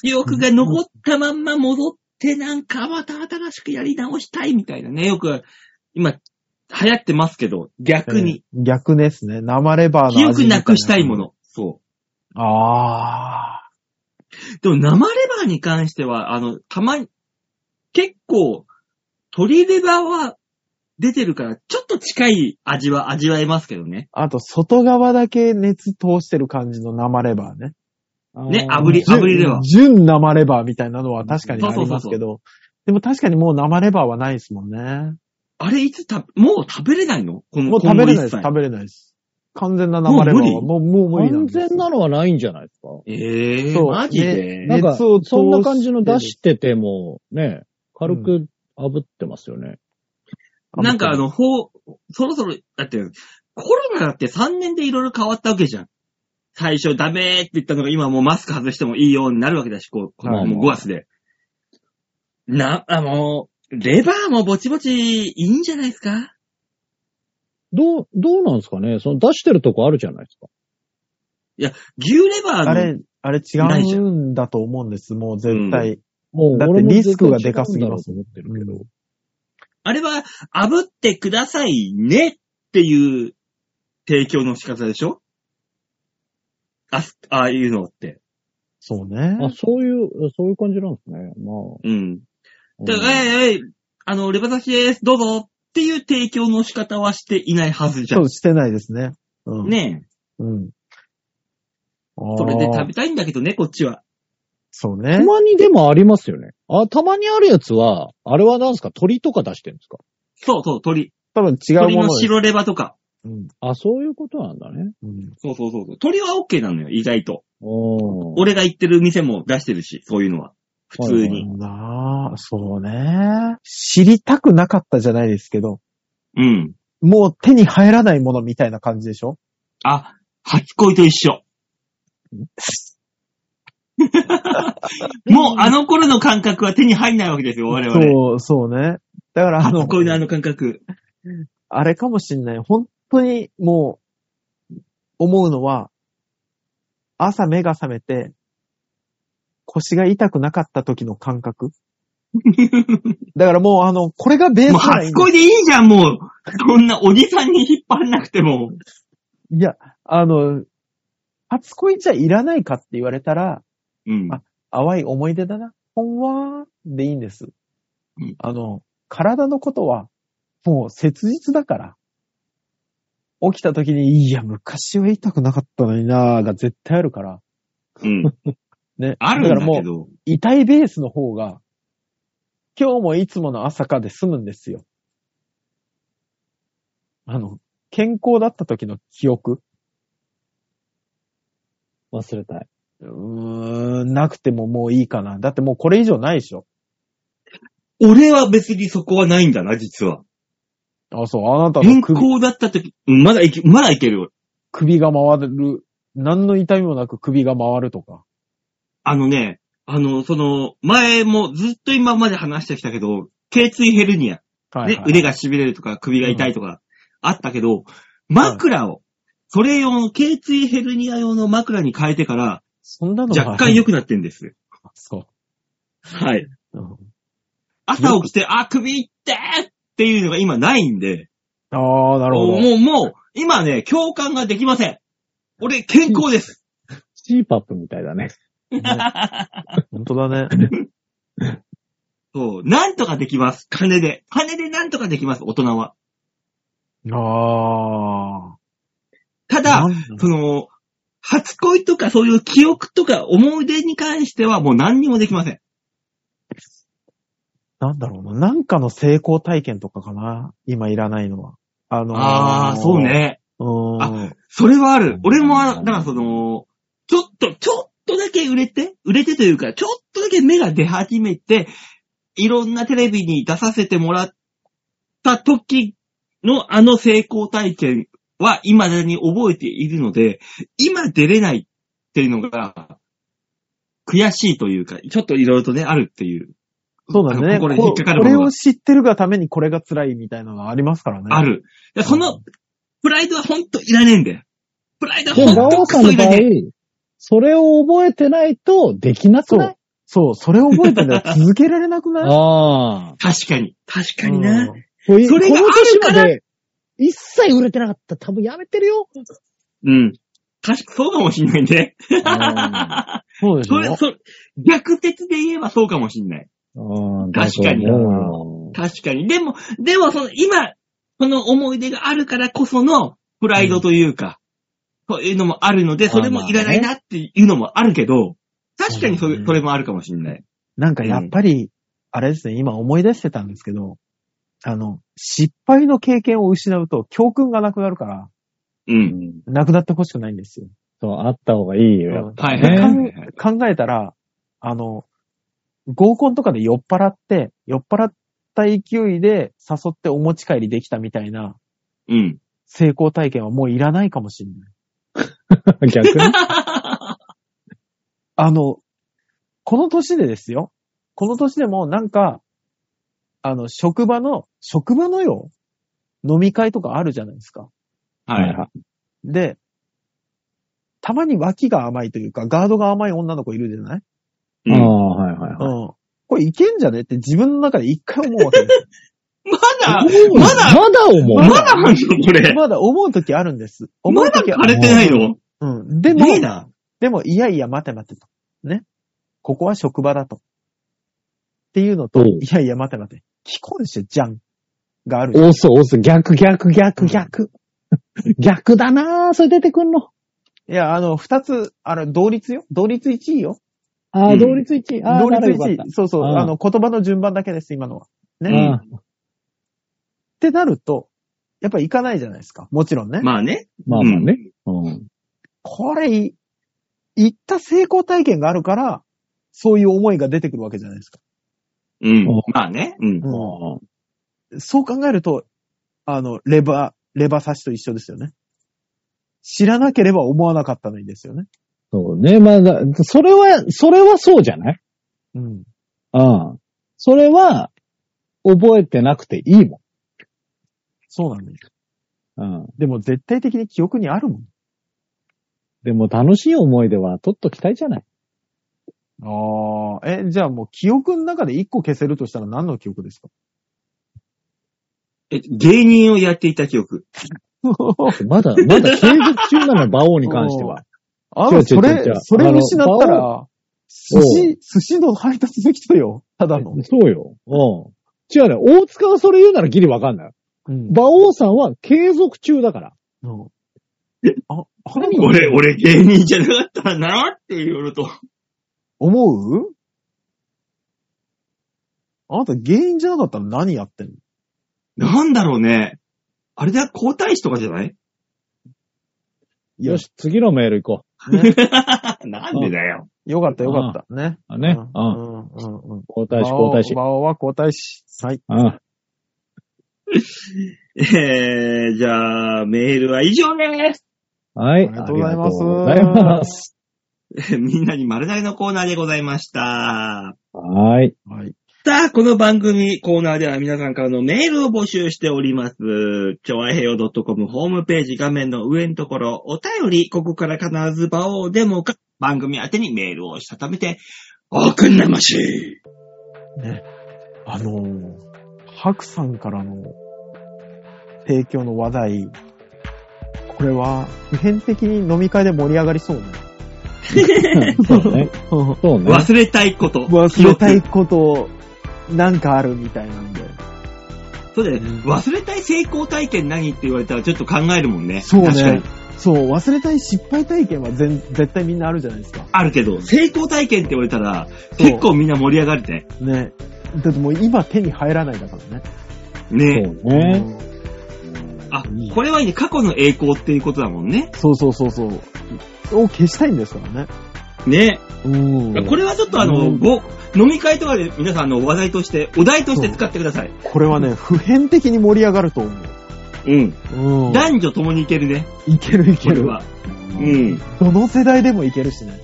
Speaker 2: 記憶が残ったまんま戻ってなんかまた新しくやり直したいみたいなね。よく、今、流行ってますけど、逆に。
Speaker 3: えー。逆ですね。生レバーの味
Speaker 2: 記憶なくしたいも。の。そ
Speaker 3: あ
Speaker 2: う。でも生レバーに関しては、あの、たまに、結構、鶏レバーは出てるから、ちょっと近い味は味わえますけどね。
Speaker 3: ー。あと、外側だけ熱通してる感じの生レバーね。
Speaker 2: ね、
Speaker 5: あー
Speaker 2: 炙り、炙りレバー。
Speaker 3: 純純生レバーみたいなのは確かにありますけ
Speaker 2: そうそうそう
Speaker 3: ど。でも確かにもう生レバーはないですもんね。
Speaker 2: あれいつた、もう食べれないのこの、
Speaker 3: もう食べれないです。
Speaker 2: 今後
Speaker 3: 食べれないです。完全な生レバーはもう、もう無理なん
Speaker 5: 完
Speaker 3: です。
Speaker 5: 全なのはないんじゃないですか。
Speaker 2: 一切。ええー、
Speaker 3: そう
Speaker 2: マジで
Speaker 3: ね
Speaker 5: なんか、
Speaker 3: 熱を通して
Speaker 5: そんな感じの出してても、ね、軽く炙ってますよね。
Speaker 2: なんかあ、の、ほう、そろそろ、だって、コロナだって3年でいろいろ変わったわけじゃん。最初ダメーって言ったのが今もうマスク外してもいいようになるわけだし、こう、こ
Speaker 5: は
Speaker 2: の
Speaker 5: い
Speaker 2: もう5月で。な、あの、レバーもぼちぼちいいんじゃないですか
Speaker 5: どう、どうなんですかねその出してるとこあるじゃないですか。
Speaker 2: 牛レバ
Speaker 3: あ
Speaker 2: ーの、
Speaker 3: れ、あれ違
Speaker 2: ないじゃ
Speaker 3: うんだと思うんです。もう絶対。
Speaker 5: もう
Speaker 3: だって
Speaker 5: 俺も
Speaker 3: リスクがでかすぎます
Speaker 5: 絶対違うんだろうと思ってる
Speaker 2: あれは炙ってくださいねっていう提供の仕方でしょあす、ああいうのって。
Speaker 3: そうね
Speaker 5: けど。。あ、そういう、そういう感じなんですね。ま
Speaker 2: うん。で、
Speaker 5: あ。
Speaker 2: えいえい、あの、レバ刺しです、どうぞっていう提供の仕方はしていないはずじゃ
Speaker 3: そ
Speaker 2: ん
Speaker 3: う、。してないですね。うん。。
Speaker 2: ねえ。
Speaker 3: うん。
Speaker 2: それで
Speaker 3: あー
Speaker 2: 食べたいんだけどね、こっちは。
Speaker 3: そう
Speaker 5: た
Speaker 3: ね。
Speaker 5: まにでもありますよね。あ、たまにあるやつは、あれは何ですか鳥とか出してるんですか
Speaker 2: そうそう、鳥。
Speaker 3: 多分違う
Speaker 2: 鳥
Speaker 3: も
Speaker 2: の
Speaker 3: のです。
Speaker 2: 白レバとか。
Speaker 3: うん
Speaker 5: あ、そういうことなんだね。
Speaker 3: うん
Speaker 2: そうそうそうそう。鳥は OK なのよ、意外と。
Speaker 5: おー。
Speaker 2: 俺が行ってる店も出してるし、そういうのは。普通
Speaker 5: はい
Speaker 2: に。
Speaker 3: なあ、そうね。知りたくなかったじゃないですけど、
Speaker 2: うん。
Speaker 3: もう手に入らないものみたいな感じでしょ [laughs]
Speaker 2: あ、初恋と一緒。もうあの頃の感覚は手に入んないわけですよ、我々。
Speaker 3: そう、そうね。だから、あ
Speaker 2: 初
Speaker 3: の、
Speaker 2: 恋のあの感覚。
Speaker 3: あれかもしんない。本当にもう、思うのは、朝目が覚めて、腰が痛くなかった時の
Speaker 2: [laughs]
Speaker 3: 感覚。だからもうあの、これがベース
Speaker 2: もう
Speaker 3: ならい
Speaker 2: 初
Speaker 3: いんだ
Speaker 2: 恋でいいじゃん、もう。そんなおじさんに引っ張んなくても。
Speaker 3: いや、あの、初恋じゃいらないかって言われたら、
Speaker 2: うん。
Speaker 3: 淡い思い出だな。ほんわーでいいんです。
Speaker 2: うん
Speaker 3: あの、体のことは、もう切実だから。起きた時に、いや、昔は痛くなかったのになーが絶対あるから。
Speaker 2: うん。
Speaker 3: ね。
Speaker 2: あるんだ
Speaker 3: からも
Speaker 2: け
Speaker 3: う、
Speaker 2: ど。
Speaker 3: 痛いベースの方が、今日もいつもの朝かで済むんですよ。あの、健康だった時の記憶。
Speaker 5: 忘れたい。
Speaker 3: うーん、なくてももういいかな。だってもうこれ以上ないでしょ。
Speaker 2: 俺は別にそこはないんだな、実は。
Speaker 3: あ、そう、あなたの
Speaker 2: 健
Speaker 3: 首
Speaker 2: 康だった時、うんまだいけ、まだいけるよ。
Speaker 3: 首が回る、何の痛みもなく首が回るとか。
Speaker 2: あのね、あの、その、前もずっと今まで話してきたけど、頸椎ヘルニア。
Speaker 3: は
Speaker 2: ね、腕が痺れるとか首が痛いとかあったけど、枕を、それ用の、頸椎ヘルニア用の枕に変えてから、
Speaker 3: そんなの
Speaker 2: 若干良くなってんですよ。
Speaker 3: く。そ
Speaker 2: はい。
Speaker 3: う。うん
Speaker 2: 朝起きて、あ、首痛ってっていうのが今ないんで、
Speaker 3: ああ、なるほど。
Speaker 2: もう、もう、今ね、共感ができません。俺、健康です。
Speaker 5: CPAP みたい
Speaker 2: [laughs]
Speaker 5: だね。
Speaker 3: 本当だね。
Speaker 2: そう、なんとかできます。金で。金でなんとかできます、大人は。
Speaker 3: [laughs] あ
Speaker 2: た
Speaker 3: あ。
Speaker 2: だ、その、初恋とかそういう記憶とか思い出に関してはもう何にもできません。
Speaker 3: なんだろうな。なんかの成功体験とかかな。今いらないのは。あのー
Speaker 2: ああ、そう。ね。
Speaker 3: うーん。
Speaker 2: それはある。俺もあ、だからその、ちょっと、ちょっとだけ売れて、売れてというか、ちょっとだけ目が出始めて、いろんなテレビに出させてもらった時のあの成功体験は未だに覚えているので、今出れないっていうのが、悔しいというか、ちょっといろいろとね、あるっていう。
Speaker 3: そうだ
Speaker 2: あ
Speaker 3: ね。
Speaker 2: の
Speaker 3: こ
Speaker 2: 心に引っかかるも
Speaker 3: これ
Speaker 2: のが
Speaker 3: を知ってるがためにこれが辛いみたいなのがありますからね。
Speaker 2: あ。る。でその、プライドはほんといらねえんだよ。プライドは
Speaker 5: でも、
Speaker 2: ほ
Speaker 5: 馬
Speaker 2: んと
Speaker 5: 王
Speaker 2: ク
Speaker 5: さ
Speaker 2: ソ
Speaker 5: んの
Speaker 2: い
Speaker 5: 場
Speaker 2: ら
Speaker 5: 合
Speaker 2: ねえ。、
Speaker 5: それを覚えてないとできなく
Speaker 3: そ
Speaker 5: な
Speaker 3: う
Speaker 5: い。
Speaker 3: そう、それを覚えたんだよ。続けられなくない
Speaker 5: ああ。
Speaker 2: 確かに。確かにな。
Speaker 3: うん
Speaker 5: これ
Speaker 2: それがある
Speaker 5: この年
Speaker 2: か
Speaker 5: ま
Speaker 2: ら
Speaker 5: で、一切売れてなかったら多分やめてる
Speaker 2: [laughs]
Speaker 5: よ。
Speaker 2: うん。確か、そうかもしんないね。
Speaker 3: そうでし
Speaker 2: それ、
Speaker 3: ょ
Speaker 2: それ、逆説で言えばそうかもしんない。
Speaker 5: うん
Speaker 2: 確かに
Speaker 5: だと思う
Speaker 2: 確かに。でも、でも、その、今、その思い出があるからこその、プライドというか、そういうのもあるので、それもいらないなっていうのもあるけど、確かにそ
Speaker 3: うん
Speaker 2: れ、それもあるかもしんない。
Speaker 3: なんかやっぱり、あれですね、今思い出してたんですけど、あの、失敗の経験を失うと教訓がなくなるから、
Speaker 2: う。
Speaker 5: うんん。
Speaker 3: なくなってほしくないんですよ。
Speaker 5: そう、あった方がいいよ。
Speaker 2: はいはいはいはい。
Speaker 3: かん考えたら、あの、合コンとかで酔っ払って、酔っ払った勢いで誘ってお持ち帰りできたみたいな
Speaker 2: うん。
Speaker 3: 成功体験はもういらないかもしれない。
Speaker 5: [laughs] 逆に。
Speaker 3: あの、この年でですよ。この年でもなんか、あの、職場の、職場のよ、飲み会とかあるじゃないですか。
Speaker 2: はい。
Speaker 3: で、たまに脇が甘いというか、ガードが甘い女の子いるじゃない
Speaker 2: う
Speaker 5: あ
Speaker 2: ん
Speaker 5: あ、はいはいはい。
Speaker 3: うん。これいけんじゃねって自分の中で一回思うわけです
Speaker 2: まだ、
Speaker 5: まだまだ思
Speaker 2: ま
Speaker 5: う。
Speaker 2: だあんのこれ
Speaker 3: よ。。まだ思うときあるんです。思
Speaker 2: ま
Speaker 3: う
Speaker 2: だ
Speaker 3: とき
Speaker 2: 枯
Speaker 3: ある。
Speaker 2: れてないの
Speaker 3: うん。でも、
Speaker 2: ねえな。
Speaker 3: でも、いやいや、待て待てと。ね。ここは職場だと。っていうのと、
Speaker 5: おう
Speaker 3: いやいや、待て待て。既婚者じゃん。がある。
Speaker 5: 多そう、多そう。逆、逆、逆、逆。 [laughs] 逆だなぁ、それ出てくんの。
Speaker 3: いや、あの、二つ、あれ、同率よ。同率1位よ。
Speaker 5: あ
Speaker 2: う
Speaker 5: あ、
Speaker 2: ん
Speaker 5: 同率1位。ああ、
Speaker 3: 同率
Speaker 5: ならよかっ
Speaker 3: 1位。そうそう。
Speaker 5: うん
Speaker 3: あの、言葉の順番だけです、今のは。ね。
Speaker 5: た
Speaker 2: うん
Speaker 5: うん
Speaker 3: ってなると、やっぱり行かないじゃないですか。もちろんね。
Speaker 2: まあね。
Speaker 5: まあまあね。うん。
Speaker 3: これ、い行った成功体験があるから、そういう思いが出てくるわけじゃないですか。
Speaker 2: うん
Speaker 5: お。
Speaker 2: まあね。うん。
Speaker 5: うん
Speaker 3: そう考えると、あの、レバー、レバー刺しと一緒ですよね。知らなければ思わなかったのにですよね。
Speaker 5: そうね。まあ、だそれは、それはそうじゃない
Speaker 3: うん。
Speaker 5: うん。それは、覚えてなくていいも
Speaker 3: そうなんです。
Speaker 5: ん。うん。
Speaker 3: でも絶対的に記憶にあるもん。
Speaker 5: でも楽しい思い出は取っときたいじゃない。
Speaker 3: ああ、え、じゃあもう記憶の中で一個消せるとしたら何の記憶です
Speaker 5: [laughs]
Speaker 3: か
Speaker 2: え、芸人をやっていた記憶。
Speaker 5: [laughs] まだ、まだ継続中なの、馬王に関しては。
Speaker 3: あの、
Speaker 5: 違
Speaker 3: そう
Speaker 5: 違う違
Speaker 3: れ
Speaker 5: う、
Speaker 3: それ
Speaker 5: あの
Speaker 3: 失ったら、寿
Speaker 5: お
Speaker 3: 司、寿司の配達の人よ。ただの。
Speaker 5: [laughs] そうよ。うん。違うね。大塚がそれ言うならギリわかんない。
Speaker 3: うん。
Speaker 5: 馬王さんは継続中だから。
Speaker 3: あ、何
Speaker 2: 俺、俺芸人じゃなかったんだなっていうのと。
Speaker 3: 思うあなた原因じゃなかったら何やってんの
Speaker 2: [laughs] なんだろうね。あれだ、皇太子とかじゃない
Speaker 3: いや
Speaker 5: よし、次のメール行こ
Speaker 2: [laughs] なんでだよ。
Speaker 3: よかったよかった。ね。
Speaker 5: う。ね。
Speaker 3: う。
Speaker 5: うん
Speaker 3: う
Speaker 5: ん。
Speaker 3: ん。うん。
Speaker 5: 皇太子、皇太子。
Speaker 3: 馬王は皇太子。はい。
Speaker 5: うん。
Speaker 2: えー、じゃあ、メールは以上です。
Speaker 5: はい。
Speaker 3: ありがとうございます
Speaker 5: ありがとうございます。
Speaker 2: [laughs] みんなに丸投げのコーナーでございました。
Speaker 5: はい。
Speaker 3: はい。
Speaker 2: さあ、この番組コーナーでは皆さんからのメールを募集しております。ちょあへよ .com ホームページ画面の上のところ、お便り、ここから必ず場をデモか、番組宛てにメールをしたためて、おくんなまし
Speaker 3: あのー、ハクさんからの提供の話題、これは普遍的に飲み会で盛り上がり [laughs] そうね。
Speaker 5: そうね。そうね。
Speaker 2: 忘れたいこと。
Speaker 3: 忘れたいこと、なんかあるみたいなんで。
Speaker 2: そうだよね。忘れたい成功体験何って言われたらちょっと考えるもんね。
Speaker 3: そう
Speaker 2: 確かに
Speaker 3: ね。。そう、忘れたい失敗体験は全絶対みんなあるじゃないですか。
Speaker 2: あるけど、成功体験って言われたら、
Speaker 3: そう
Speaker 2: 結構みんな盛り上がるね。
Speaker 3: ね。だってもう今手に入らないだからね。
Speaker 2: ね
Speaker 5: そうね。
Speaker 2: あ、これはいいね。過去の栄光っていうことだもんね。
Speaker 3: そうそうそうそう。を消したいんですからね。
Speaker 2: ね。
Speaker 3: うん。
Speaker 2: これはちょっとあの、
Speaker 3: うん
Speaker 2: ご、飲み会とかで皆さんあの話題として、お題として使ってください。
Speaker 3: これはね、普遍的に盛り上がると思
Speaker 2: うん。
Speaker 3: う。うん。
Speaker 2: 男女共にいけるね。
Speaker 3: いけるい
Speaker 2: こ
Speaker 3: け
Speaker 2: れ
Speaker 3: る。
Speaker 2: は。うん。
Speaker 3: どの世代でもいけるしね。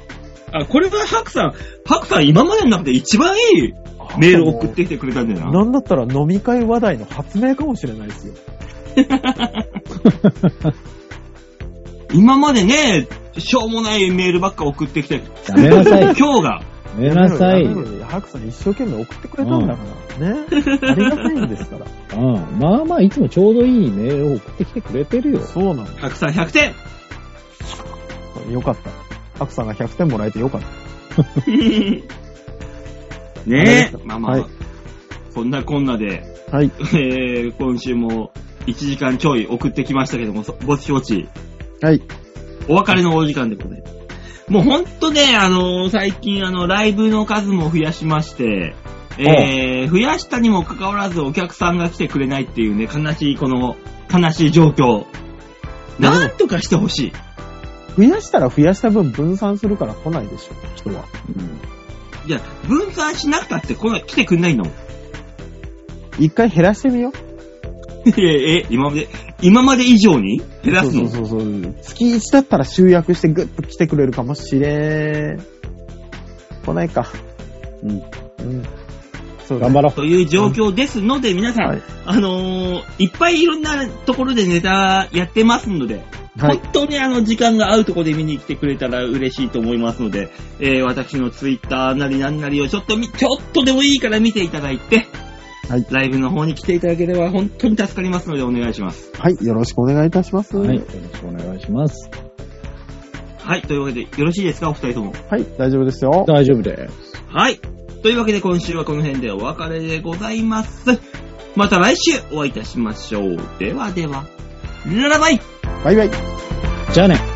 Speaker 2: あ、これはハクさん、ハクさん今までの中で一番いいメールを送ってきてくれたんだよな。
Speaker 3: なんだったら飲み会話題の発明かもしれないですよ。
Speaker 2: 今までね、しょうもないメールばっか送ってきて、
Speaker 5: やめな
Speaker 3: [laughs]
Speaker 5: さい。
Speaker 2: 今
Speaker 5: や
Speaker 2: 日が、
Speaker 5: めなさい。
Speaker 3: や
Speaker 5: う
Speaker 3: め
Speaker 5: ん。
Speaker 3: ろよハクさん一生懸命送ってくれたんだから。ね。ありがたいんですから。
Speaker 5: まあまあ、いつもちょうどいいメールを送ってきてくれてるよ。
Speaker 3: そうな
Speaker 2: ハクさん100点 [laughs]
Speaker 3: の。よかった。ハクさんが100点もらえてよかった。
Speaker 2: ねえ、まあまあ、
Speaker 3: はい
Speaker 2: そんなこんなで、
Speaker 3: はい
Speaker 2: えー今週も1時間ちょい送ってきましたけども、そぼちぼち、
Speaker 3: はい。
Speaker 2: お別れのお時間でございます。もうほんとね、あのー最近あの、ライブの数も増やしまして、えー増やしたにもかかわらずお客さんが来てくれないっていうね、悲しい、この、悲しい状況。なんとかしてほしい。
Speaker 3: 増やしたら増やした分分散するから来ないでしょ、人は。
Speaker 2: いや、分散しなくたってこの来てくんないんだもん。
Speaker 3: 一回減らしてみよう。
Speaker 2: え、え、今まで、今まで以上に減らすの
Speaker 3: そうそうそう。月1だったら集約してグッと来てくれるかもしれん。来ないか。
Speaker 5: うん。
Speaker 3: うん。そうだ
Speaker 5: 頑張ろう。
Speaker 2: という状況ですので、皆さん、
Speaker 3: はい
Speaker 2: あのーいっぱいいろんなところでネタやってますので、
Speaker 3: はい。
Speaker 2: 本当にあの、時間が合うところで見に来てくれたら嬉しいと思いますので、えー私のツイッターなりなんなりをちょっとみ、ちょっとでもいいから見ていただいて、
Speaker 3: はい
Speaker 2: ライブの方に来ていただければ本当に助かりますのでお願いします。
Speaker 3: はい。よろしくお願いいたします。
Speaker 5: はい。よろしくお願いします。
Speaker 2: はい、というわけでよろしいですか、お二人とも。
Speaker 3: はい。大丈夫ですよ。
Speaker 5: 大丈夫です。
Speaker 2: はい。というわけで今週はこの辺でお別れでございます。また来週お会いいたしましょう。ではでは、ララバイ
Speaker 3: バイバイ。
Speaker 5: じゃあね。